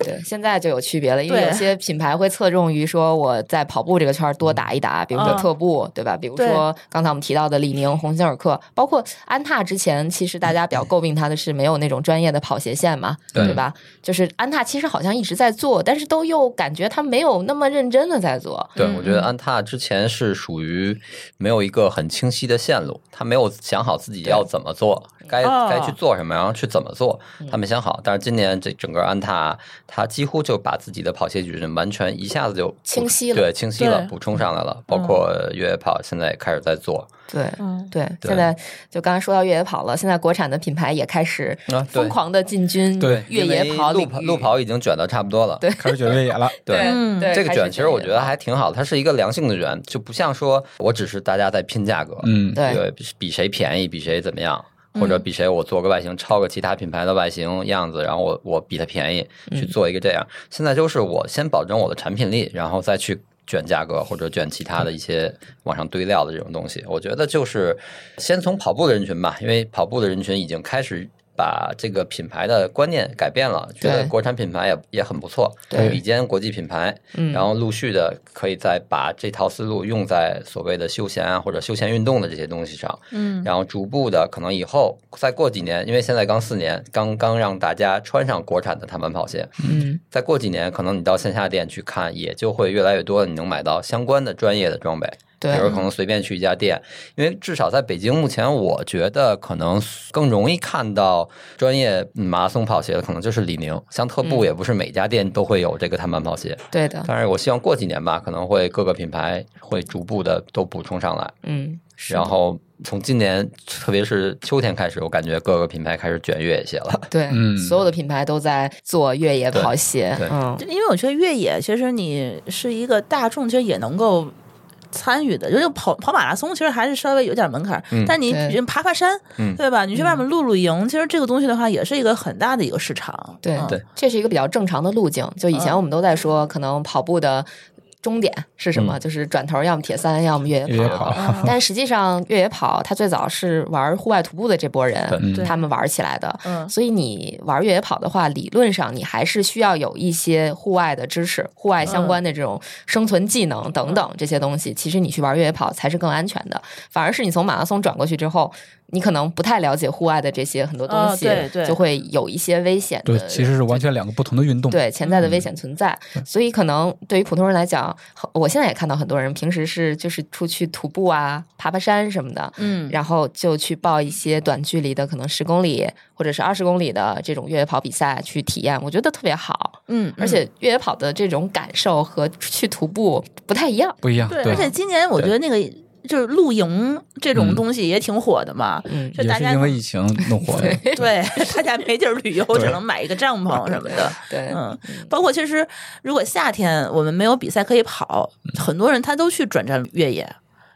[SPEAKER 3] 对，现在就有区别了，因为
[SPEAKER 2] 对
[SPEAKER 3] 有些品牌会侧重于说我在跑步这个圈儿多打一打，比如说
[SPEAKER 2] 嗯
[SPEAKER 3] 特步，对吧？比如
[SPEAKER 2] 对
[SPEAKER 3] 说刚才我们提到的李宁、鸿星尔克，包括安踏之前，其实大家比较诟病它的是没有那种专业的跑鞋线嘛，
[SPEAKER 5] 对
[SPEAKER 3] 对吧？就是安踏其实好像一直在做，但是都又感觉它没有那么认真的在做，
[SPEAKER 5] 对，我觉得安踏之前是属于没有一个很清晰的线路，他没有想好自己要怎么做，该
[SPEAKER 2] 哦
[SPEAKER 5] 该去做什么，然后去怎么做，
[SPEAKER 3] 嗯
[SPEAKER 5] 他没想好。但是今年这整个安踏，他几乎就把自己的跑鞋矩阵完全一下子就补
[SPEAKER 3] 清晰了嗯
[SPEAKER 5] 对，清晰了
[SPEAKER 2] 对，
[SPEAKER 5] 补充上来了。 包括越野跑现在也开始在做，
[SPEAKER 3] 对。
[SPEAKER 2] 嗯，
[SPEAKER 3] 对，
[SPEAKER 5] 对
[SPEAKER 3] 现在就刚才说到越野跑了，现在国产的品牌也开始
[SPEAKER 5] 啊对
[SPEAKER 3] 疯狂的进军
[SPEAKER 4] 对
[SPEAKER 3] 越野跑
[SPEAKER 5] 因为
[SPEAKER 3] 领
[SPEAKER 5] 路跑
[SPEAKER 3] 域
[SPEAKER 5] 路跑已经卷到差不多了。对
[SPEAKER 4] 开始卷越野 了。
[SPEAKER 5] 对。
[SPEAKER 2] 嗯
[SPEAKER 3] 对，
[SPEAKER 5] 这个
[SPEAKER 3] 开始
[SPEAKER 5] 卷其实我觉
[SPEAKER 3] 越野
[SPEAKER 5] 得
[SPEAKER 3] 跑
[SPEAKER 5] 还挺好，它是一个良性的卷，就不像说我只是大家在拼价格，
[SPEAKER 4] 嗯，
[SPEAKER 3] 对
[SPEAKER 5] 对，比比谁便宜，比谁怎么样，或者比谁我做个外形超个其他品牌的外形样子，然后我我比它便宜
[SPEAKER 3] 嗯
[SPEAKER 5] 去做一个这样。现在就是我先保证我的产品力，然后再去卷价格或者卷其他
[SPEAKER 3] 嗯
[SPEAKER 5] 的一些往上堆料的这种东西。我觉得就是先从跑步的人群吧，因为跑步的人群已经开始。把这个品牌的观念改变了，觉得国产品牌也也很不错，
[SPEAKER 3] 对
[SPEAKER 5] 比肩国际品牌，
[SPEAKER 3] 嗯
[SPEAKER 5] 然后陆续的可以再把这套思路用在所谓的休闲啊或者休闲运动的这些东西上，
[SPEAKER 3] 嗯，
[SPEAKER 5] 然后逐步的可能以后再过几年，因为现在刚四年，刚刚让大家穿上国产的碳板跑鞋，
[SPEAKER 3] 嗯，
[SPEAKER 5] 再过几年，可能你到线下店去看，也就会越来越多，你能买到相关的专业的装备。
[SPEAKER 3] 对
[SPEAKER 5] 比，如可能随便去一家店，因为至少在北京，目前我觉得可能更容易看到专业马拉松跑鞋的，可能就是李宁。像特步
[SPEAKER 3] 嗯
[SPEAKER 5] 也不是每家店都会有这个碳板跑鞋，
[SPEAKER 3] 对的，
[SPEAKER 5] 但是我希望过几年吧，可能会各个品牌会逐步的都补充上来。
[SPEAKER 3] 嗯，是的
[SPEAKER 5] 然后从今年，特别是秋天开始，我感觉各个品牌开始卷越野鞋了。
[SPEAKER 3] 对，
[SPEAKER 4] 嗯
[SPEAKER 3] 所有的品牌都在做越野跑鞋
[SPEAKER 5] 对，对
[SPEAKER 3] 嗯，
[SPEAKER 2] 因为我觉得越野其实你是一个大众，其实也能够。参与的，就是跑跑马拉松，其实还是稍微有点门槛儿。
[SPEAKER 5] 嗯
[SPEAKER 2] 但你
[SPEAKER 3] 对
[SPEAKER 2] 爬爬山，
[SPEAKER 5] 嗯
[SPEAKER 2] 对吧？你去外面露露营，其实这个东西的话，也是一个很大的一个市场。
[SPEAKER 3] 对
[SPEAKER 2] 嗯
[SPEAKER 5] 对
[SPEAKER 3] 这是一个比较正常的路径。就以前
[SPEAKER 2] 嗯
[SPEAKER 3] 我们都在说，可能跑步的终点是什么，
[SPEAKER 5] 嗯
[SPEAKER 3] 就是转头要么铁三，要么越野跑。
[SPEAKER 4] 越野跑，
[SPEAKER 2] 嗯
[SPEAKER 3] 但实际上，越野跑它最早是玩户外徒步的这波
[SPEAKER 5] 对
[SPEAKER 3] 人，
[SPEAKER 4] 嗯
[SPEAKER 2] 对
[SPEAKER 3] 他们玩起来的。
[SPEAKER 2] 嗯
[SPEAKER 3] 所以你玩越野跑的话，理论上你还是需要有一些户外的知识、户外
[SPEAKER 2] 嗯
[SPEAKER 3] 相关的这种生存技能等等这些东西。其实你去玩越野跑才是更安全的，反而是你从马拉松转过去之后，你可能不太了解户外的这些很多东
[SPEAKER 2] 哦
[SPEAKER 3] 西，
[SPEAKER 2] 对对
[SPEAKER 3] 就会有一些危险的。
[SPEAKER 4] 对，其实嗯是完全两个不同的运动。
[SPEAKER 3] 对潜在的危险存在。所以可能对于普通人来讲，很我现在也看到很多人平时是就是出去徒步啊、爬爬山什么的，
[SPEAKER 2] 嗯，
[SPEAKER 3] 然后就去报一些短距离的，可能十公里或者是二十公里的这种越野跑比赛去体验，我觉得特别好。
[SPEAKER 2] 嗯，
[SPEAKER 3] 而且越野跑的这种感受和去徒步不太一样。
[SPEAKER 4] 不一样，
[SPEAKER 2] 对，而且今年我觉得那个就是露营这种
[SPEAKER 4] 嗯
[SPEAKER 2] 东西也挺火的嘛，
[SPEAKER 3] 嗯，
[SPEAKER 2] 就
[SPEAKER 4] 也
[SPEAKER 2] 大
[SPEAKER 4] 是
[SPEAKER 2] 家
[SPEAKER 4] 因为疫情弄火的。
[SPEAKER 2] 对 大家没地儿旅游，只能买一个帐篷什么的。
[SPEAKER 3] 对，
[SPEAKER 2] 嗯，包括其实如果夏天我们没有比赛可以跑，很多人他都去转战越野，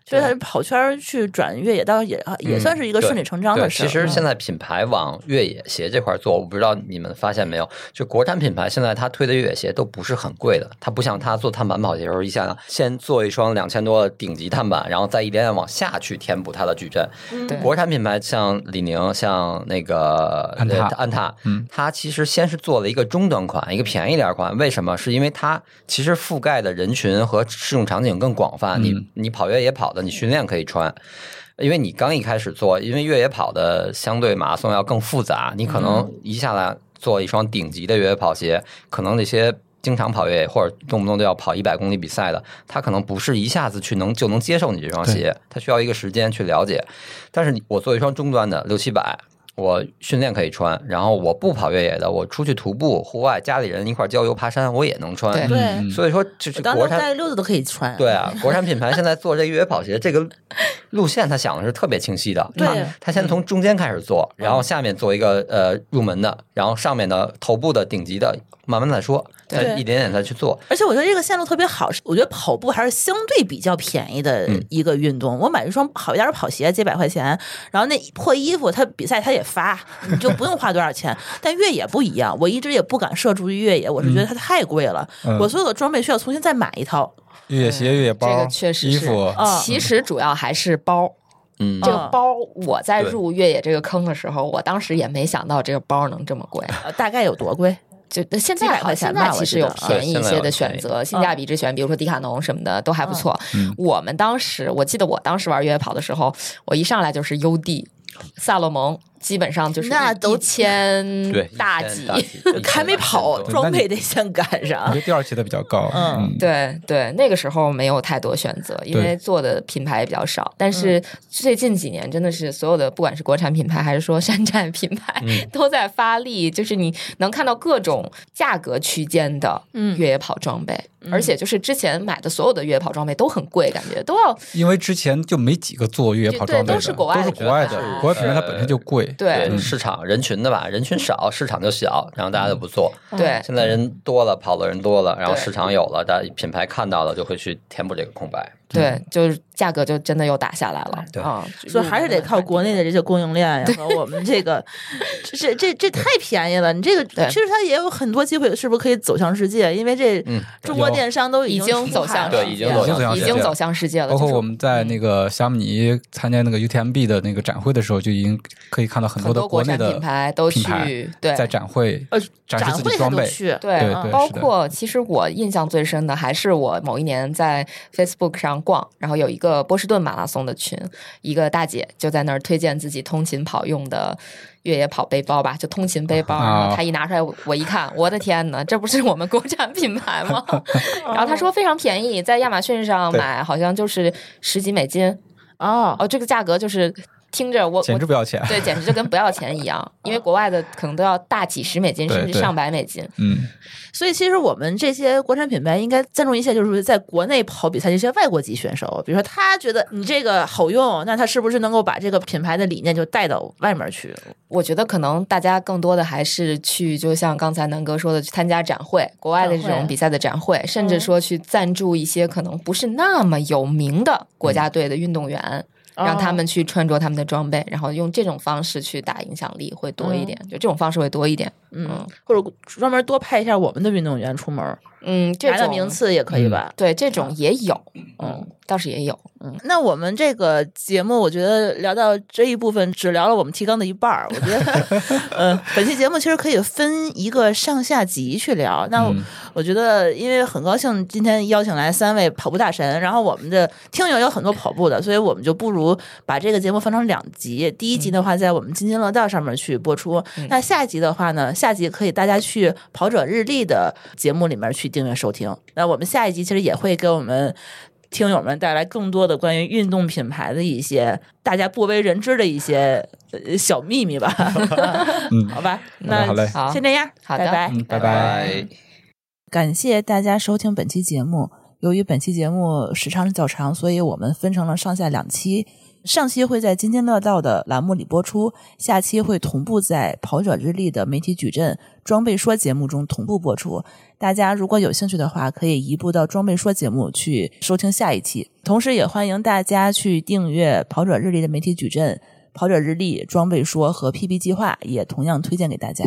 [SPEAKER 2] 就是他跑圈儿去转越野，倒是也也算是一个顺理成章
[SPEAKER 5] 嗯对，
[SPEAKER 2] 的事儿。嗯
[SPEAKER 5] 其实现
[SPEAKER 2] 在
[SPEAKER 5] 在品牌往越野鞋这块做，我不知道你们发现没有，就国产品牌现在它推的越野鞋都不是很贵的，它不像它做碳板跑鞋的时候，一下先做一双两千多的顶级碳板，然后再一点点往下去填补它的矩阵。
[SPEAKER 3] 对
[SPEAKER 2] 嗯
[SPEAKER 5] 国产品牌像李宁，像那个
[SPEAKER 4] 安踏
[SPEAKER 5] 呃安踏，
[SPEAKER 4] 嗯，
[SPEAKER 5] 它其实先是做了一个中端款，一个便宜点儿款。为什么？是因为它其实覆盖的人群和适用场景更广
[SPEAKER 4] 嗯
[SPEAKER 5] 泛。你你跑越野跑的，你训练可以穿。因为你刚一开始做，因为越野跑的相对马拉松要更复杂，你可
[SPEAKER 4] 嗯
[SPEAKER 5] 能一下来做一双顶级的越野跑鞋，可能那些经常跑越野或者动不动就要跑一百公里比赛的，他可能不是一下子去能就能接受你这双鞋，他需要一个时间去了解。但是你我做一双中端的六七百，我训练可以穿，然后我不跑越野的，我出去徒步、户外，家里人一块儿郊游、爬山，我也能
[SPEAKER 4] 嗯
[SPEAKER 5] 穿。嗯
[SPEAKER 3] 对
[SPEAKER 2] 对，
[SPEAKER 5] 所以说，就是
[SPEAKER 2] 我当
[SPEAKER 5] 国
[SPEAKER 2] 时
[SPEAKER 5] 产
[SPEAKER 2] 带溜子都可以穿。
[SPEAKER 5] 对啊，国产品牌现在做这个越野跑鞋，这个路线他想的是特别清晰的。
[SPEAKER 2] 对
[SPEAKER 5] 他他先从中间开始做，然后下面做一个呃入门的，然后上面的头部的顶级的，慢慢再说，再
[SPEAKER 2] 对
[SPEAKER 5] 一点点再去做。
[SPEAKER 2] 而且我觉得这个线路特别好，是我觉得跑步还是相对比较便宜的
[SPEAKER 5] 嗯
[SPEAKER 2] 一个运动。我买一双好一点的跑鞋，几百块钱，然后那破衣服，它比赛它也发，你就不用花多少钱。但越野不一样，我一直也不敢涉足于越野，我是觉得它太贵了，
[SPEAKER 4] 嗯
[SPEAKER 2] 我所有的装备需要重新再买一套。
[SPEAKER 4] 越野鞋、越野
[SPEAKER 3] 嗯
[SPEAKER 4] 包、
[SPEAKER 3] 这个确实
[SPEAKER 4] 衣
[SPEAKER 3] 是嗯哦
[SPEAKER 4] 服，
[SPEAKER 2] 啊
[SPEAKER 3] 其实主要还是包。
[SPEAKER 5] 嗯
[SPEAKER 3] 这，个包，我在
[SPEAKER 5] 对
[SPEAKER 3] 入越野这个坑的时候，我当时也没想到这个包能这么贵。
[SPEAKER 2] 呃大概有多贵？
[SPEAKER 3] 就现
[SPEAKER 2] 几
[SPEAKER 3] 在
[SPEAKER 2] 百块钱
[SPEAKER 3] 现在
[SPEAKER 2] 吧
[SPEAKER 3] 其
[SPEAKER 2] 我嗯
[SPEAKER 3] 实
[SPEAKER 2] 记
[SPEAKER 3] 有
[SPEAKER 2] 得
[SPEAKER 3] 便宜一嗯些的选择，性价比之选，比如说迪卡侬什么的都还
[SPEAKER 2] 嗯
[SPEAKER 3] 不错。我们当时我记得我当时玩越野跑的时候，我一上来就是 UD 萨洛蒙，基本上就是
[SPEAKER 2] 那都
[SPEAKER 3] 一千
[SPEAKER 5] 对，
[SPEAKER 3] 嗯大
[SPEAKER 5] 一千
[SPEAKER 3] 几。
[SPEAKER 5] 大几， 一千
[SPEAKER 2] 还没跑，
[SPEAKER 5] 一千
[SPEAKER 4] 那
[SPEAKER 5] 多
[SPEAKER 2] 装
[SPEAKER 4] 你
[SPEAKER 2] 备得先赶
[SPEAKER 4] 你
[SPEAKER 2] 上
[SPEAKER 4] 这。第二期的比较高。
[SPEAKER 2] 嗯
[SPEAKER 4] 嗯，
[SPEAKER 3] 对对，那个时候没有太多选择，因为
[SPEAKER 4] 对
[SPEAKER 3] 做的品牌也比较少。但
[SPEAKER 2] 嗯
[SPEAKER 3] 是最近几年，真的是所有的，不管是国产品牌还是说山寨品牌，都在发力，就是你能看到各种价格区间的
[SPEAKER 2] 嗯
[SPEAKER 3] 越野跑装备，而且就是之前买的所有的越野跑装备都很贵，感觉都要
[SPEAKER 4] 因为之前就没几个做越野跑
[SPEAKER 3] 对
[SPEAKER 4] 装备的，
[SPEAKER 3] 都是国外的
[SPEAKER 4] 都是国外
[SPEAKER 3] 品
[SPEAKER 4] 的，
[SPEAKER 3] 牌
[SPEAKER 4] 国外品牌它本身就贵。
[SPEAKER 3] 对
[SPEAKER 5] 对市场人群的吧，人群少，市场就小，然后大家就不做。
[SPEAKER 2] 嗯
[SPEAKER 3] 对
[SPEAKER 5] 现在人多了，跑的人多了，然
[SPEAKER 3] 嗯
[SPEAKER 5] 后
[SPEAKER 3] 对
[SPEAKER 5] 市场有了，大家品牌看到了就会去填补这个空白。
[SPEAKER 3] 对，就是价格就真的又打下来了。
[SPEAKER 5] 对
[SPEAKER 3] 嗯，
[SPEAKER 2] 所以还是得靠国内的这些供应链呀和我们这 个，这这这这太便宜了。你这个
[SPEAKER 3] 对
[SPEAKER 2] 其实它也有很多机会，是不是可以走向世界？因为这
[SPEAKER 5] 嗯
[SPEAKER 2] 中国
[SPEAKER 4] 有
[SPEAKER 2] 电商都
[SPEAKER 3] 已
[SPEAKER 2] 经
[SPEAKER 3] 经
[SPEAKER 2] 出
[SPEAKER 3] 走
[SPEAKER 2] 海
[SPEAKER 3] 向
[SPEAKER 2] 了
[SPEAKER 5] 对已
[SPEAKER 3] 世
[SPEAKER 5] 经
[SPEAKER 3] 界
[SPEAKER 5] 走向
[SPEAKER 3] 了
[SPEAKER 5] 世
[SPEAKER 3] 已
[SPEAKER 5] 界
[SPEAKER 3] 经
[SPEAKER 5] 了
[SPEAKER 3] 走向世界了。
[SPEAKER 4] 包括
[SPEAKER 3] 就是嗯
[SPEAKER 4] 我们在那个霞姆尼参加那个 UTMB 的那个展会的时候，就已经可以看到很
[SPEAKER 3] 很
[SPEAKER 4] 的
[SPEAKER 3] 多国
[SPEAKER 4] 内
[SPEAKER 3] 产
[SPEAKER 4] 的
[SPEAKER 3] 品牌都
[SPEAKER 4] 品牌
[SPEAKER 3] 去对
[SPEAKER 4] 在展会
[SPEAKER 2] 呃
[SPEAKER 4] 展示自
[SPEAKER 2] 会
[SPEAKER 4] 己
[SPEAKER 2] 他
[SPEAKER 4] 装
[SPEAKER 2] 都
[SPEAKER 4] 备，
[SPEAKER 2] 去，
[SPEAKER 4] 对
[SPEAKER 2] 嗯
[SPEAKER 4] 对
[SPEAKER 3] 包
[SPEAKER 4] 是的
[SPEAKER 3] 括其实我印象最深的还是我某一年在 Facebook 上逛，然后有一个波士顿马拉松的群，一个大姐就在那儿推荐自己通勤跑用的越野跑背包吧，就通勤背包。
[SPEAKER 4] 啊
[SPEAKER 3] 然后她一拿出来，我我一看，我的天呐，这不是我们国产品牌吗？ 然后她说非常便宜，在亚马逊上买好像就是十几美金，
[SPEAKER 2] 哦，
[SPEAKER 3] 哦，这个价格就是听着我
[SPEAKER 4] 简
[SPEAKER 3] 我
[SPEAKER 4] 直不要钱。
[SPEAKER 3] 对，简直就跟不要钱一样，因为国外的可能都要大几十美金，
[SPEAKER 4] 对
[SPEAKER 3] 甚至
[SPEAKER 4] 对
[SPEAKER 3] 上百美金。
[SPEAKER 4] 嗯，
[SPEAKER 2] 所以其实我们这些国产品牌应该赞助一些，就是在国内跑比赛这些外国籍选手，比如说他觉得你这个好用，那他是不是能够把这个品牌的理念就带到外面去？
[SPEAKER 3] 我觉得可能大家更多的还是去，就像刚才南哥说的，去参加展会，国外的这
[SPEAKER 2] 展会嗯
[SPEAKER 3] 种比赛的展会，甚至说去赞助一些可能不是那么有名的国家队的运动员，让
[SPEAKER 2] 哦
[SPEAKER 3] 他们去穿着他们的装备，然后用这种方式去打影响力会多一点，就这种方式会多一点。
[SPEAKER 2] 嗯
[SPEAKER 3] 嗯，
[SPEAKER 2] 或者专门多派一下我们的运动员出门儿，
[SPEAKER 3] 嗯，这
[SPEAKER 2] 拿到
[SPEAKER 3] 种
[SPEAKER 2] 名次也可以吧？
[SPEAKER 3] 对这种也有，嗯，倒是也有，
[SPEAKER 2] 那我们这个节目，我觉得聊到这一部分，只聊了我们提纲的一半儿。我觉得， 呃，本期节目其实可以分一个上下集去聊。那我,、觉得，因为很高兴今天邀请来三位跑步大神，然后我们的听友有很多跑步的，所以我们就不如把这个节目分成两集。第一集的话，在我们津津乐道上面去播出。
[SPEAKER 3] 嗯
[SPEAKER 2] 那下集的话呢，下集可以大家去跑者日历的节目里面去订阅收听。那我们下一集其实也会给我们。听友们带来更多的关于运动品牌的一些大家不为人知的一些呃小秘密吧。
[SPEAKER 4] 嗯
[SPEAKER 2] 好吧，
[SPEAKER 4] 好嘞好嘞
[SPEAKER 2] 那先这样，
[SPEAKER 3] 好的
[SPEAKER 2] 拜拜。
[SPEAKER 4] 嗯，拜
[SPEAKER 5] 拜拜。
[SPEAKER 2] 感谢大家收听本期节目。由于本期节目时长较长，所以我们分成了上下两期。上期会在津津乐道的栏目里播出，下期会同步在跑者日历的媒体矩阵“装备说”节目中同步播出。大家如果有兴趣的话，可以移步到“装备说”节目去收听下一期。同时，也欢迎大家去订阅跑者日历的媒体矩阵“跑者日历”“装备说”和 “PB 计划”，也同样推荐给大家。